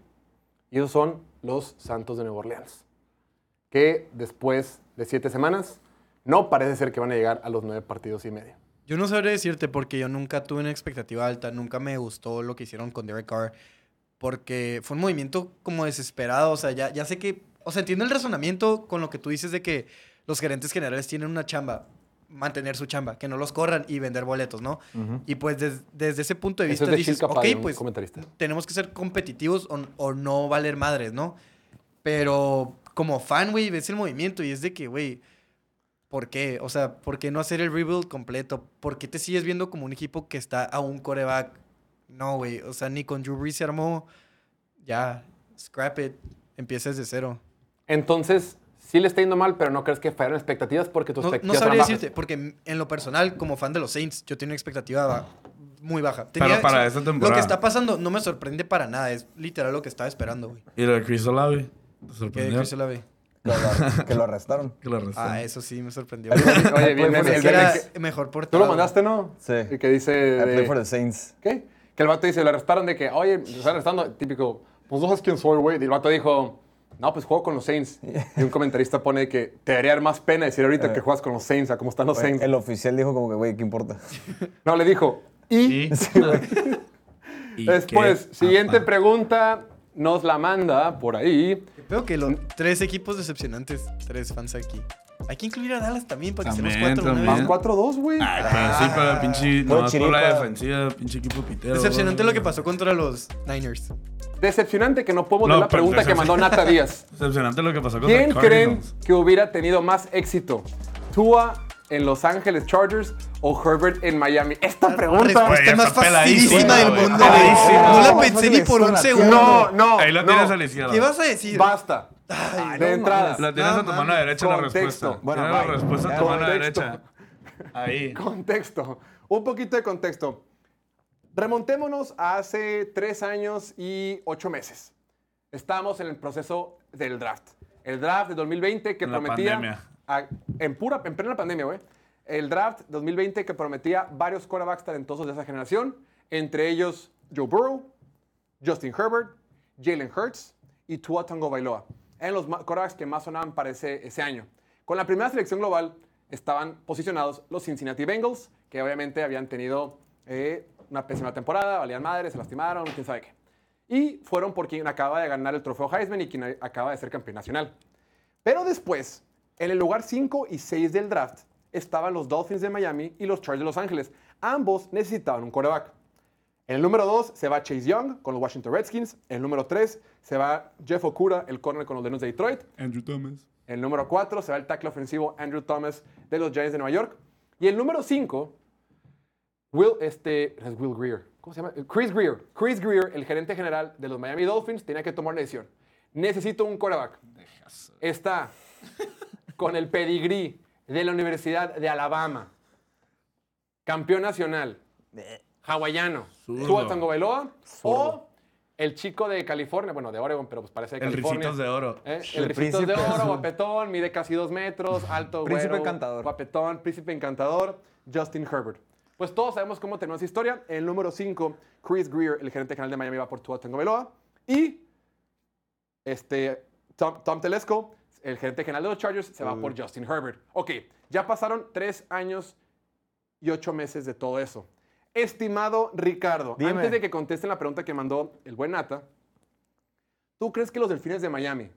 [SPEAKER 1] Y esos son los Santos de Nueva Orleans, que después de siete semanas no parece ser que van a llegar a los nueve partidos y medio.
[SPEAKER 4] Yo no sabré decirte porque yo nunca tuve una expectativa alta, nunca me gustó lo que hicieron con Derek Carr, porque fue un movimiento como desesperado, o sea, ya, ya sé que, o sea, entiendo el razonamiento con lo que tú dices de que los gerentes generales tienen una chamba, mantener su chamba, que no los corran y vender boletos, ¿no? Y pues des- desde ese punto de
[SPEAKER 1] Eso
[SPEAKER 4] vista
[SPEAKER 1] es de Chil
[SPEAKER 4] dices, ok,
[SPEAKER 1] Capaldi, un
[SPEAKER 4] pues
[SPEAKER 1] comentarista.
[SPEAKER 4] tenemos que ser competitivos o, o no valer madres, ¿no? Pero como fan, güey, ves el movimiento y es de que, güey, ¿por qué? O sea, ¿por qué no hacer el rebuild completo? ¿Por qué te sigues viendo como un equipo que está a un coreback? No, güey, o sea, ni con Drew Brees se armó. Ya, scrap it, empiezas de cero.
[SPEAKER 1] Entonces, sí le está yendo mal, pero no crees que fallaron expectativas porque tus
[SPEAKER 4] No,
[SPEAKER 7] Pues,
[SPEAKER 4] no
[SPEAKER 1] expectativas eran
[SPEAKER 4] sabría
[SPEAKER 1] bajas.
[SPEAKER 4] decirte, porque en lo personal, como fan de los Saints, yo tenía una expectativa ba- muy baja.
[SPEAKER 7] Pero
[SPEAKER 4] Tenía-
[SPEAKER 7] para esta
[SPEAKER 4] Lo
[SPEAKER 7] temporada.
[SPEAKER 4] que está pasando no me sorprende para nada, es literal lo que estaba esperando, güey.
[SPEAKER 7] ¿Y lo de Chris Olave? ¿Te
[SPEAKER 4] Que
[SPEAKER 7] sorprendió?
[SPEAKER 4] Chris Olave.
[SPEAKER 5] Que lo, que lo arrestaron.
[SPEAKER 7] Que lo arrestó.
[SPEAKER 4] Ah, eso sí me sorprendió.
[SPEAKER 1] Oye, bien,
[SPEAKER 5] Pues,
[SPEAKER 1] el- el-
[SPEAKER 4] Es que era
[SPEAKER 1] el-
[SPEAKER 4] mejor
[SPEAKER 1] Tú
[SPEAKER 4] portero.
[SPEAKER 1] lo mandaste, ¿no?
[SPEAKER 5] Sí. Eh,
[SPEAKER 1] Y que dice...
[SPEAKER 5] I play
[SPEAKER 1] de-
[SPEAKER 5] for the Saints.
[SPEAKER 1] ¿Qué? Que el vato dice, le arrestaron de que, oye, me están arrestando. Típico, pues no sabes quién soy, güey. Y el vato dijo, no, pues juego con los Saints. Y un comentarista pone que te debería dar más pena decir ahorita que juegas con los Saints, a cómo están los
[SPEAKER 5] Güey,
[SPEAKER 1] Saints.
[SPEAKER 5] el oficial dijo como que, güey, ¿qué importa?
[SPEAKER 1] No, le dijo, y.
[SPEAKER 7] Y- ¿Y qué?
[SPEAKER 1] Después, pues, siguiente
[SPEAKER 7] Ah,
[SPEAKER 1] pregunta, nos la manda por ahí.
[SPEAKER 4] Creo que los tres equipos decepcionantes, tres fans aquí. Hay que incluir a Dallas también para que seamos
[SPEAKER 7] También,
[SPEAKER 4] cuatro. de una
[SPEAKER 1] Más
[SPEAKER 4] vez.
[SPEAKER 7] también.
[SPEAKER 1] 4-2, güey.
[SPEAKER 7] Ay, pero Ah, sí, pero
[SPEAKER 1] Ah,
[SPEAKER 7] pinche.
[SPEAKER 5] Puro
[SPEAKER 7] No, por la
[SPEAKER 5] chiripa.
[SPEAKER 7] defensiva, pinche equipo pitero.
[SPEAKER 4] Decepcionante lo
[SPEAKER 7] güey.
[SPEAKER 4] que pasó contra los Niners.
[SPEAKER 1] Decepcionante que no podemos
[SPEAKER 7] No,
[SPEAKER 1] ver la
[SPEAKER 7] pero
[SPEAKER 1] pregunta que mandó
[SPEAKER 7] decepcionante.
[SPEAKER 1] Nata Díaz.
[SPEAKER 7] Decepcionante lo que pasó con
[SPEAKER 1] ¿Quién creen que hubiera tenido más éxito? ¿Tua en Los Ángeles Chargers o Herbert en Miami?
[SPEAKER 7] Ah,
[SPEAKER 1] Esta pregunta.
[SPEAKER 7] Güey,
[SPEAKER 4] Respuesta
[SPEAKER 7] está
[SPEAKER 4] más facilísima
[SPEAKER 7] peladísima,
[SPEAKER 4] del
[SPEAKER 7] güey.
[SPEAKER 4] mundo, güey.
[SPEAKER 7] Peladísima.
[SPEAKER 4] No la
[SPEAKER 5] No,
[SPEAKER 4] pensé ni por un
[SPEAKER 5] no,
[SPEAKER 4] segundo.
[SPEAKER 1] no.
[SPEAKER 7] Ahí la
[SPEAKER 1] no.
[SPEAKER 7] tienes a la izquierda.
[SPEAKER 4] ¿Qué vas a decir?
[SPEAKER 1] Basta. de
[SPEAKER 5] no
[SPEAKER 1] entrada.
[SPEAKER 7] La tienes
[SPEAKER 4] No,
[SPEAKER 7] a tu
[SPEAKER 4] mames.
[SPEAKER 7] mano derecha la
[SPEAKER 1] Contexto.
[SPEAKER 7] respuesta.
[SPEAKER 5] Bueno,
[SPEAKER 7] Tienes
[SPEAKER 5] bye.
[SPEAKER 7] la respuesta a tu
[SPEAKER 1] Ya.
[SPEAKER 7] mano
[SPEAKER 1] Contexto.
[SPEAKER 7] derecha. Ahí.
[SPEAKER 1] Contexto. Un poquito de contexto. Remontémonos a hace tres años y ocho meses. Estábamos en el proceso del draft. El draft de 2020 que
[SPEAKER 7] En la
[SPEAKER 1] prometía.
[SPEAKER 7] pandemia.
[SPEAKER 1] a- en pura, en plena pandemia, güey. El draft 2020 que prometía varios quarterbacks talentosos de esa generación, entre ellos Joe Burrow, Justin Herbert, Jalen Hurts y Tua Tango Bailoa. Eran los ma- quarterbacks que más sonaban para ese, ese año. Con la primera selección global estaban posicionados los Cincinnati Bengals, que obviamente habían tenido eh, una pésima temporada, valían madres, se lastimaron, quién sabe qué. Y fueron por quien acaba de ganar el trofeo Heisman y quien a- acaba de ser campeón nacional. Pero después, en el lugar 5 y 6 del draft, estaban los Dolphins de Miami y los Chargers de Los Ángeles. Ambos necesitaban un quarterback. En el número 2 se va Chase Young con los Washington Redskins. En el número 3 se va Jeff Okura, el corner con los Lions de Detroit.
[SPEAKER 7] Andrew Thomas.
[SPEAKER 1] El número 4 se va el tackle ofensivo Andrew Thomas de los Giants de Nueva York. Y el número 5, Will, este, es Will Greer. ¿Cómo se llama? Chris Greer. Chris Greer, el gerente general de los Miami Dolphins, tenía que tomar una decisión. Necesito un quarterback. Está con el pedigrí de la Universidad de Alabama. Campeón nacional. Hawaiano.
[SPEAKER 7] Zurdo.
[SPEAKER 1] Tua Tagovailoa O el chico de California. Bueno, de Oregon, pero pues parece de
[SPEAKER 7] El
[SPEAKER 1] California.
[SPEAKER 7] Ricitos de Oro.
[SPEAKER 1] ¿Eh? El,
[SPEAKER 5] El
[SPEAKER 1] príncipe de
[SPEAKER 5] príncipe
[SPEAKER 1] oro,
[SPEAKER 5] azul.
[SPEAKER 1] guapetón, mide casi dos metros, alto,
[SPEAKER 5] Príncipe
[SPEAKER 1] güero,
[SPEAKER 5] encantador.
[SPEAKER 1] Guapetón, príncipe encantador, Justin Herbert. Pues todos sabemos cómo terminó esa historia. El número 5, Chris Greer, el gerente general de Miami, va por Tua Tagovailoa. Y este, Tom, Tom Telesco, el gerente general de los Chargers, se va por Justin Herbert. Ok, ya pasaron tres años y ocho meses de todo eso. Estimado Ricardo,
[SPEAKER 5] Dime.
[SPEAKER 1] antes de que contesten la pregunta que mandó el buen Nata, ¿tú crees que los delfines de Miami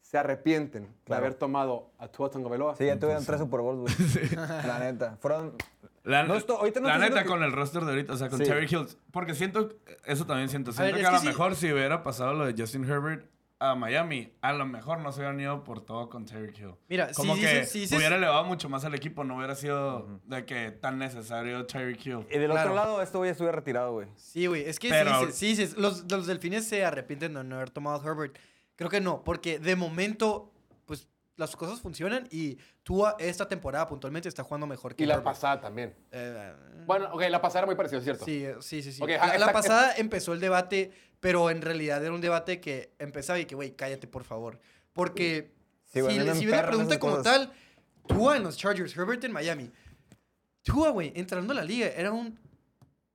[SPEAKER 1] se arrepienten
[SPEAKER 5] Claro.
[SPEAKER 1] de haber tomado a Tua Tagovailoa?
[SPEAKER 5] Sí, ya tuvieron tres Super Bowls, güey. La neta. Fueron.
[SPEAKER 7] La,
[SPEAKER 5] No estoy- ahorita no
[SPEAKER 7] la
[SPEAKER 5] estoy
[SPEAKER 7] neta,
[SPEAKER 5] diciendo que-
[SPEAKER 7] con el roster de ahorita, o sea, con
[SPEAKER 5] Sí.
[SPEAKER 7] Terry Hills. Porque siento, eso también siento. Siento
[SPEAKER 4] ver,
[SPEAKER 7] que
[SPEAKER 4] es
[SPEAKER 7] a
[SPEAKER 4] que
[SPEAKER 7] lo
[SPEAKER 4] sí.
[SPEAKER 7] mejor si hubiera pasado lo de Justin Herbert a Miami, a lo mejor no se hubieran ido por todo con Terry Hill.
[SPEAKER 4] Mira,
[SPEAKER 7] Como
[SPEAKER 4] si
[SPEAKER 7] que
[SPEAKER 4] dices- si dices-
[SPEAKER 7] hubiera elevado mucho más al equipo, no hubiera sido de que tan necesario Terry Hill.
[SPEAKER 5] Y del
[SPEAKER 4] Claro.
[SPEAKER 5] otro lado, esto ya estuve retirado, güey.
[SPEAKER 4] Sí, güey, es que sí
[SPEAKER 7] Pero-
[SPEAKER 4] dices, sí dices, los, los delfines se arrepienten de no haber tomado a Herbert. Creo que no, porque de momento, pues las cosas funcionan y Tua esta temporada puntualmente está jugando mejor que
[SPEAKER 1] Y la
[SPEAKER 4] Herbert.
[SPEAKER 1] pasada también.
[SPEAKER 4] Eh,
[SPEAKER 1] Bueno, ok, la pasada era muy parecida, ¿cierto?
[SPEAKER 4] Sí, eh, sí, sí. sí.
[SPEAKER 1] Ok,
[SPEAKER 4] la,
[SPEAKER 1] ah,
[SPEAKER 4] la
[SPEAKER 1] está-
[SPEAKER 4] pasada empezó el debate, pero en realidad era un debate que empezaba y que, güey, cállate, por favor. Porque
[SPEAKER 5] Sí, güey,
[SPEAKER 4] si,
[SPEAKER 5] andan
[SPEAKER 4] si ves la
[SPEAKER 5] perros
[SPEAKER 4] pregunta
[SPEAKER 5] esas
[SPEAKER 4] como
[SPEAKER 5] cosas.
[SPEAKER 4] tal, Tua en los Chargers, Herbert en Miami. Tua, güey, entrando a la liga, era un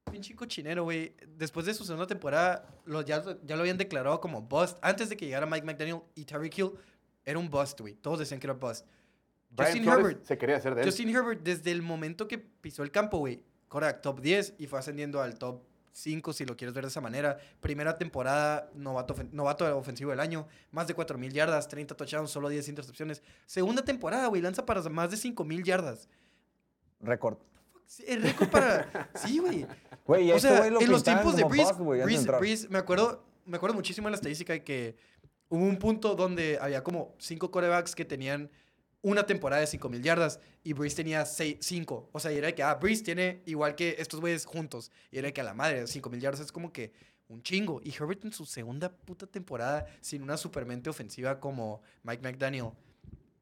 [SPEAKER 4] pinche cochinero, güey. Después de su segunda temporada, lo- ya, ya lo habían declarado como bust. Antes de que llegara Mike McDaniel y Tyreek Hill, era un bust, güey. Todos decían que era bust.
[SPEAKER 1] Brian
[SPEAKER 4] Justin
[SPEAKER 1] Flores
[SPEAKER 4] Herbert.
[SPEAKER 1] se quería hacer de él.
[SPEAKER 4] Justin Herbert, desde el momento que pisó el campo, güey, correcto, top 10 y fue ascendiendo al top 5, si lo quieres ver de esa manera. Primera temporada, novato, ofen- novato ofensivo del año, más de 4.000 yardas, 30 touchdowns, solo 10 intercepciones. Segunda temporada, güey, lanza para más de 5.000 yardas.
[SPEAKER 5] Récord.
[SPEAKER 4] Sí, Es récord para... Sí, güey.
[SPEAKER 5] Güey, y
[SPEAKER 4] O
[SPEAKER 5] este
[SPEAKER 4] sea,
[SPEAKER 5] güey lo
[SPEAKER 4] en los tiempos
[SPEAKER 5] pintaban
[SPEAKER 4] de
[SPEAKER 5] como
[SPEAKER 4] Breeze,
[SPEAKER 5] bust, güey, antes de
[SPEAKER 4] Breeze-
[SPEAKER 5] entrar.
[SPEAKER 4] Breeze, me acuerdo, me acuerdo muchísimo de la estadística de que hubo un punto donde había como cinco corebacks que tenían una temporada de 5000 yardas y Breeze tenía 5. O sea, y era de que, ah, Breeze tiene igual que estos güeyes juntos. Y era de que a la madre, 5000 yardas es como que un chingo. Y Herbert en su segunda puta temporada sin una supermente ofensiva como Mike McDaniel.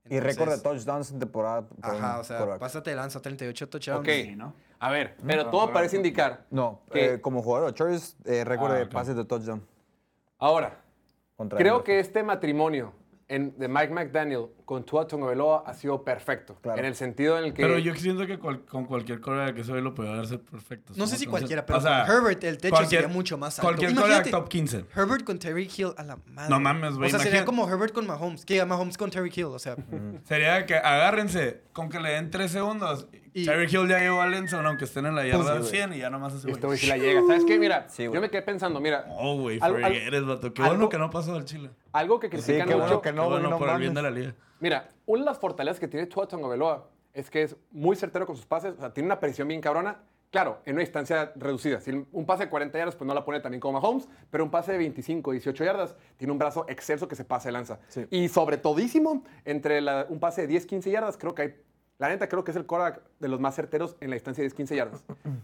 [SPEAKER 5] Y récord de
[SPEAKER 4] Entonces,
[SPEAKER 5] touchdowns en temporada. por
[SPEAKER 4] Ajá,
[SPEAKER 5] un
[SPEAKER 4] o sea,
[SPEAKER 5] quarterback.
[SPEAKER 4] pásate de lanza, 38 touchdowns.
[SPEAKER 1] Ok,
[SPEAKER 7] ¿no?
[SPEAKER 1] a ver, pero todo parece indicar.
[SPEAKER 5] No,
[SPEAKER 1] ¿Qué?
[SPEAKER 5] eh, como jugador de Chargers, eh, récord
[SPEAKER 7] Ah,
[SPEAKER 5] de
[SPEAKER 7] ok.
[SPEAKER 5] pases de touchdown.
[SPEAKER 1] Ahora,
[SPEAKER 5] Contra
[SPEAKER 1] Creo
[SPEAKER 5] Denver.
[SPEAKER 1] que este matrimonio en- de Mike McDaniel con Tua Tagovailoa ha sido perfecto.
[SPEAKER 5] Claro.
[SPEAKER 1] En el sentido en el que...
[SPEAKER 7] Pero yo siento que cual- con cualquier coreback que soy lo puede darse perfecto.
[SPEAKER 4] No sé
[SPEAKER 7] Somos-
[SPEAKER 4] si
[SPEAKER 7] entonces-
[SPEAKER 4] cualquiera, pero
[SPEAKER 7] o sea,
[SPEAKER 4] con Herbert el techo
[SPEAKER 7] cualquier-
[SPEAKER 4] sería mucho más alto.
[SPEAKER 7] Cualquier
[SPEAKER 4] Imagínate,
[SPEAKER 7] coreback top 15.
[SPEAKER 4] Herbert con Terry Hill a la madre.
[SPEAKER 7] No mames, güey,
[SPEAKER 4] O sea, sería
[SPEAKER 7] imagina-
[SPEAKER 4] como Herbert con Mahomes. Que a Mahomes con Terry Hill, o sea.
[SPEAKER 7] Sería que agárrense, con que le den 3 segundos.
[SPEAKER 4] Y-
[SPEAKER 7] Terry Hill ya llegó a Lenson, aunque estén en la yarda
[SPEAKER 5] Pues güey.
[SPEAKER 7] 100 y ya nomás es
[SPEAKER 1] Este
[SPEAKER 7] güey.
[SPEAKER 1] güey sí la llega. ¿Sabes qué? Mira,
[SPEAKER 5] Sí, güey.
[SPEAKER 1] yo me quedé pensando, mira,
[SPEAKER 7] Oh, güey,
[SPEAKER 1] Al- al-
[SPEAKER 7] eres, vato. Qué
[SPEAKER 1] algo-
[SPEAKER 7] bueno que no pasó al Chile.
[SPEAKER 1] algo que
[SPEAKER 5] Sí,
[SPEAKER 1] critican
[SPEAKER 5] qué
[SPEAKER 1] mucho...
[SPEAKER 5] bueno que no,
[SPEAKER 7] Qué
[SPEAKER 5] güey,
[SPEAKER 7] bueno
[SPEAKER 5] no
[SPEAKER 7] por el bien de
[SPEAKER 5] mames.
[SPEAKER 7] la liga.
[SPEAKER 1] Mira, una de las fortalezas que tiene Tua Tagovailoa es que es muy certero con sus pases, o sea, tiene una precisión bien cabrona. Claro, en una distancia reducida. Si un pase de 40 yardas, pues no la pone también como Mahomes, pero un pase de 25, 18 yardas, tiene un brazo excelso que se pasa de lanza.
[SPEAKER 5] Sí.
[SPEAKER 1] Y sobre todísimo, entre la- un pase de 10, 15 yardas, creo que hay. La neta, creo que es el quarterback de los más certeros en la distancia de 10, 15 yardas.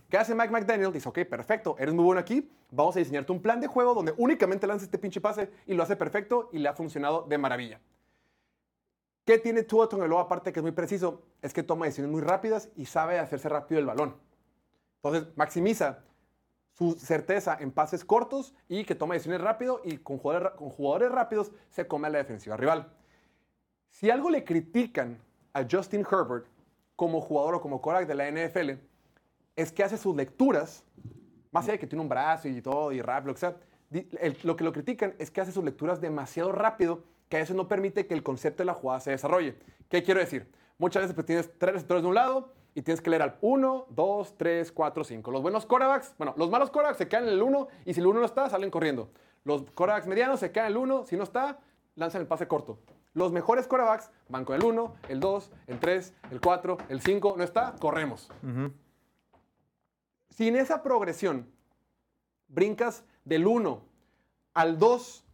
[SPEAKER 1] ¿Qué hace Mike McDaniel? Dice, ok, perfecto, eres muy bueno aquí, vamos a diseñarte un plan de juego donde únicamente lances este pinche pase y lo hace perfecto y le ha funcionado de maravilla. ¿Qué tiene Tua Tagovailoa aparte que es muy preciso? Es que toma decisiones muy rápidas y sabe hacerse rápido el balón. Entonces, maximiza su certeza en pases cortos y que toma decisiones rápido y con jugadores, ra- con jugadores rápidos se come a la defensiva rival. Si algo le critican a Justin Herbert como jugador o como coreback de la NFL, es que hace sus lecturas, más allá de que tiene un brazo y todo y rap, lo que sea, di- el- lo que lo critican es que hace sus lecturas demasiado rápido, que a veces no permite que el concepto de la jugada se desarrolle. ¿Qué quiero decir? Muchas veces pues, tienes tres receptores de un lado y tienes que leer al 1, 2, 3, 4, 5. Los buenos corebacks, bueno, los malos corebacks se quedan en el 1 y si el 1 no está, salen corriendo. Los corebacks medianos se quedan en el 1, si no está, lanzan el pase corto. Los mejores corebacks van con el 1, el 2, el 3, el 4, el 5, no está, corremos sin esa progresión, brincas del 1 al 2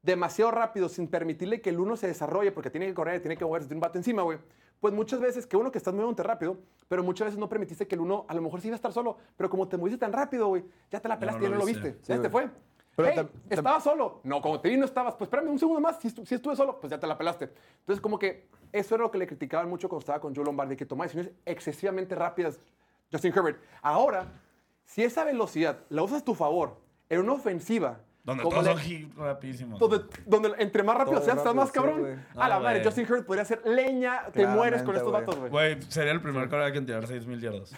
[SPEAKER 1] demasiado rápido sin permitirle que el 1 se desarrolle porque tiene que correr, tiene que moverse, tiene un bate encima, güey. Pues muchas veces que uno que estás moviéndote rápido, pero muchas veces no permitiste que el 1 a lo mejor sí iba a estar solo, pero como te moviste tan rápido, güey, ya te la pelaste y ya
[SPEAKER 7] lo
[SPEAKER 1] no lo
[SPEAKER 7] viste.
[SPEAKER 1] viste. ya te fue.
[SPEAKER 5] Pero
[SPEAKER 1] Hey,
[SPEAKER 5] tam- tam-
[SPEAKER 1] estaba solo. No, como te vi, no estabas. Pues espérame un segundo más. Si, estu- si estuve solo, pues ya te la pelaste. Entonces, como que eso era lo que le criticaban mucho cuando estaba con Joe Lombardi, que tomaba decisiones excesivamente rápidas. Justin Herbert. Ahora, si esa velocidad la usas a tu favor en una ofensiva,
[SPEAKER 7] Donde
[SPEAKER 1] como
[SPEAKER 7] todos
[SPEAKER 1] la-
[SPEAKER 7] son hit rapidísimos.
[SPEAKER 5] Pues
[SPEAKER 1] donde, donde entre más rápido
[SPEAKER 2] Todo
[SPEAKER 1] seas, estás
[SPEAKER 2] rápido,
[SPEAKER 1] más
[SPEAKER 2] sí, güey.
[SPEAKER 1] cabrón. a la
[SPEAKER 7] No,
[SPEAKER 1] madre,
[SPEAKER 7] güey.
[SPEAKER 1] Justin Herbert podría ser leña. Te mueres con
[SPEAKER 5] Claramente,
[SPEAKER 1] estos
[SPEAKER 5] güey.
[SPEAKER 1] datos, güey.
[SPEAKER 7] Güey, sería el primer coreback en tirar 6 mil yardas.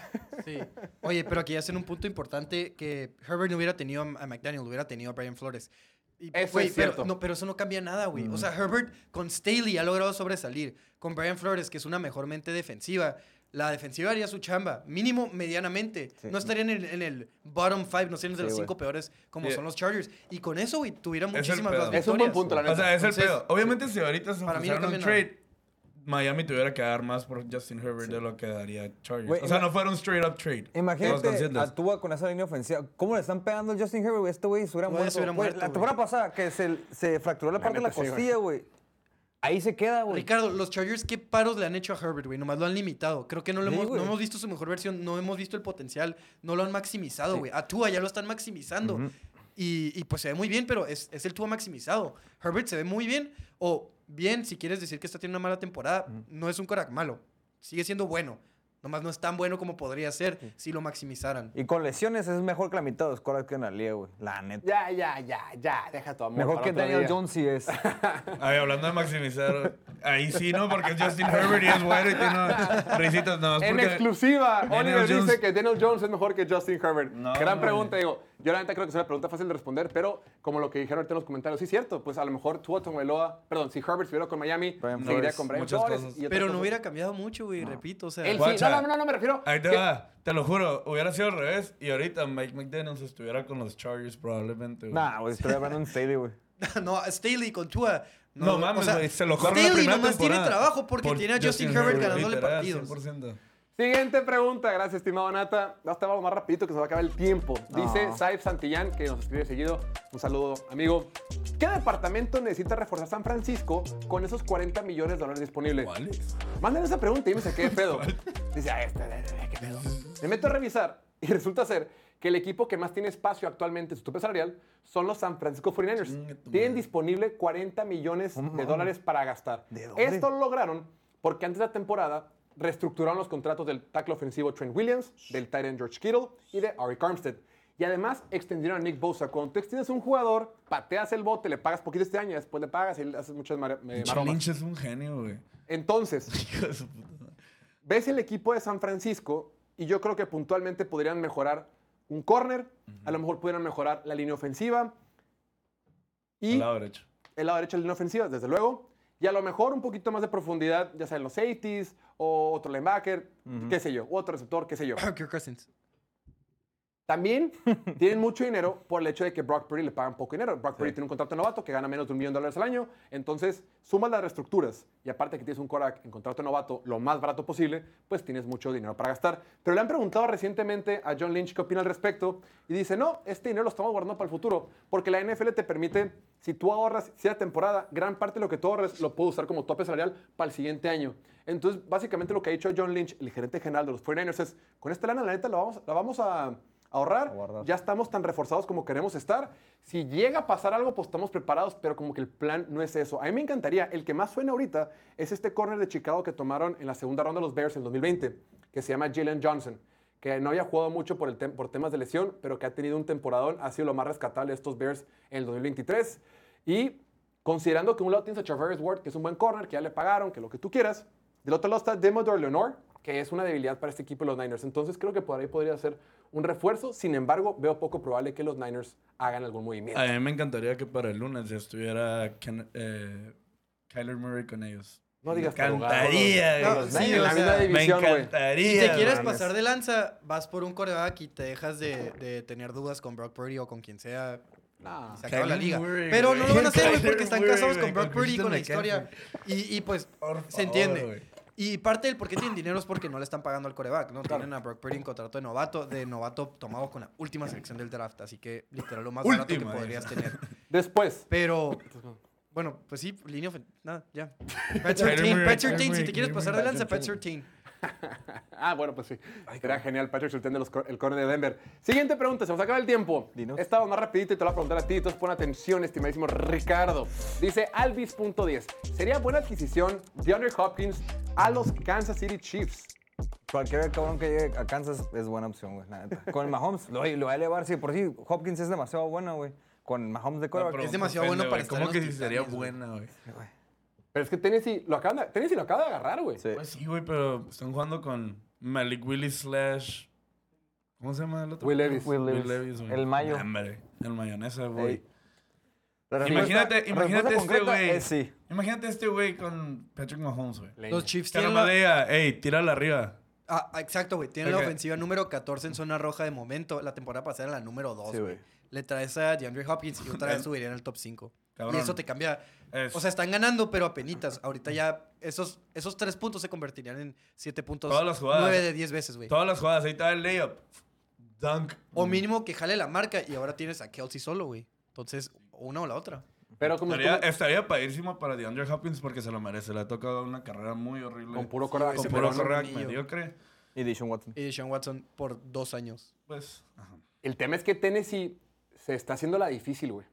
[SPEAKER 4] Sí. Oye, pero aquí hacen un punto importante que Herbert no hubiera tenido a McDaniel, hubiera tenido a Brian Flores. Y,
[SPEAKER 1] Eso
[SPEAKER 4] güey,
[SPEAKER 1] es
[SPEAKER 4] pero-
[SPEAKER 1] cierto. Mm.
[SPEAKER 4] no, pero eso no cambia nada, güey. O sea, Herbert con Staley ha logrado sobresalir. Con Brian Flores, que es una mejor mente defensiva, la defensiva haría su chamba, mínimo medianamente. No estarían en, en el bottom five, no serían de los
[SPEAKER 5] güey.
[SPEAKER 4] cinco peores como
[SPEAKER 7] Sí.
[SPEAKER 4] son los Chargers. Y con eso, güey, tuvieran
[SPEAKER 7] el
[SPEAKER 4] muchísimas
[SPEAKER 7] pedo.
[SPEAKER 4] más victorias.
[SPEAKER 1] Es un buen punto, la neta.
[SPEAKER 7] O sea, es el
[SPEAKER 4] Entonces,
[SPEAKER 7] pedo. Obviamente, si ahorita se
[SPEAKER 4] Para mí no
[SPEAKER 7] ofrecieran un
[SPEAKER 4] cambia nada.
[SPEAKER 7] trade, Miami tuviera que dar más por Justin Herbert de lo que daría Chargers.
[SPEAKER 5] Güey,
[SPEAKER 7] o sea,
[SPEAKER 5] ima-
[SPEAKER 7] no fuera un straight up trade. Todos
[SPEAKER 5] Imagínate
[SPEAKER 7] conscientes.
[SPEAKER 5] a Tua con esa línea ofensiva. ¿Cómo le están pegando al Justin Herbert? güey? Este güey se hubiera
[SPEAKER 4] Güey,
[SPEAKER 5] muerto.
[SPEAKER 4] se hubiera
[SPEAKER 5] Güey,
[SPEAKER 4] muerto,
[SPEAKER 5] la
[SPEAKER 4] güey.
[SPEAKER 5] temporada pasada que se, se fracturó la, parte de la
[SPEAKER 1] neta sí, güey.
[SPEAKER 5] costilla, güey. Ahí se queda, güey.
[SPEAKER 4] Ricardo, los Chargers, ¿qué paros le han hecho a Herbert, güey? Nomás lo han limitado. Creo que no, lo
[SPEAKER 5] Sí,
[SPEAKER 4] hemos,
[SPEAKER 5] güey.
[SPEAKER 4] no hemos visto su mejor versión, no hemos visto el potencial, no lo han maximizado, güey. A Tua ya lo están maximizando. y, y, pues se ve muy bien, pero es, es el Tua maximizado. Herbert se ve muy bien, o bien, si quieres decir que está teniendo una mala temporada, no es un corac malo. Sigue siendo bueno. Nomás no es tan bueno como podría ser si lo maximizaran.
[SPEAKER 5] Y con lesiones es mejor que la mitad de los quarterbacks que en la liga, güey. La neta.
[SPEAKER 1] Ya, ya, ya, ya. Deja tu amor.
[SPEAKER 5] mejor
[SPEAKER 1] para
[SPEAKER 5] que
[SPEAKER 1] otro
[SPEAKER 5] Daniel
[SPEAKER 1] día.
[SPEAKER 5] Jones sí es.
[SPEAKER 7] A ver, hablando de maximizar, ahí sí, ¿no? Porque es Justin Herbert y es bueno y tiene risitas nada más.
[SPEAKER 1] En
[SPEAKER 7] Porque
[SPEAKER 1] exclusiva,
[SPEAKER 7] Daniel
[SPEAKER 1] Oliver
[SPEAKER 7] Jones-
[SPEAKER 1] dice que Daniel Jones es mejor que Justin Herbert.
[SPEAKER 7] No,
[SPEAKER 1] Gran
[SPEAKER 7] hombre.
[SPEAKER 1] pregunta, digo. Yo la neta creo que es una pregunta fácil de responder, pero como lo que dijeron ahorita en los comentarios, sí es cierto, pues a lo mejor Tua Tagovailoa, perdón, si Herbert estuviera con Miami,
[SPEAKER 5] Brian
[SPEAKER 1] seguiría
[SPEAKER 7] Flores,
[SPEAKER 1] con Brian
[SPEAKER 7] muchas
[SPEAKER 1] Flores.
[SPEAKER 7] cosas.
[SPEAKER 1] y otras
[SPEAKER 4] Pero no
[SPEAKER 1] cosas.
[SPEAKER 4] hubiera cambiado mucho, güey, repito. O sea,
[SPEAKER 1] Él sí,
[SPEAKER 7] Guacha.
[SPEAKER 1] no, no, no, no, me refiero.
[SPEAKER 7] Ahí te
[SPEAKER 1] que-
[SPEAKER 7] va, te lo juro, hubiera sido al revés. Y ahorita Mike McDaniels estuviera con los Chargers probablemente. güey.
[SPEAKER 5] nah, güey, estoy hablando en serio, güey.
[SPEAKER 4] No, Staley con Tua.
[SPEAKER 7] No, mames, güey, se lo corre la
[SPEAKER 4] Staley
[SPEAKER 7] primera
[SPEAKER 4] nomás
[SPEAKER 7] temporada.
[SPEAKER 4] tiene trabajo porque
[SPEAKER 7] Por
[SPEAKER 4] tiene a Justin, Herbert, ganándole
[SPEAKER 7] literal,
[SPEAKER 4] partidos.
[SPEAKER 7] 100%.
[SPEAKER 1] Siguiente pregunta, gracias, estimado Nata. Hasta vamos más rapidito que se va a acabar el tiempo. Dice Saif Santillán, que nos escribe seguido. Un saludo, amigo. ¿Qué departamento necesita reforzar San Francisco con esos 40 millones de dólares disponibles?
[SPEAKER 7] ¿Cuáles?
[SPEAKER 1] Manden esa pregunta y dime qué pedo. Dice, ah, este, qué pedo. Me meto a revisar y resulta ser que el equipo que más tiene espacio actualmente en su tope salarial son los San Francisco 49ers.
[SPEAKER 7] Chinga tu
[SPEAKER 1] Tienen
[SPEAKER 7] madre.
[SPEAKER 1] disponible 40 millones de dólares para gastar.
[SPEAKER 5] ¿De dónde?
[SPEAKER 1] Esto lo lograron porque antes de la temporada reestructuraron los contratos del tackle ofensivo Trent Williams, del tight end George Kittle y de Ari Armstead. Y además extendieron a Nick Bosa. Cuando tú extiendes a un jugador, pateas el bote, le pagas poquito este año, después le pagas y le haces muchas mare- eh,
[SPEAKER 7] Pinche
[SPEAKER 1] maromas.
[SPEAKER 7] Lynch es un genio, güey.
[SPEAKER 1] Entonces,
[SPEAKER 7] Hijo de su puta madre.
[SPEAKER 1] ves el equipo de San Francisco y yo creo que puntualmente podrían mejorar un corner, a lo mejor pudieran mejorar la línea ofensiva
[SPEAKER 7] Al
[SPEAKER 1] y
[SPEAKER 7] lado derecho.
[SPEAKER 1] el lado derecho de la línea ofensiva, desde luego. Y a lo mejor un poquito más de profundidad, ya sea en los safeties o otro linebacker, qué sé yo, u otro receptor, qué sé yo.
[SPEAKER 4] Kirk Cousins.
[SPEAKER 1] También tienen mucho dinero por el hecho de que Brock Purdy le pagan poco dinero. Brock Purdy tiene un contrato novato que gana menos de un millón de dólares al año. Entonces, sumas las reestructuras y aparte que tienes un Korak en contrato novato lo más barato posible, pues tienes mucho dinero para gastar. Pero le han preguntado recientemente a John Lynch qué opina al respecto y dice, no, este dinero lo estamos guardando para el futuro porque la NFL te permite, si tú ahorras cierta temporada, gran parte de lo que tú ahorres lo puedes usar como tope salarial para el siguiente año. Entonces, básicamente lo que ha dicho John Lynch, el gerente general de los 49ers, es, con esta lana, la neta, la vamos, la vamos a ahorrar. Ya estamos tan reforzados como queremos estar. Si llega a pasar algo, pues estamos preparados, pero como que el plan no es eso. A mí me encantaría, el que más suena ahorita es este corner de Chicago que tomaron en la segunda ronda de los Bears en 2020, que se llama Jalen Johnson, que no había jugado mucho por, el tem- por temas de lesión, pero que ha tenido un temporadón, ha sido lo más rescatable de estos Bears en el 2023. Y considerando que un lado tienes a Travis Ward, que es un buen corner, que ya le pagaron, que lo que tú quieras, del otro lado está Demodore Leonor, que es una debilidad para este equipo de los Niners. Entonces creo que por ahí podría ser un refuerzo. Sin embargo, veo poco probable que los Niners hagan algún movimiento.
[SPEAKER 7] A mí me encantaría que para el lunes ya estuviera Ken- eh, Kyler Murray con ellos.
[SPEAKER 1] No digas
[SPEAKER 7] Me
[SPEAKER 1] tarugada,
[SPEAKER 7] encantaría.
[SPEAKER 4] no,
[SPEAKER 7] güey.
[SPEAKER 4] no, sí, En la o sea,
[SPEAKER 1] misma división,
[SPEAKER 7] Me
[SPEAKER 1] güey.
[SPEAKER 7] encantaría.
[SPEAKER 4] Si te quieres
[SPEAKER 7] güey.
[SPEAKER 4] pasar de lanza, vas por un coreback y te dejas de, de tener dudas con Brock Purdy o con quien sea.
[SPEAKER 1] Nah.
[SPEAKER 4] Y se acaba la
[SPEAKER 7] Kyler
[SPEAKER 4] liga.
[SPEAKER 7] Murray,
[SPEAKER 4] Pero
[SPEAKER 7] güey.
[SPEAKER 4] no lo van a hacer, güey,
[SPEAKER 7] Kyler
[SPEAKER 4] porque están
[SPEAKER 7] Murray,
[SPEAKER 4] casados
[SPEAKER 7] güey,
[SPEAKER 4] con Brock
[SPEAKER 7] con
[SPEAKER 4] Purdy, con la
[SPEAKER 7] Christian
[SPEAKER 4] historia. Y, y, pues,
[SPEAKER 7] Por
[SPEAKER 4] se
[SPEAKER 7] favor,
[SPEAKER 4] entiende.
[SPEAKER 7] güey.
[SPEAKER 4] Y parte del por qué tienen dinero es porque no le están pagando al coreback, ¿no? Tienen a Brock Purdy en contrato de novato, de novato tomado con la última selección del draft. Así que, literal, lo más barato que
[SPEAKER 7] Última,
[SPEAKER 4] podrías tener.
[SPEAKER 1] Después,
[SPEAKER 4] Pero, bueno, pues sí, línea ofen- Nada, ya. Pet
[SPEAKER 7] Era
[SPEAKER 4] 13,
[SPEAKER 7] muy-
[SPEAKER 4] Pet
[SPEAKER 7] era
[SPEAKER 4] 13, si
[SPEAKER 7] muy-
[SPEAKER 4] te quieres
[SPEAKER 7] muy
[SPEAKER 4] pasar de
[SPEAKER 7] Patrick
[SPEAKER 4] lanza, Pet
[SPEAKER 7] Surtain.
[SPEAKER 4] 13.
[SPEAKER 1] Ah, bueno, pues sí. Será genial Patrick Surtain de los cor- el corner de Denver. Siguiente pregunta, se nos acaba el tiempo.
[SPEAKER 5] Dinos.
[SPEAKER 1] Esta va más rapidito y te la voy a preguntar a ti. Entonces pon atención, estimadísimo Ricardo. Dice Alvis.10. ¿Sería buena adquisición de Andre Hopkins a los Kansas City Chiefs?
[SPEAKER 5] Cualquier cabrón que llegue a Kansas es buena opción, güey, la neta. Con el Mahomes, lo, lo va a elevar. Sí, por sí, Hopkins es demasiado buena, güey. Con Mahomes de quarterback.
[SPEAKER 4] es demasiado bueno para estar en los
[SPEAKER 7] ¿Cómo que si sería
[SPEAKER 4] titanes, güey?
[SPEAKER 7] buena, güey?
[SPEAKER 1] Pero es que Tennessee lo acaba de, Tennessee lo acaba de agarrar, güey.
[SPEAKER 5] Sí.
[SPEAKER 7] Pues sí, güey, pero están jugando con Malik Willis slash... ¿Cómo se llama el otro?
[SPEAKER 1] Will Levis.
[SPEAKER 5] Will Levis.
[SPEAKER 7] güey.
[SPEAKER 5] El mayo.
[SPEAKER 7] Hombre, el mayonesa, güey.
[SPEAKER 5] Ey. La respuesta-
[SPEAKER 7] Imagínate,
[SPEAKER 5] respuesta
[SPEAKER 7] imagínate este
[SPEAKER 5] concreta
[SPEAKER 7] güey.
[SPEAKER 5] es sí.
[SPEAKER 7] Imagínate este güey con Patrick Mahomes, güey.
[SPEAKER 1] Leña.
[SPEAKER 4] Los Chiefs
[SPEAKER 7] Que
[SPEAKER 4] tienen
[SPEAKER 7] nomás
[SPEAKER 4] la-
[SPEAKER 7] le diga, ey, tírala arriba.
[SPEAKER 4] Ah, ah, exacto, güey. Tiene la
[SPEAKER 7] Ok.
[SPEAKER 4] ofensiva número 14 en zona roja de momento. La temporada pasada era la número 2,
[SPEAKER 5] Sí,
[SPEAKER 4] güey.
[SPEAKER 5] güey.
[SPEAKER 4] Le traes a DeAndre Hopkins y otra vez subirían al top 5.
[SPEAKER 7] Cabrón.
[SPEAKER 4] Y eso te cambia.
[SPEAKER 7] Es-
[SPEAKER 4] O sea, están ganando, pero apenitas. Ahorita ya esos, esos tres puntos se convertirían en siete puntos.
[SPEAKER 7] Todas las jugadas.
[SPEAKER 4] 9 de 10 veces, güey.
[SPEAKER 7] Todas las jugadas, ahí está el layup. Mm. Dunk.
[SPEAKER 4] O mínimo que jale la marca y ahora tienes a Kelsey solo, güey. Entonces, una o la otra.
[SPEAKER 1] Pero como,
[SPEAKER 7] Estaría,
[SPEAKER 1] como-
[SPEAKER 7] estaría padrísimo para DeAndre Hopkins porque se lo merece. Le ha tocado una carrera muy horrible.
[SPEAKER 1] con puro coraje.
[SPEAKER 7] Con
[SPEAKER 4] Ese
[SPEAKER 7] puro
[SPEAKER 4] pedazo
[SPEAKER 7] correa
[SPEAKER 4] de anillo.
[SPEAKER 7] mediocre.
[SPEAKER 5] Y Deshaun Watson.
[SPEAKER 4] Y Sean Watson por dos años.
[SPEAKER 7] Pues, ajá.
[SPEAKER 1] El tema es que Tennessee se está haciendo la difícil, güey.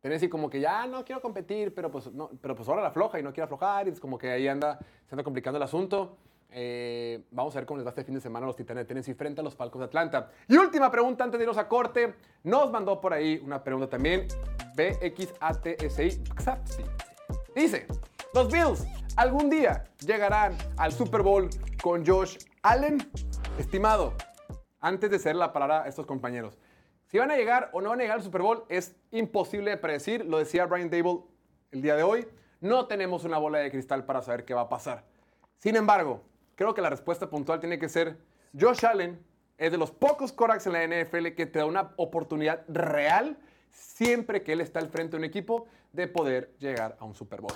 [SPEAKER 1] Tennessee como que ya "Ah, no quiero competir, pero pues, no, pero pues ahora la afloja y no quiere aflojar y es como que ahí anda, se anda complicando el asunto. Eh, vamos a ver cómo les va este fin de semana a los Titanes de Tennessee frente a los Falcons de Atlanta. Y última pregunta antes de irnos a corte. Nos mandó por ahí una pregunta también. BXATSI. Xatsi. Dice, los Bills algún día llegarán al Super Bowl con Josh Allen. Estimado, antes de ser la palabra a estos compañeros. Si van a llegar o no van a llegar al Super Bowl es imposible de predecir, lo decía Brian Dable el día de hoy. No tenemos una bola de cristal para saber qué va a pasar. Sin embargo, creo que la respuesta puntual tiene que ser Josh Allen es de los pocos coracks en la NFL que te da una oportunidad real siempre que él está al frente de un equipo de poder llegar a un Super Bowl.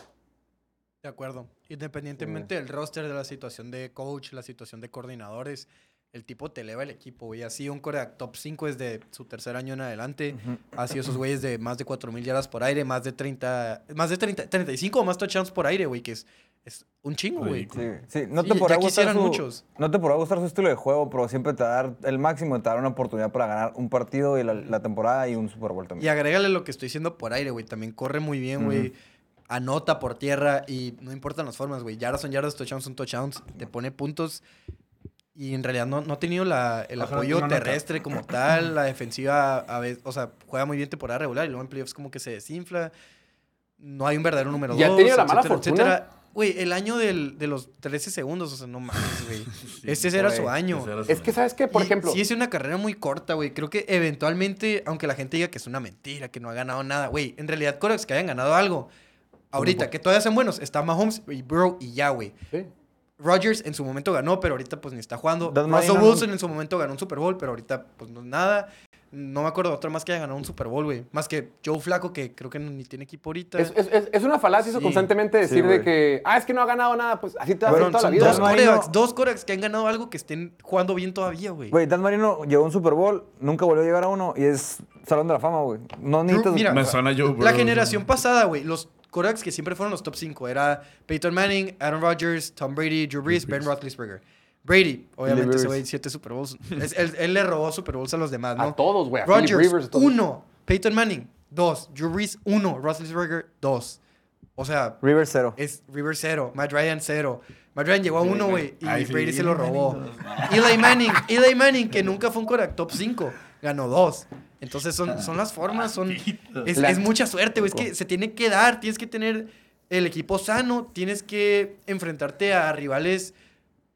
[SPEAKER 4] De acuerdo. Independientemente del roster, de la situación de coach, la situación de coordinadores, el tipo te eleva el equipo, güey. Ha sido un coreback top 5 desde su tercer año en adelante. Ha sido esos güeyes de más de 4.000 yardas por aire, más de 30, más de 30, 35 o más touchdowns por aire, güey, que es, es un chingo, güey.
[SPEAKER 5] Sí, sí, no
[SPEAKER 4] Sí,
[SPEAKER 5] te podrá
[SPEAKER 4] ya
[SPEAKER 5] gustar
[SPEAKER 4] quisieran
[SPEAKER 5] su,
[SPEAKER 4] muchos.
[SPEAKER 5] No te podrá gustar su estilo de juego, pero siempre te va a dar el máximo, te va a dar una oportunidad para ganar un partido y la, la temporada y un Super Bowl
[SPEAKER 4] Y
[SPEAKER 5] también.
[SPEAKER 4] agrégale lo que estoy diciendo por aire, güey. También corre muy bien, güey. Anota por tierra y no importan las formas, güey. Yardas son yardas, touchdowns son touchdowns. Te pone puntos. Y en realidad no, no ha tenido la- el
[SPEAKER 7] Ojalá
[SPEAKER 4] apoyo
[SPEAKER 7] tenga nota.
[SPEAKER 4] terrestre como tal. La defensiva, a veces, o sea, juega muy bien temporada regular y luego en playoffs como que se desinfla. No hay un verdadero número
[SPEAKER 1] Y ha
[SPEAKER 4] dos,
[SPEAKER 1] tenido la mala fortuna.
[SPEAKER 4] Güey, el año del- de los 13 segundos, o sea, no mames, güey. Ese era su
[SPEAKER 1] güey,
[SPEAKER 4] año.
[SPEAKER 7] Ese era su-
[SPEAKER 1] Es que, ¿sabes qué? Por
[SPEAKER 4] Y
[SPEAKER 1] ejemplo,
[SPEAKER 4] Sí, es una carrera muy corta, güey. Creo que eventualmente, aunque la gente diga que es una mentira, que no ha ganado nada, güey, en realidad, Corex que hayan ganado algo. Ahorita, que todavía son buenos, está Mahomes y Burrow y ya, güey.
[SPEAKER 1] Sí.
[SPEAKER 4] Rogers en su momento ganó, pero ahorita pues ni está jugando.
[SPEAKER 5] Dan Marino
[SPEAKER 4] Russell
[SPEAKER 5] no-
[SPEAKER 4] Wilson en su momento ganó un Super Bowl, pero ahorita pues no es nada. No me acuerdo de otro más que haya ganado un Super Bowl, güey. Más que Joe Flaco, que creo que ni tiene equipo ahorita.
[SPEAKER 1] es, es- es- es una falacia eso
[SPEAKER 4] Sí.
[SPEAKER 1] constantemente decir de
[SPEAKER 5] güey.
[SPEAKER 1] que, ah, es que no ha ganado nada, pues así te va a hacer
[SPEAKER 4] Cabrón,
[SPEAKER 1] toda la
[SPEAKER 4] son
[SPEAKER 1] vida.
[SPEAKER 4] dos
[SPEAKER 5] Dan
[SPEAKER 1] güey.
[SPEAKER 5] Marino-
[SPEAKER 4] corebacks, dos corebacks que han ganado algo que estén jugando bien todavía, güey.
[SPEAKER 5] Güey, Dan Marino llegó a un Super Bowl, nunca volvió a llegar a uno y es Salón de la Fama, güey. No
[SPEAKER 4] Drew-
[SPEAKER 5] necesitas.
[SPEAKER 4] mira,
[SPEAKER 7] Me suena Joe
[SPEAKER 4] La
[SPEAKER 7] Burrow.
[SPEAKER 4] generación pasada, güey, los corebacks que siempre fueron los top 5 era Peyton Manning, Aaron Rodgers, Tom Brady, Drew Brees, Ben Roethlisberger. Brady, obviamente, ese güey, siete Super Bowls. Es- él, él le robó Super Bowls a los demás, ¿no?
[SPEAKER 1] A todos, güey, a Philip
[SPEAKER 4] Rodgers,
[SPEAKER 1] Rivers, a todos.
[SPEAKER 4] uno. Peyton Manning, dos. Drew Brees, uno. Roethlisberger, dos. O sea,
[SPEAKER 5] River cero.
[SPEAKER 4] es River cero. Matt Ryan cero. Matt Ryan llegó a uno, güey, y
[SPEAKER 7] Ay, sí,
[SPEAKER 4] Brady se
[SPEAKER 7] Eli
[SPEAKER 4] lo
[SPEAKER 7] Manning,
[SPEAKER 4] robó.
[SPEAKER 7] dos.
[SPEAKER 4] Eli Manning, Eli Manning, que nunca fue un coreback top 5, ganó dos. Entonces son, son las formas, son, es,
[SPEAKER 1] La-
[SPEAKER 4] es mucha suerte, güey. Es que se tiene que dar, tienes que tener el equipo sano, tienes que enfrentarte a rivales,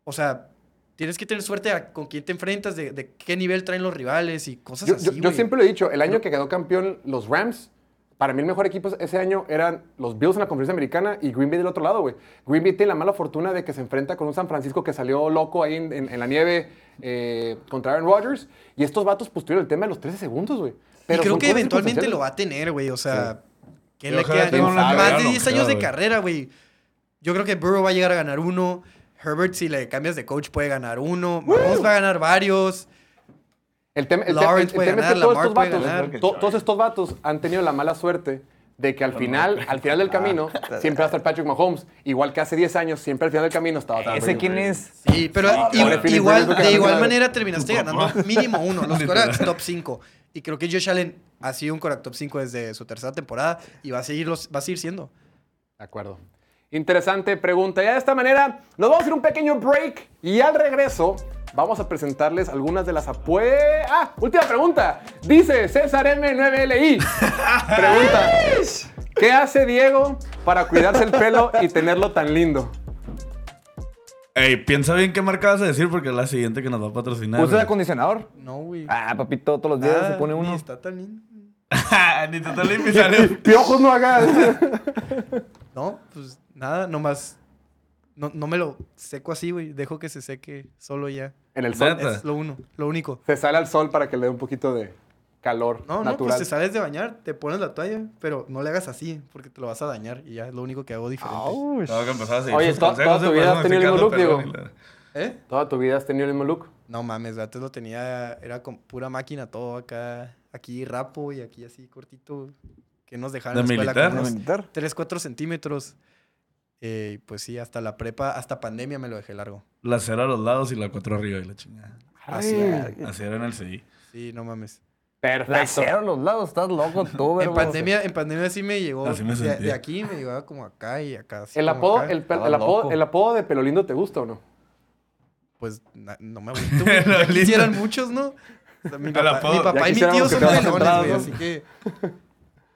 [SPEAKER 4] o sea, tienes que tener suerte a con quién te enfrentas, de, de qué nivel traen los rivales y cosas
[SPEAKER 1] Yo,
[SPEAKER 4] así.
[SPEAKER 1] yo- yo
[SPEAKER 4] güey.
[SPEAKER 1] siempre lo he dicho, el año que quedó campeón los Rams, para mí el mejor equipo ese año eran los Bills en la conferencia americana y Green Bay del otro lado, güey. Green Bay tiene la mala fortuna de que se enfrenta con un San Francisco que salió loco ahí en, en- en la nieve eh, contra Aaron Rodgers y estos vatos pues tuvieron el tema de los 13 segundos, güey.
[SPEAKER 4] y creo
[SPEAKER 1] son
[SPEAKER 4] que
[SPEAKER 1] cosas
[SPEAKER 4] eventualmente lo
[SPEAKER 1] circunstanciales.
[SPEAKER 4] va a tener, güey. O sea, que
[SPEAKER 7] Y
[SPEAKER 4] le
[SPEAKER 7] ojalá
[SPEAKER 4] quedan
[SPEAKER 7] tenga una
[SPEAKER 4] más
[SPEAKER 7] carrera
[SPEAKER 4] de 10
[SPEAKER 7] longeada,
[SPEAKER 4] años de
[SPEAKER 7] güey.
[SPEAKER 4] carrera, güey. Yo creo que Burrow va a llegar a ganar uno. Herbert, si le cambias de coach, puede ganar uno. Mahomes va a ganar varios.
[SPEAKER 1] El tema, el tema-
[SPEAKER 4] Lawrence
[SPEAKER 1] el
[SPEAKER 4] puede
[SPEAKER 1] tema es que
[SPEAKER 4] ganar,
[SPEAKER 1] todos
[SPEAKER 4] Lamar
[SPEAKER 1] estos,
[SPEAKER 4] puede
[SPEAKER 1] vatos,
[SPEAKER 4] ganar.
[SPEAKER 1] to- todos estos vatos han tenido la mala suerte de que al final, al final del camino, siempre va a estar Patrick Mahomes. Igual que hace 10 años, siempre al final del camino estaba Tom
[SPEAKER 5] ¿Ese
[SPEAKER 1] Brady.
[SPEAKER 5] quién es?
[SPEAKER 4] Sí, pero i-
[SPEAKER 1] pobre Philip
[SPEAKER 4] igual,
[SPEAKER 1] Rivers, que
[SPEAKER 4] de
[SPEAKER 1] ganó
[SPEAKER 4] igual
[SPEAKER 1] la-
[SPEAKER 4] manera terminaste ganando mínimo uno. Los
[SPEAKER 7] Literal.
[SPEAKER 4] quarterbacks top 5. Y creo que Josh Allen ha sido un quarterback top 5 desde su tercera temporada y va a seguir, los- va a seguir siendo.
[SPEAKER 1] De acuerdo. Interesante pregunta. Ya de esta manera nos vamos a ir un pequeño break y al regreso vamos a presentarles algunas de las apuestas. Ah, última pregunta. Dice César M9LI. Pregunta. ¿Qué hace Diego para cuidarse el pelo y tenerlo tan lindo?
[SPEAKER 7] Ey, piensa bien qué marca vas a decir porque es la siguiente que nos va a patrocinar.
[SPEAKER 5] ¿Usas
[SPEAKER 7] güey.
[SPEAKER 5] acondicionador?
[SPEAKER 4] No, güey.
[SPEAKER 5] Ah, papito, todos los días
[SPEAKER 4] Ah,
[SPEAKER 5] se pone uno.
[SPEAKER 4] Está tan lindo.
[SPEAKER 7] Ah, Ni te tal y sale.
[SPEAKER 1] Piojos no hagas.
[SPEAKER 4] No, pues nada, nomás. No, no me lo seco así, güey. Dejo que se seque solo ya.
[SPEAKER 1] En el sol.
[SPEAKER 7] Neta.
[SPEAKER 4] Es lo uno, lo único.
[SPEAKER 1] Se sale al sol para que le dé un poquito de calor
[SPEAKER 4] No, no, pues
[SPEAKER 1] natural.
[SPEAKER 4] te sales de bañar, te pones la toalla, pero no le hagas así, porque te lo vas a dañar y ya es lo único que hago diferente.
[SPEAKER 7] Tengo que empezar a seguir
[SPEAKER 1] Oye,
[SPEAKER 7] sus
[SPEAKER 1] to-
[SPEAKER 7] consejos,
[SPEAKER 1] toda tu
[SPEAKER 7] eh,
[SPEAKER 1] vida
[SPEAKER 7] por eso
[SPEAKER 1] has
[SPEAKER 7] me
[SPEAKER 1] tenido el
[SPEAKER 7] estoy
[SPEAKER 1] mismo look,
[SPEAKER 7] quedando pelón,
[SPEAKER 4] ¿Eh?
[SPEAKER 1] Toda tu vida has tenido el mismo look.
[SPEAKER 4] No mames, antes lo tenía, era con pura máquina todo acá, aquí rapo y aquí así cortito, que nos dejaron
[SPEAKER 7] ¿De
[SPEAKER 4] en la escuela
[SPEAKER 7] militar?
[SPEAKER 4] con
[SPEAKER 5] ¿De
[SPEAKER 4] unos
[SPEAKER 5] militar?
[SPEAKER 4] 3, 4 centímetros. Eh, pues sí, hasta la prepa, hasta pandemia me lo dejé largo.
[SPEAKER 7] La la cera a los lados y la cuatro arriba y la chingada.
[SPEAKER 5] Así.
[SPEAKER 7] Así era en el CI.
[SPEAKER 4] Sí, no mames.
[SPEAKER 1] Perfecto.
[SPEAKER 5] Placero a los lados, estás loco tú,
[SPEAKER 4] En
[SPEAKER 5] verbo.
[SPEAKER 4] pandemia, en pandemia sí me llegó
[SPEAKER 7] Así me
[SPEAKER 4] de,
[SPEAKER 7] sentí.
[SPEAKER 4] de aquí, me llegaba como acá y acá. así
[SPEAKER 1] El
[SPEAKER 4] como
[SPEAKER 1] apodo,
[SPEAKER 4] acá.
[SPEAKER 1] el, pe-
[SPEAKER 5] Estaba
[SPEAKER 1] el apodo,
[SPEAKER 5] loco.
[SPEAKER 1] el apodo de pelo lindo te gusta o no?
[SPEAKER 4] Pues na- no me agüito, güey. Ya
[SPEAKER 7] lindo.
[SPEAKER 4] quisieran muchos, ¿no? O sea, mi
[SPEAKER 7] El
[SPEAKER 4] papá,
[SPEAKER 7] apodo.
[SPEAKER 4] mi papá
[SPEAKER 1] Ya
[SPEAKER 4] y mi
[SPEAKER 1] quisiéramos
[SPEAKER 4] tío
[SPEAKER 1] que
[SPEAKER 4] son
[SPEAKER 1] te hagas
[SPEAKER 4] pelones, güey,
[SPEAKER 1] entradas,
[SPEAKER 4] así que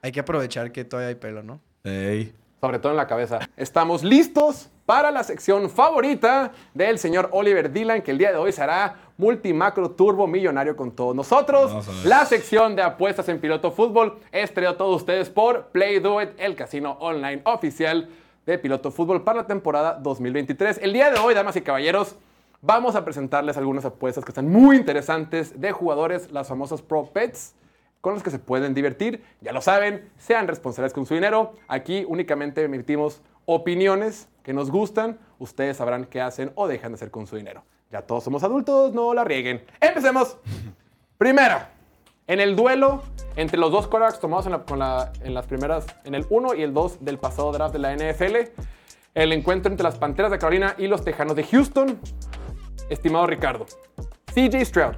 [SPEAKER 4] hay que aprovechar que todavía hay pelo, ¿no?
[SPEAKER 7] Ey.
[SPEAKER 1] sobre todo en la cabeza. Estamos listos para la sección favorita del señor Oliver Dylan, que el día de hoy será multimacro turbo millonario con todos nosotros.
[SPEAKER 7] Vamos a ver.
[SPEAKER 1] La sección de apuestas en piloto fútbol estreó todos ustedes por Play Do It, el casino online oficial de piloto fútbol para la temporada 2023. El día de hoy, damas y caballeros, vamos a presentarles algunas apuestas que están muy interesantes de jugadores, las famosas Pro Pets con los que se pueden divertir. Ya lo saben, sean responsables con su dinero. Aquí únicamente emitimos opiniones que nos gustan. Ustedes sabrán qué hacen o dejan de hacer con su dinero. Ya todos somos adultos, no la rieguen. Empecemos. Primera, en el duelo entre los dos quarterbacks tomados en, la- con la- en las primeras, en el 1 y el 2 del pasado draft de la NFL, el encuentro entre las Panteras de Carolina y los Tejanos de Houston. Estimado Ricardo, CJ Stroud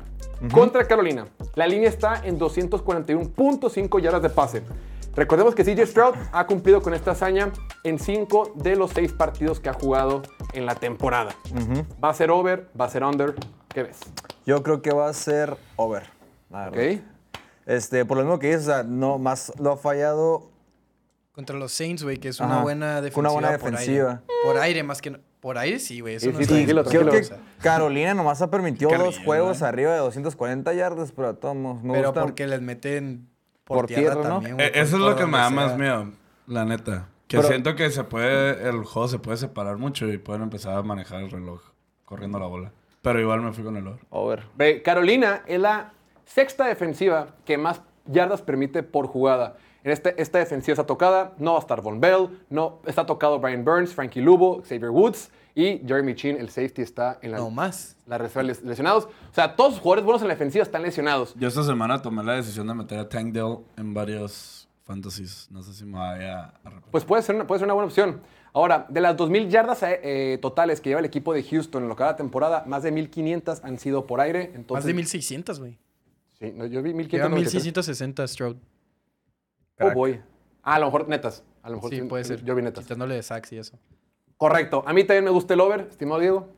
[SPEAKER 1] contra Carolina. La línea está en 241.5 yardas de pase. Recordemos que CJ Stroud ha cumplido con esta hazaña en 5 de los 6 partidos que ha jugado en la temporada. Va a ser over, va a ser under. ¿Qué ves?
[SPEAKER 5] Yo creo que va a ser over. la
[SPEAKER 1] ¿Ok?
[SPEAKER 5] verdad. Este, por lo mismo que dices, o sea, no, más lo ha fallado.
[SPEAKER 4] Contra los Saints, güey, que es
[SPEAKER 5] Ajá.
[SPEAKER 4] una buena defensiva.
[SPEAKER 5] Una buena
[SPEAKER 4] por
[SPEAKER 5] defensiva.
[SPEAKER 4] Aire. Por aire, más que. no- Por aire sí, güey. Eso
[SPEAKER 1] Sí,
[SPEAKER 4] no
[SPEAKER 1] sí,
[SPEAKER 4] es
[SPEAKER 1] tranquilo,
[SPEAKER 4] defensiva.
[SPEAKER 5] Creo
[SPEAKER 1] tranquilo.
[SPEAKER 5] que
[SPEAKER 4] O sea,
[SPEAKER 5] Carolina nomás ha permitido dos
[SPEAKER 7] Carolina,
[SPEAKER 5] juegos
[SPEAKER 7] ¿eh?
[SPEAKER 5] arriba de 240 yardas, pero a todos modos me
[SPEAKER 4] Pero
[SPEAKER 5] gusta.
[SPEAKER 4] porque les meten por,
[SPEAKER 5] Por
[SPEAKER 4] tierra,
[SPEAKER 5] tierra, ¿no?
[SPEAKER 4] también, güey,
[SPEAKER 7] Eh, Eso
[SPEAKER 4] por
[SPEAKER 7] es lo
[SPEAKER 4] todo
[SPEAKER 7] que me da
[SPEAKER 4] donde
[SPEAKER 7] más
[SPEAKER 4] sea.
[SPEAKER 7] miedo, la neta. Que
[SPEAKER 5] Pero-
[SPEAKER 7] siento que se puede, el juego se puede separar mucho y pueden empezar a manejar el reloj corriendo la bola. Pero igual me fui con el oro.
[SPEAKER 1] Oh.
[SPEAKER 5] Over.
[SPEAKER 1] Ve, Carolina es la sexta defensiva que más yardas permite por jugada. En este- esta defensiva está tocada, no va a estar Von Bell, no está tocado Brian Burns, Frankie Lubo, Xavier Woods y Jeremy Chin, el safety, está en la,
[SPEAKER 4] No más.
[SPEAKER 1] la reserva de les- lesionados. O sea, todos los jugadores buenos en la defensiva están lesionados.
[SPEAKER 7] Yo esta semana tomé la decisión de meter a Tank Dell en varios fantasies. No sé si me vaya a arrepentir.
[SPEAKER 1] Pues puede ser una, puede ser una buena opción. Ahora, de las 2.000 yardas eh, eh, totales que lleva el equipo de Houston en lo que va de temporada, más de 1.500 han sido por aire. Entonces,
[SPEAKER 4] Más de 1600, güey.
[SPEAKER 1] Sí, no, yo vi 1.500.
[SPEAKER 4] Lleva 1660 Stroud.
[SPEAKER 1] Oh, voy. Ah, a lo mejor netas. A lo mejor
[SPEAKER 4] Sí, puede ser.
[SPEAKER 1] Yo vi netas.
[SPEAKER 4] Quitándole de sacks y eso.
[SPEAKER 1] Correcto. A mí también me gusta el over, estimado Diego.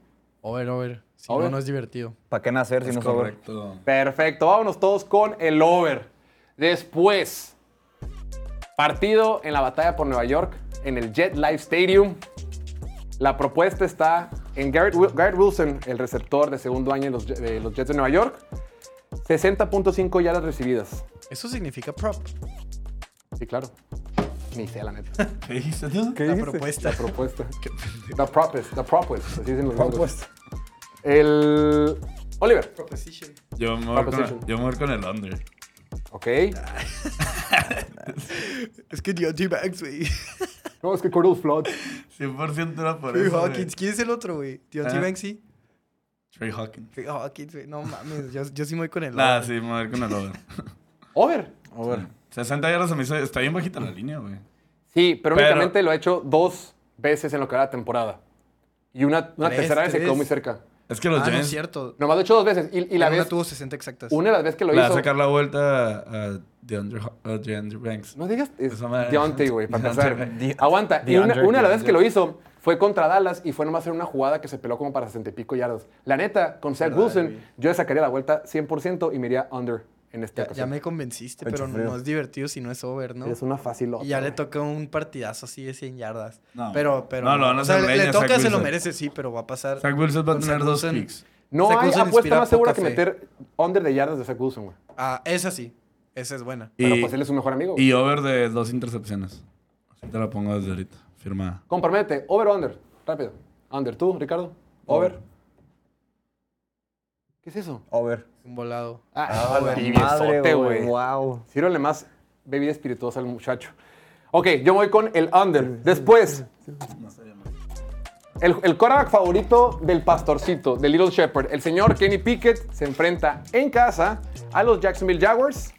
[SPEAKER 4] Over, over. Si
[SPEAKER 1] Over.
[SPEAKER 4] no, no es divertido.
[SPEAKER 5] ¿Para qué nacer si no es over?
[SPEAKER 7] Correcto.
[SPEAKER 1] Perfecto. Vámonos todos con el over. Después, partido en la batalla por Nueva York, en el Jet Life Stadium. La propuesta está en Garrett, Wil- Garrett Wilson, el receptor de segundo año de los, Je- de los Jets de Nueva York. 60.5 yardas recibidas.
[SPEAKER 4] Eso significa prop.
[SPEAKER 1] Sí, claro. Ni sé, la neta.
[SPEAKER 7] ¿Qué dijiste tú?
[SPEAKER 4] La propuesta.
[SPEAKER 1] propuesta. The propuesta. The propuesta. Así dicen los gringos. El... Oliver.
[SPEAKER 7] Yo
[SPEAKER 4] Ah,
[SPEAKER 7] me
[SPEAKER 4] pues
[SPEAKER 7] voy con,
[SPEAKER 1] Proposition.
[SPEAKER 7] yo me voy con el under.
[SPEAKER 1] Ok.
[SPEAKER 4] Es que dio G-Bags, güey.
[SPEAKER 2] No, es que Cordell Flood.
[SPEAKER 7] 100% era por
[SPEAKER 4] Trey
[SPEAKER 7] eso. güey.
[SPEAKER 4] Hawkins. ¿Quién es el otro, güey? ¿Tío
[SPEAKER 7] Ah.
[SPEAKER 4] Banksy?
[SPEAKER 7] Trey Hawkins.
[SPEAKER 4] Trey Hawkins, güey. No mames, yo, yo sí me voy con el
[SPEAKER 7] Nah,
[SPEAKER 4] over.
[SPEAKER 7] sí, me voy a ver con el over.
[SPEAKER 1] Over.
[SPEAKER 5] Over.
[SPEAKER 7] 60 yardas se me hizo. Está bien bajita la línea, güey.
[SPEAKER 1] Sí, pero,
[SPEAKER 7] Pero-
[SPEAKER 1] únicamente lo ha hecho dos veces en lo que va la temporada. Y una, una
[SPEAKER 4] Tres,
[SPEAKER 1] tercera vez se
[SPEAKER 4] tres.
[SPEAKER 1] quedó muy cerca.
[SPEAKER 7] Es que los
[SPEAKER 4] Ah, no es
[SPEAKER 7] Giants
[SPEAKER 4] cierto.
[SPEAKER 1] Nomás lo ha hecho dos veces. Y, y la
[SPEAKER 4] Una
[SPEAKER 1] vez,
[SPEAKER 4] tuvo 60 exactas.
[SPEAKER 1] una de las veces que lo
[SPEAKER 7] le va a
[SPEAKER 1] hizo.
[SPEAKER 7] sacar la vuelta a, a DeAndre, Ho- a DeAndre Banks.
[SPEAKER 1] No digas es
[SPEAKER 7] Esa madre.
[SPEAKER 1] Deontay, güey, para
[SPEAKER 7] Deontay,
[SPEAKER 1] empezar.
[SPEAKER 5] güey. De-
[SPEAKER 1] Aguanta. y una,
[SPEAKER 5] Deontay,
[SPEAKER 1] una de las veces que lo
[SPEAKER 5] Deontay.
[SPEAKER 1] hizo fue contra Dallas y fue nomás en una jugada que se peló como para 60 y pico yardas. La neta, con Zach Wilson, yo le sacaría la vuelta 100% y me iría under en esta
[SPEAKER 4] Ya, ya
[SPEAKER 1] ocasión.
[SPEAKER 4] me convenciste,
[SPEAKER 5] Pecho
[SPEAKER 4] pero no,
[SPEAKER 5] frío.
[SPEAKER 4] es divertido si no es over, ¿no?
[SPEAKER 1] Es una fácil
[SPEAKER 4] Y ya le toca un partidazo así de 100 yardas.
[SPEAKER 7] No.
[SPEAKER 4] Pero, pero.
[SPEAKER 7] No, lo van a
[SPEAKER 4] o sea,
[SPEAKER 7] hacer
[SPEAKER 4] le,
[SPEAKER 7] leña
[SPEAKER 4] le
[SPEAKER 7] a Zach
[SPEAKER 4] toca, se lo
[SPEAKER 7] Wilson.
[SPEAKER 4] merece, sí, pero va a pasar.
[SPEAKER 7] Zach Wilson va a
[SPEAKER 4] Con
[SPEAKER 7] tener
[SPEAKER 4] Zach
[SPEAKER 7] dos
[SPEAKER 4] Wilson.
[SPEAKER 7] picks.
[SPEAKER 1] No
[SPEAKER 4] Zach
[SPEAKER 1] hay
[SPEAKER 4] Wilson
[SPEAKER 1] apuesta
[SPEAKER 4] inspira
[SPEAKER 1] más segura que
[SPEAKER 4] poca fe.
[SPEAKER 1] meter under de yardas de Zach Wilson, güey.
[SPEAKER 4] Ah, esa sí. Esa es buena.
[SPEAKER 1] Pero
[SPEAKER 7] Y,
[SPEAKER 1] pues él es su mejor amigo. güey.
[SPEAKER 7] y over de dos intercepciones. Así te la pongo desde ahorita. Firmada.
[SPEAKER 1] Comprométete. Over o under. Rápido. Under. ¿Tú, Ricardo? Over. ¿Qué es eso?
[SPEAKER 5] Over.
[SPEAKER 4] Un volado.
[SPEAKER 1] Ah,
[SPEAKER 5] Madre,
[SPEAKER 1] tibiezote,
[SPEAKER 5] güey.
[SPEAKER 1] güey.
[SPEAKER 5] Wow.
[SPEAKER 1] Sírvele más bebida espirituosa al muchacho. Ok, yo voy con el under. Después. El, el quarterback favorito del pastorcito, del Little Shepherd, el señor Kenny Pickett, se enfrenta en casa a los Jacksonville Jaguars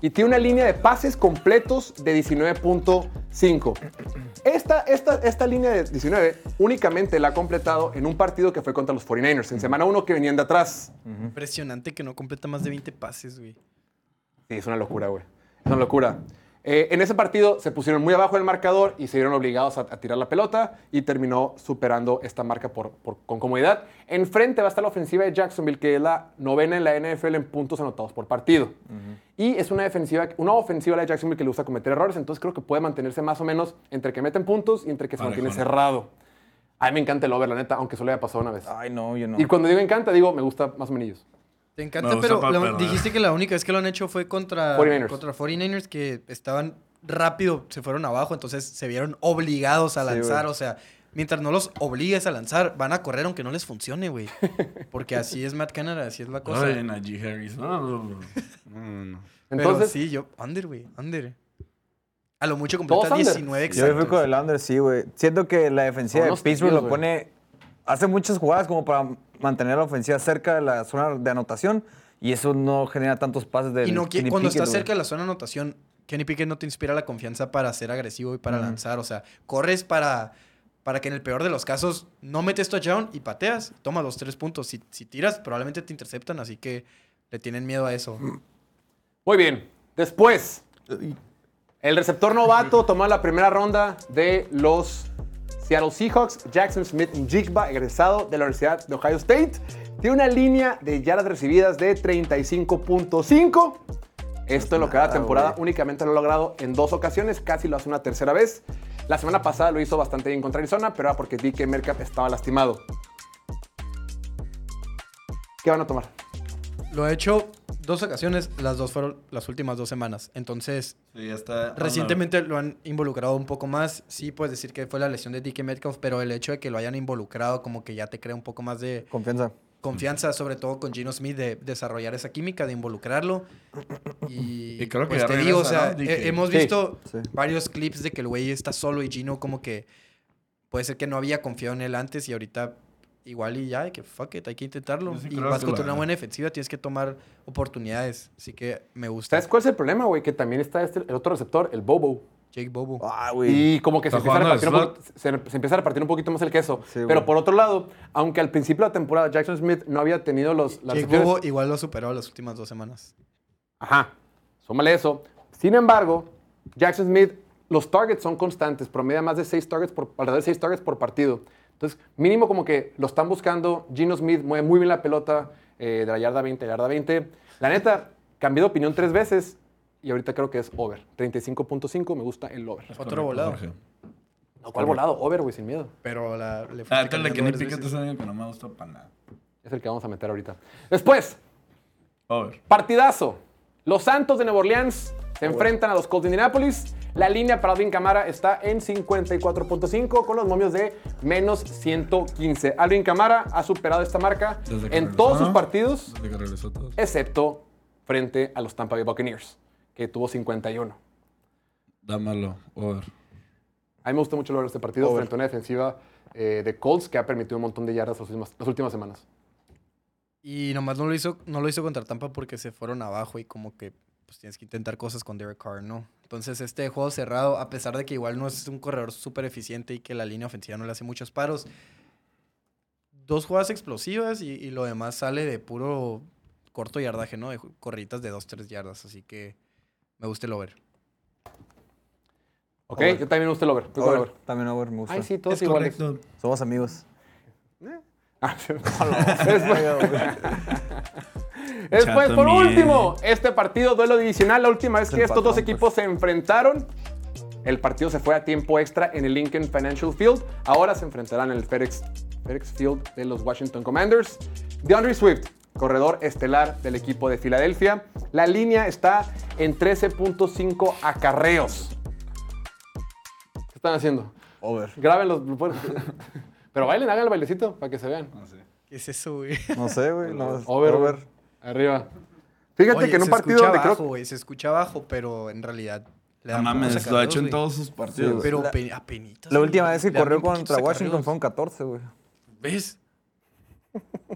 [SPEAKER 1] y tiene una línea de pases completos de 19.5. Esta, esta, esta línea de 19 únicamente la ha completado en un partido que fue contra los 49ers, en semana 1 que venían de atrás.
[SPEAKER 4] Impresionante que no completa más de 20 pases, güey.
[SPEAKER 1] Sí, es una locura, güey. Es una locura. Eh, en ese partido se pusieron muy abajo del marcador y se vieron obligados a, a tirar la pelota y terminó superando esta marca por, por- con comodidad. Enfrente va a estar la ofensiva de Jacksonville, que es la novena en la NFL en puntos anotados por partido. Y es una defensiva, una ofensiva la de Jacksonville que le gusta cometer errores, entonces creo que puede mantenerse más o menos entre que meten puntos y entre que se mantiene
[SPEAKER 7] Parejón.
[SPEAKER 1] cerrado. A mí me encanta el over, la neta, aunque solo haya pasado una vez.
[SPEAKER 5] Ay, no, yo Ah, no.
[SPEAKER 1] Y cuando digo encanta, digo me gusta más o menos.
[SPEAKER 4] Te
[SPEAKER 7] Me
[SPEAKER 4] encanta,
[SPEAKER 7] gusta
[SPEAKER 4] pero
[SPEAKER 7] pa'
[SPEAKER 4] la-
[SPEAKER 7] perder.
[SPEAKER 4] dijiste que la única vez que lo han hecho fue contra
[SPEAKER 1] 49ers.
[SPEAKER 4] contra 49ers que estaban rápido, se fueron abajo, entonces se vieron obligados a
[SPEAKER 5] Sí,
[SPEAKER 4] lanzar.
[SPEAKER 5] güey.
[SPEAKER 4] o sea, mientras no los obligues a lanzar, van a correr aunque no les funcione, güey. Porque así es Matt Canada, así es la cosa.
[SPEAKER 7] Ay, Najee Harris. No, no, no. No, no.
[SPEAKER 1] Entonces,
[SPEAKER 4] pero sí, yo, under, güey, under. A lo mucho
[SPEAKER 1] Todos
[SPEAKER 4] completa
[SPEAKER 1] under.
[SPEAKER 4] 19
[SPEAKER 5] Yo me fui con
[SPEAKER 4] exactos.
[SPEAKER 5] el under, sí, güey. Siento que la defensiva
[SPEAKER 1] Son
[SPEAKER 5] de
[SPEAKER 1] los
[SPEAKER 5] Pittsburgh
[SPEAKER 1] tíos,
[SPEAKER 5] lo
[SPEAKER 1] güey.
[SPEAKER 5] pone. Hace muchas jugadas como para mantener la ofensiva cerca de la zona de anotación y eso no genera tantos pases de.
[SPEAKER 4] Y no, qui- cuando estás cerca de la zona de anotación, Kenny Pickett no te inspira la confianza para ser agresivo y para
[SPEAKER 5] Ujú.
[SPEAKER 4] lanzar. O sea, corres para, para que en el peor de los casos no metes touchdown y pateas. Toma los tres puntos. Si, si tiras, probablemente te interceptan, así que le tienen miedo a eso.
[SPEAKER 1] Muy bien. Después, el receptor novato tomó la primera ronda de los Seattle Seahawks. Jackson Smith Njigba, egresado de la Universidad de Ohio State. Tiene una línea de yardas recibidas de 35.5. Esto es lo que da la temporada únicamente lo ha logrado en dos ocasiones, casi lo hace una tercera vez. La semana pasada lo hizo bastante bien contra Arizona, pero era porque DK Metcalf estaba lastimado. ¿Qué van a tomar?
[SPEAKER 4] Lo he hecho dos ocasiones, las dos fueron las últimas dos semanas. Entonces,
[SPEAKER 7] Sí, ya está.
[SPEAKER 4] Recientemente lo han involucrado un poco más. Sí, puedes decir que fue la lesión de Dickie Metcalf, pero el hecho de que lo hayan involucrado como que ya te crea un poco más de
[SPEAKER 5] Confianza.
[SPEAKER 4] confianza, sobre todo con Gino Smith, de desarrollar esa química, de involucrarlo. Y,
[SPEAKER 7] Y creo que
[SPEAKER 4] pues
[SPEAKER 7] ya
[SPEAKER 4] te digo, o
[SPEAKER 7] regresa,
[SPEAKER 4] sea,
[SPEAKER 7] ¿no?
[SPEAKER 4] he-
[SPEAKER 7] Dije.
[SPEAKER 4] hemos
[SPEAKER 1] Sí,
[SPEAKER 4] visto
[SPEAKER 5] sí.
[SPEAKER 4] varios clips de que el güey está solo y Gino como que puede ser que no había confiado en él antes y ahorita igual y ya, de que fuck it, hay que intentarlo.
[SPEAKER 7] Yo sí
[SPEAKER 4] y
[SPEAKER 7] creo
[SPEAKER 4] vas
[SPEAKER 7] que
[SPEAKER 4] contra
[SPEAKER 7] lo
[SPEAKER 4] una
[SPEAKER 7] hará.
[SPEAKER 4] buena defensiva, tienes que tomar oportunidades. Así que me gusta.
[SPEAKER 1] ¿Sabes cuál es el problema, güey? Que también está este- el otro receptor, el Bobo.
[SPEAKER 4] Jake Bobo.
[SPEAKER 5] Ah, güey.
[SPEAKER 1] Y como que se
[SPEAKER 7] Está
[SPEAKER 1] empieza, a
[SPEAKER 7] jugando de
[SPEAKER 1] repartir un poquito- se- se empieza a repartir un poquito más el queso.
[SPEAKER 5] Sí, güey.
[SPEAKER 1] Pero por otro lado, aunque al principio de la temporada Jackson Smith no había tenido los, las
[SPEAKER 4] Jake
[SPEAKER 1] recepciones-
[SPEAKER 4] Bobo igual lo superó las últimas dos semanas.
[SPEAKER 1] Ajá, súmale eso. Sin embargo, Jackson Smith, los targets son constantes, promedia más de 6 targets por, alrededor de 6 targets por partido. Entonces, mínimo como que lo están buscando. Gino Smith mueve muy bien la pelota eh, de la yarda 20 a la yarda 20. La neta, cambié de opinión tres veces y ahorita creo que es over. 35.5, me gusta el over.
[SPEAKER 4] Otro volado.
[SPEAKER 7] Ah,
[SPEAKER 1] No, ¿Cuál volado? Over, güey, sin miedo.
[SPEAKER 4] Pero la, le fuiste
[SPEAKER 7] Ah, tal de
[SPEAKER 4] cambiando
[SPEAKER 7] que ni
[SPEAKER 4] varias
[SPEAKER 7] pique
[SPEAKER 4] veces.
[SPEAKER 7] te año que no me gustó para nada.
[SPEAKER 1] Es el que vamos a meter ahorita. Después,
[SPEAKER 7] Over.
[SPEAKER 1] Partidazo. Los Santos de Nueva Orleans se enfrentan a los Colts de Indianapolis. La línea para Alvin Camara está en 54.5 con los momios de menos 115. Alvin Camara ha superado esta marca
[SPEAKER 7] Desde que
[SPEAKER 1] en todos
[SPEAKER 7] regresó,
[SPEAKER 1] sus
[SPEAKER 7] ¿no?
[SPEAKER 1] partidos,
[SPEAKER 7] Desde que regresó todos.
[SPEAKER 1] excepto frente a los Tampa Bay Buccaneers, que tuvo 51.
[SPEAKER 7] Dámelo. Over.
[SPEAKER 1] A mí me gusta mucho lo de este partido frente a una defensiva eh, de Colts que ha permitido un montón de yardas las últimas, las últimas semanas.
[SPEAKER 4] Y nomás no lo hizo, no lo hizo contra Tampa porque se fueron abajo y como que pues tienes que intentar cosas con Derek Carr, ¿no? Entonces este juego cerrado, a pesar de que igual no es un corredor súper eficiente y que la línea ofensiva no le hace muchos paros, dos jugadas explosivas y, y lo demás sale de puro corto yardaje, ¿no? De ju- corriditas de 2-3 yardas, así que me gusta el over.
[SPEAKER 1] ¿Ok? Yo también me gusta el over. me gusta el
[SPEAKER 5] Over,
[SPEAKER 1] over.
[SPEAKER 5] También over, me gusta.
[SPEAKER 1] Ay, sí, todos
[SPEAKER 3] es
[SPEAKER 1] iguales.
[SPEAKER 3] correcto.
[SPEAKER 5] Somos amigos.
[SPEAKER 1] Ah, sí. Después, por
[SPEAKER 7] también.
[SPEAKER 1] último, este partido, duelo divisional, la última vez que
[SPEAKER 5] Se
[SPEAKER 1] estos dos
[SPEAKER 5] empataron,
[SPEAKER 1] equipos se enfrentaron, el partido se fue a tiempo extra en el Lincoln Financial Field. Ahora se enfrentarán en el FedEx, FedEx Field de los Washington Commanders. DeAndre Swift, corredor estelar del equipo de Filadelfia. La línea está en 13.5 acarreos. ¿Qué están haciendo?
[SPEAKER 5] Over.
[SPEAKER 1] Graben los... Pero bailen, hagan el bailecito para que se vean.
[SPEAKER 4] ¿Qué es eso, güey?
[SPEAKER 5] No sé, güey. no,
[SPEAKER 1] Over, güey. Arriba. Fíjate
[SPEAKER 4] Oye,
[SPEAKER 1] que en un
[SPEAKER 4] se
[SPEAKER 1] partido
[SPEAKER 4] escucha
[SPEAKER 1] donde
[SPEAKER 4] abajo,
[SPEAKER 1] creo.
[SPEAKER 4] güey, se escucha abajo, pero en realidad le
[SPEAKER 7] No
[SPEAKER 4] dan pocos
[SPEAKER 7] mames, lo ha hecho en
[SPEAKER 4] acarreos,
[SPEAKER 7] todos sus partidos.
[SPEAKER 4] güey. Pero pe- apenitas,
[SPEAKER 5] La
[SPEAKER 4] güey,
[SPEAKER 5] última vez que
[SPEAKER 4] le dan
[SPEAKER 5] corrió
[SPEAKER 4] bien poquitos
[SPEAKER 5] contra Washington
[SPEAKER 4] acarreos.
[SPEAKER 5] fueron 14, güey.
[SPEAKER 4] ¿Ves?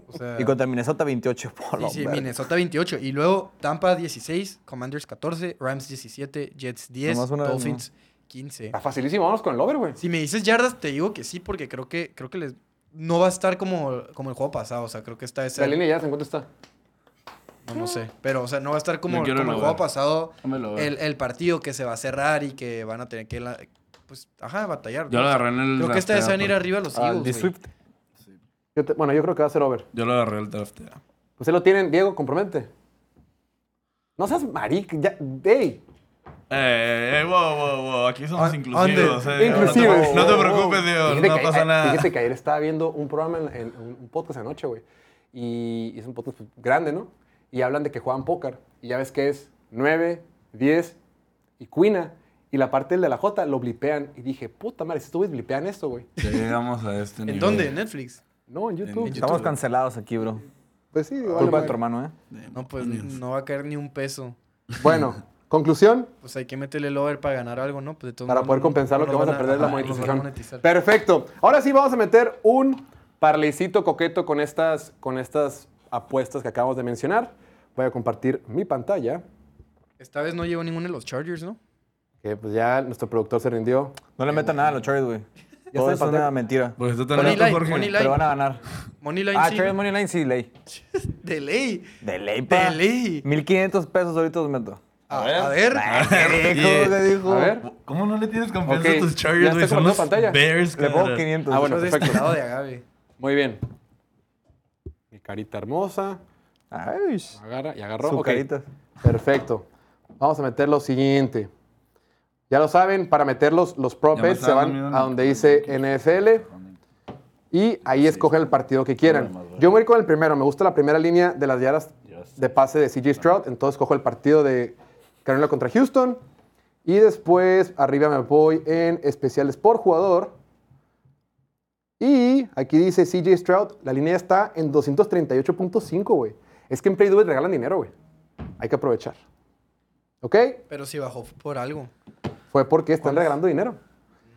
[SPEAKER 4] O sea,
[SPEAKER 5] Y contra Minnesota 28. Por
[SPEAKER 4] Ah. sí,
[SPEAKER 5] la
[SPEAKER 4] sí,
[SPEAKER 5] verga.
[SPEAKER 4] Minnesota 28. Y luego Tampa 16, Commanders 14, Rams 17, Jets 10,
[SPEAKER 5] Nomás una vez,
[SPEAKER 4] Dolphins 15.
[SPEAKER 1] Está Ah, facilísimo, vamos con el over, güey.
[SPEAKER 4] Si me dices yardas, te digo que sí, porque creo que, creo que les, no va a estar como, como el juego pasado. O sea, creo que está esa.
[SPEAKER 1] La línea ya se encuentra está.
[SPEAKER 4] No, no sé. Pero, o sea, no va a estar como,
[SPEAKER 7] Yo quiero
[SPEAKER 4] como el
[SPEAKER 7] el
[SPEAKER 4] juego
[SPEAKER 7] over.
[SPEAKER 4] pasado.
[SPEAKER 7] Dame el over.
[SPEAKER 4] El, el partido que se va a cerrar y que van a tener que. la- pues, ajá, batallar.
[SPEAKER 7] Yo
[SPEAKER 4] ¿no?
[SPEAKER 7] lo agarré en el pues.
[SPEAKER 4] Creo que esta vez se
[SPEAKER 7] drafteo,
[SPEAKER 4] van a ir
[SPEAKER 7] pero-
[SPEAKER 4] arriba los
[SPEAKER 5] Ah,
[SPEAKER 4] Eagles.
[SPEAKER 5] de
[SPEAKER 4] güey.
[SPEAKER 5] Swift.
[SPEAKER 1] Yo te- bueno, yo creo que va a ser over.
[SPEAKER 7] Yo lo agarré el drafteo.
[SPEAKER 1] Pues ahí lo tienen, Diego, compromete. No seas maric, ya. ¡Ey!
[SPEAKER 7] Eh, eh, wow, wow, wow. Aquí somos
[SPEAKER 4] Ah,
[SPEAKER 7] inclusivos.
[SPEAKER 4] ande.
[SPEAKER 7] eh, no te-
[SPEAKER 1] Inclusivos.
[SPEAKER 7] No te preocupes, Dios.
[SPEAKER 1] Fíjate
[SPEAKER 7] No
[SPEAKER 1] que-
[SPEAKER 7] pasa
[SPEAKER 1] eh,
[SPEAKER 7] nada.
[SPEAKER 1] Fíjate que ayer estaba viendo un programa, en, en- un un podcast anoche, güey. Y, y es un podcast pues, grande, ¿no? Y hablan de que juegan póker. Y ya ves que es 9, 10 y cuina. Y la parte del de la J lo blipean. Y dije, puta madre, si tú blipean esto, güey.
[SPEAKER 7] Ya llegamos a este nivel.
[SPEAKER 4] ¿En dónde? ¿En Netflix?
[SPEAKER 1] No, en YouTube.
[SPEAKER 7] YouTube.
[SPEAKER 5] Estamos cancelados aquí, bro.
[SPEAKER 1] Pues sí, vale,
[SPEAKER 5] Culpa
[SPEAKER 1] madre.
[SPEAKER 5] de tu hermano, ¿eh?
[SPEAKER 4] No, pues no va a caer ni un peso.
[SPEAKER 1] Bueno, conclusión,
[SPEAKER 4] Pues hay que meterle el over para ganar algo, ¿no? Pues de todos
[SPEAKER 1] para
[SPEAKER 4] modos
[SPEAKER 1] poder
[SPEAKER 4] no-
[SPEAKER 1] compensar lo
[SPEAKER 4] no
[SPEAKER 1] que
[SPEAKER 4] nos
[SPEAKER 1] vamos a
[SPEAKER 4] van
[SPEAKER 1] perder la
[SPEAKER 4] ajá, no nos van a
[SPEAKER 1] monetización.
[SPEAKER 4] monetizar.
[SPEAKER 1] Perfecto. Ahora sí vamos a meter un parlecito coqueto con estas, con estas apuestas que acabamos de mencionar. Voy a compartir mi pantalla,
[SPEAKER 4] Esta vez no llevo ninguno de los Chargers, ¿no?
[SPEAKER 1] que pues ya nuestro productor se rindió.
[SPEAKER 5] No le metan nada a los Chargers, güey.
[SPEAKER 1] Ya
[SPEAKER 5] Todo
[SPEAKER 1] estoy
[SPEAKER 5] es una
[SPEAKER 1] empatado.
[SPEAKER 5] mentira.
[SPEAKER 7] Pues está tan
[SPEAKER 4] Money
[SPEAKER 7] listo,
[SPEAKER 4] line,
[SPEAKER 7] Jorge.
[SPEAKER 4] money
[SPEAKER 5] Pero
[SPEAKER 4] line.
[SPEAKER 5] van a ganar.
[SPEAKER 4] Money line,
[SPEAKER 5] Ah,
[SPEAKER 4] sí.
[SPEAKER 5] Chargers Money Line, sí, ley.
[SPEAKER 4] De ley.
[SPEAKER 5] De ley, pa.
[SPEAKER 4] De ley.
[SPEAKER 5] 1500 pesos ahorita os meto.
[SPEAKER 4] A, a ver.
[SPEAKER 1] Ah,
[SPEAKER 5] ¿Qué dijo? ¿Qué dijo?
[SPEAKER 1] A ver.
[SPEAKER 7] ¿Cómo no le tienes confianza
[SPEAKER 1] Ok,
[SPEAKER 7] a tus
[SPEAKER 1] ya
[SPEAKER 7] Chargers,
[SPEAKER 1] está
[SPEAKER 7] güey? Son
[SPEAKER 1] colocando
[SPEAKER 7] los
[SPEAKER 1] pantalla.
[SPEAKER 7] Bears,
[SPEAKER 5] Le pongo
[SPEAKER 7] cara.
[SPEAKER 5] 500.
[SPEAKER 1] Ah, bueno,
[SPEAKER 4] Los
[SPEAKER 1] perfecto.
[SPEAKER 4] despilados de agave.
[SPEAKER 1] Muy bien. Mi carita hermosa.
[SPEAKER 5] Ay, su
[SPEAKER 1] Agarra y agarró. Ok.
[SPEAKER 5] carita.
[SPEAKER 1] Perfecto. Vamos a meter lo siguiente. Ya lo saben, para meter los, los prop
[SPEAKER 7] Ya me
[SPEAKER 1] bets se
[SPEAKER 7] estaba
[SPEAKER 1] van
[SPEAKER 7] dormido.
[SPEAKER 1] a donde dice NFL y ahí escogen el partido que quieran. Yo me voy con el primero. Me gusta la primera línea de las yardas de pase de CJ Stroud. Entonces cojo el partido de Carolina contra Houston. Y después arriba me voy en especiales por jugador. Y aquí dice CJ Stroud, la línea está en 238.5, güey. Es que en PlayDuet regalan dinero, güey. Hay que aprovechar. ¿Ok?
[SPEAKER 4] Pero sí bajó por algo.
[SPEAKER 1] Fue porque están regalando dinero.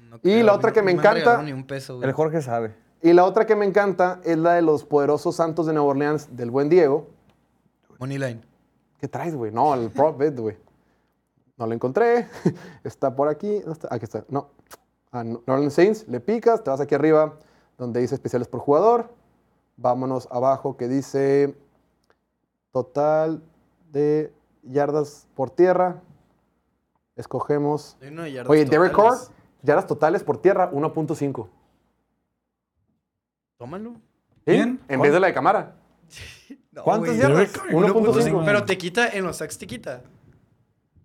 [SPEAKER 4] No
[SPEAKER 1] Y
[SPEAKER 4] creo,
[SPEAKER 1] la
[SPEAKER 4] a mí
[SPEAKER 1] otra
[SPEAKER 4] no-
[SPEAKER 1] que
[SPEAKER 4] no
[SPEAKER 1] me
[SPEAKER 4] han regalado
[SPEAKER 1] encanta-
[SPEAKER 4] Ni un peso, güey.
[SPEAKER 5] El Jorge sabe.
[SPEAKER 1] Y la otra que me encanta es la de los poderosos Santos de Nueva Orleans del buen Diego.
[SPEAKER 4] Money line.
[SPEAKER 1] ¿Qué traes, güey? No, el prop bet, güey. No lo encontré. Está por aquí. No está. Aquí está. No. Ah, no. New Orleans Saints, le picas, te vas aquí arriba donde dice especiales por jugador. Vámonos abajo que dice total de yardas por tierra. Escogemos.
[SPEAKER 4] Hay uno de yardas
[SPEAKER 1] Oye, Derek Carr,
[SPEAKER 4] totales.
[SPEAKER 1] yardas totales por tierra, 1.5.
[SPEAKER 4] Tómalo.
[SPEAKER 1] ¿Sí?
[SPEAKER 7] ¿Quién?
[SPEAKER 1] En vez de la de cámara.
[SPEAKER 4] No,
[SPEAKER 5] ¿Cuántos
[SPEAKER 4] güey.
[SPEAKER 5] yardas?
[SPEAKER 7] Derek Carr,
[SPEAKER 1] 1.5.
[SPEAKER 4] Pero te quita, en los sacks te quita.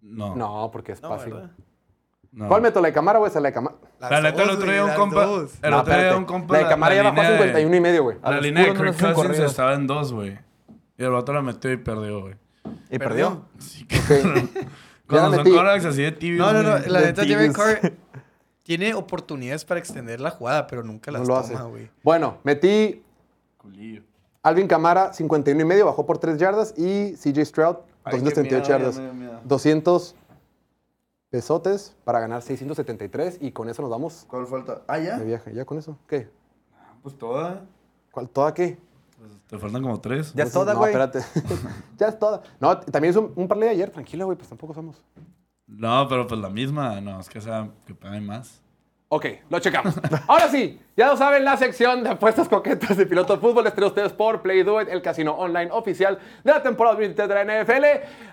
[SPEAKER 7] No. no.
[SPEAKER 1] No, porque es
[SPEAKER 4] No,
[SPEAKER 1] fácil.
[SPEAKER 4] ¿verdad?
[SPEAKER 7] no.
[SPEAKER 1] ¿Cuál meto? ¿La de cámara o esa de la de cámara?
[SPEAKER 7] La neta, el
[SPEAKER 4] dos,
[SPEAKER 7] otro
[SPEAKER 4] güey,
[SPEAKER 7] día un
[SPEAKER 4] las
[SPEAKER 7] compa.
[SPEAKER 4] dos.
[SPEAKER 7] El
[SPEAKER 1] No,
[SPEAKER 7] otro día
[SPEAKER 1] espérate.
[SPEAKER 7] un compa.
[SPEAKER 1] La de cámara ya bajó a
[SPEAKER 7] línea de-
[SPEAKER 1] 51 y medio, güey.
[SPEAKER 5] A
[SPEAKER 7] La
[SPEAKER 5] los
[SPEAKER 7] línea de
[SPEAKER 5] puros no
[SPEAKER 7] Kirk
[SPEAKER 5] les hacen
[SPEAKER 7] Cousins
[SPEAKER 5] corridos.
[SPEAKER 7] estaba en dos, güey. Y el vato la metió y perdió, güey.
[SPEAKER 5] Y perdió.
[SPEAKER 7] Así que.
[SPEAKER 1] Ok. Ya la
[SPEAKER 7] Cuando
[SPEAKER 1] metí.
[SPEAKER 7] son corebacks así de tibios.
[SPEAKER 4] No, no, no.
[SPEAKER 7] güey.
[SPEAKER 4] La
[SPEAKER 5] de
[SPEAKER 4] neta, Derek
[SPEAKER 5] Tigres.
[SPEAKER 4] Carr tiene oportunidades para extender la jugada, pero nunca las
[SPEAKER 1] No lo hace.
[SPEAKER 4] toma, güey.
[SPEAKER 1] Bueno, metí
[SPEAKER 7] Culillo.
[SPEAKER 1] Alvin Camara 51 y medio, bajó por 3 yardas y CJ Stroud
[SPEAKER 7] Ay,
[SPEAKER 1] 238
[SPEAKER 7] qué miedo, ya
[SPEAKER 1] yardas.
[SPEAKER 7] me dio miedo.
[SPEAKER 1] 200
[SPEAKER 2] pesotes para ganar 673 y con eso nos vamos
[SPEAKER 6] ¿Cuál falta? Ah,
[SPEAKER 2] de
[SPEAKER 6] ya.
[SPEAKER 2] viaje. ¿Ya con eso? ¿Qué?
[SPEAKER 7] Pues toda.
[SPEAKER 2] ¿Cuál, ¿Toda qué?
[SPEAKER 7] pues, Te faltan como tres.
[SPEAKER 5] Ya es toda, güey.
[SPEAKER 2] No, espérate. ya es toda. No, t- también es un, un parlay ayer. Tranquila, güey, pues tampoco somos.
[SPEAKER 7] No, pero pues la misma. No, es que sea que paguen más.
[SPEAKER 1] Ok, lo checamos. Ahora sí, ya lo saben, la sección de apuestas coquetas de piloto de fútbol les trae a ustedes por Play Do It, el casino online oficial de la temporada 2023 de la NFL.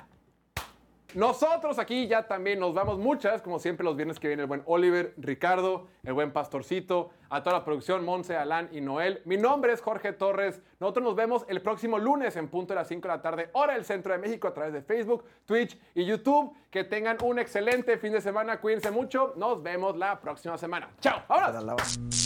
[SPEAKER 1] Nosotros aquí ya también nos vamos muchas, como siempre los viernes que viene el buen Oliver, Ricardo, el buen Pastorcito, a toda la producción, Monse, Alan y Noel. Mi nombre es Jorge Torres. Nosotros nos vemos el próximo lunes en punto de las 5 de la tarde, hora del centro de México, a través de Facebook, Twitch y YouTube. Que tengan un excelente fin de semana, cuídense mucho. Nos vemos la próxima semana. ¡Chao! ¡Vámonos!
[SPEAKER 2] Para la-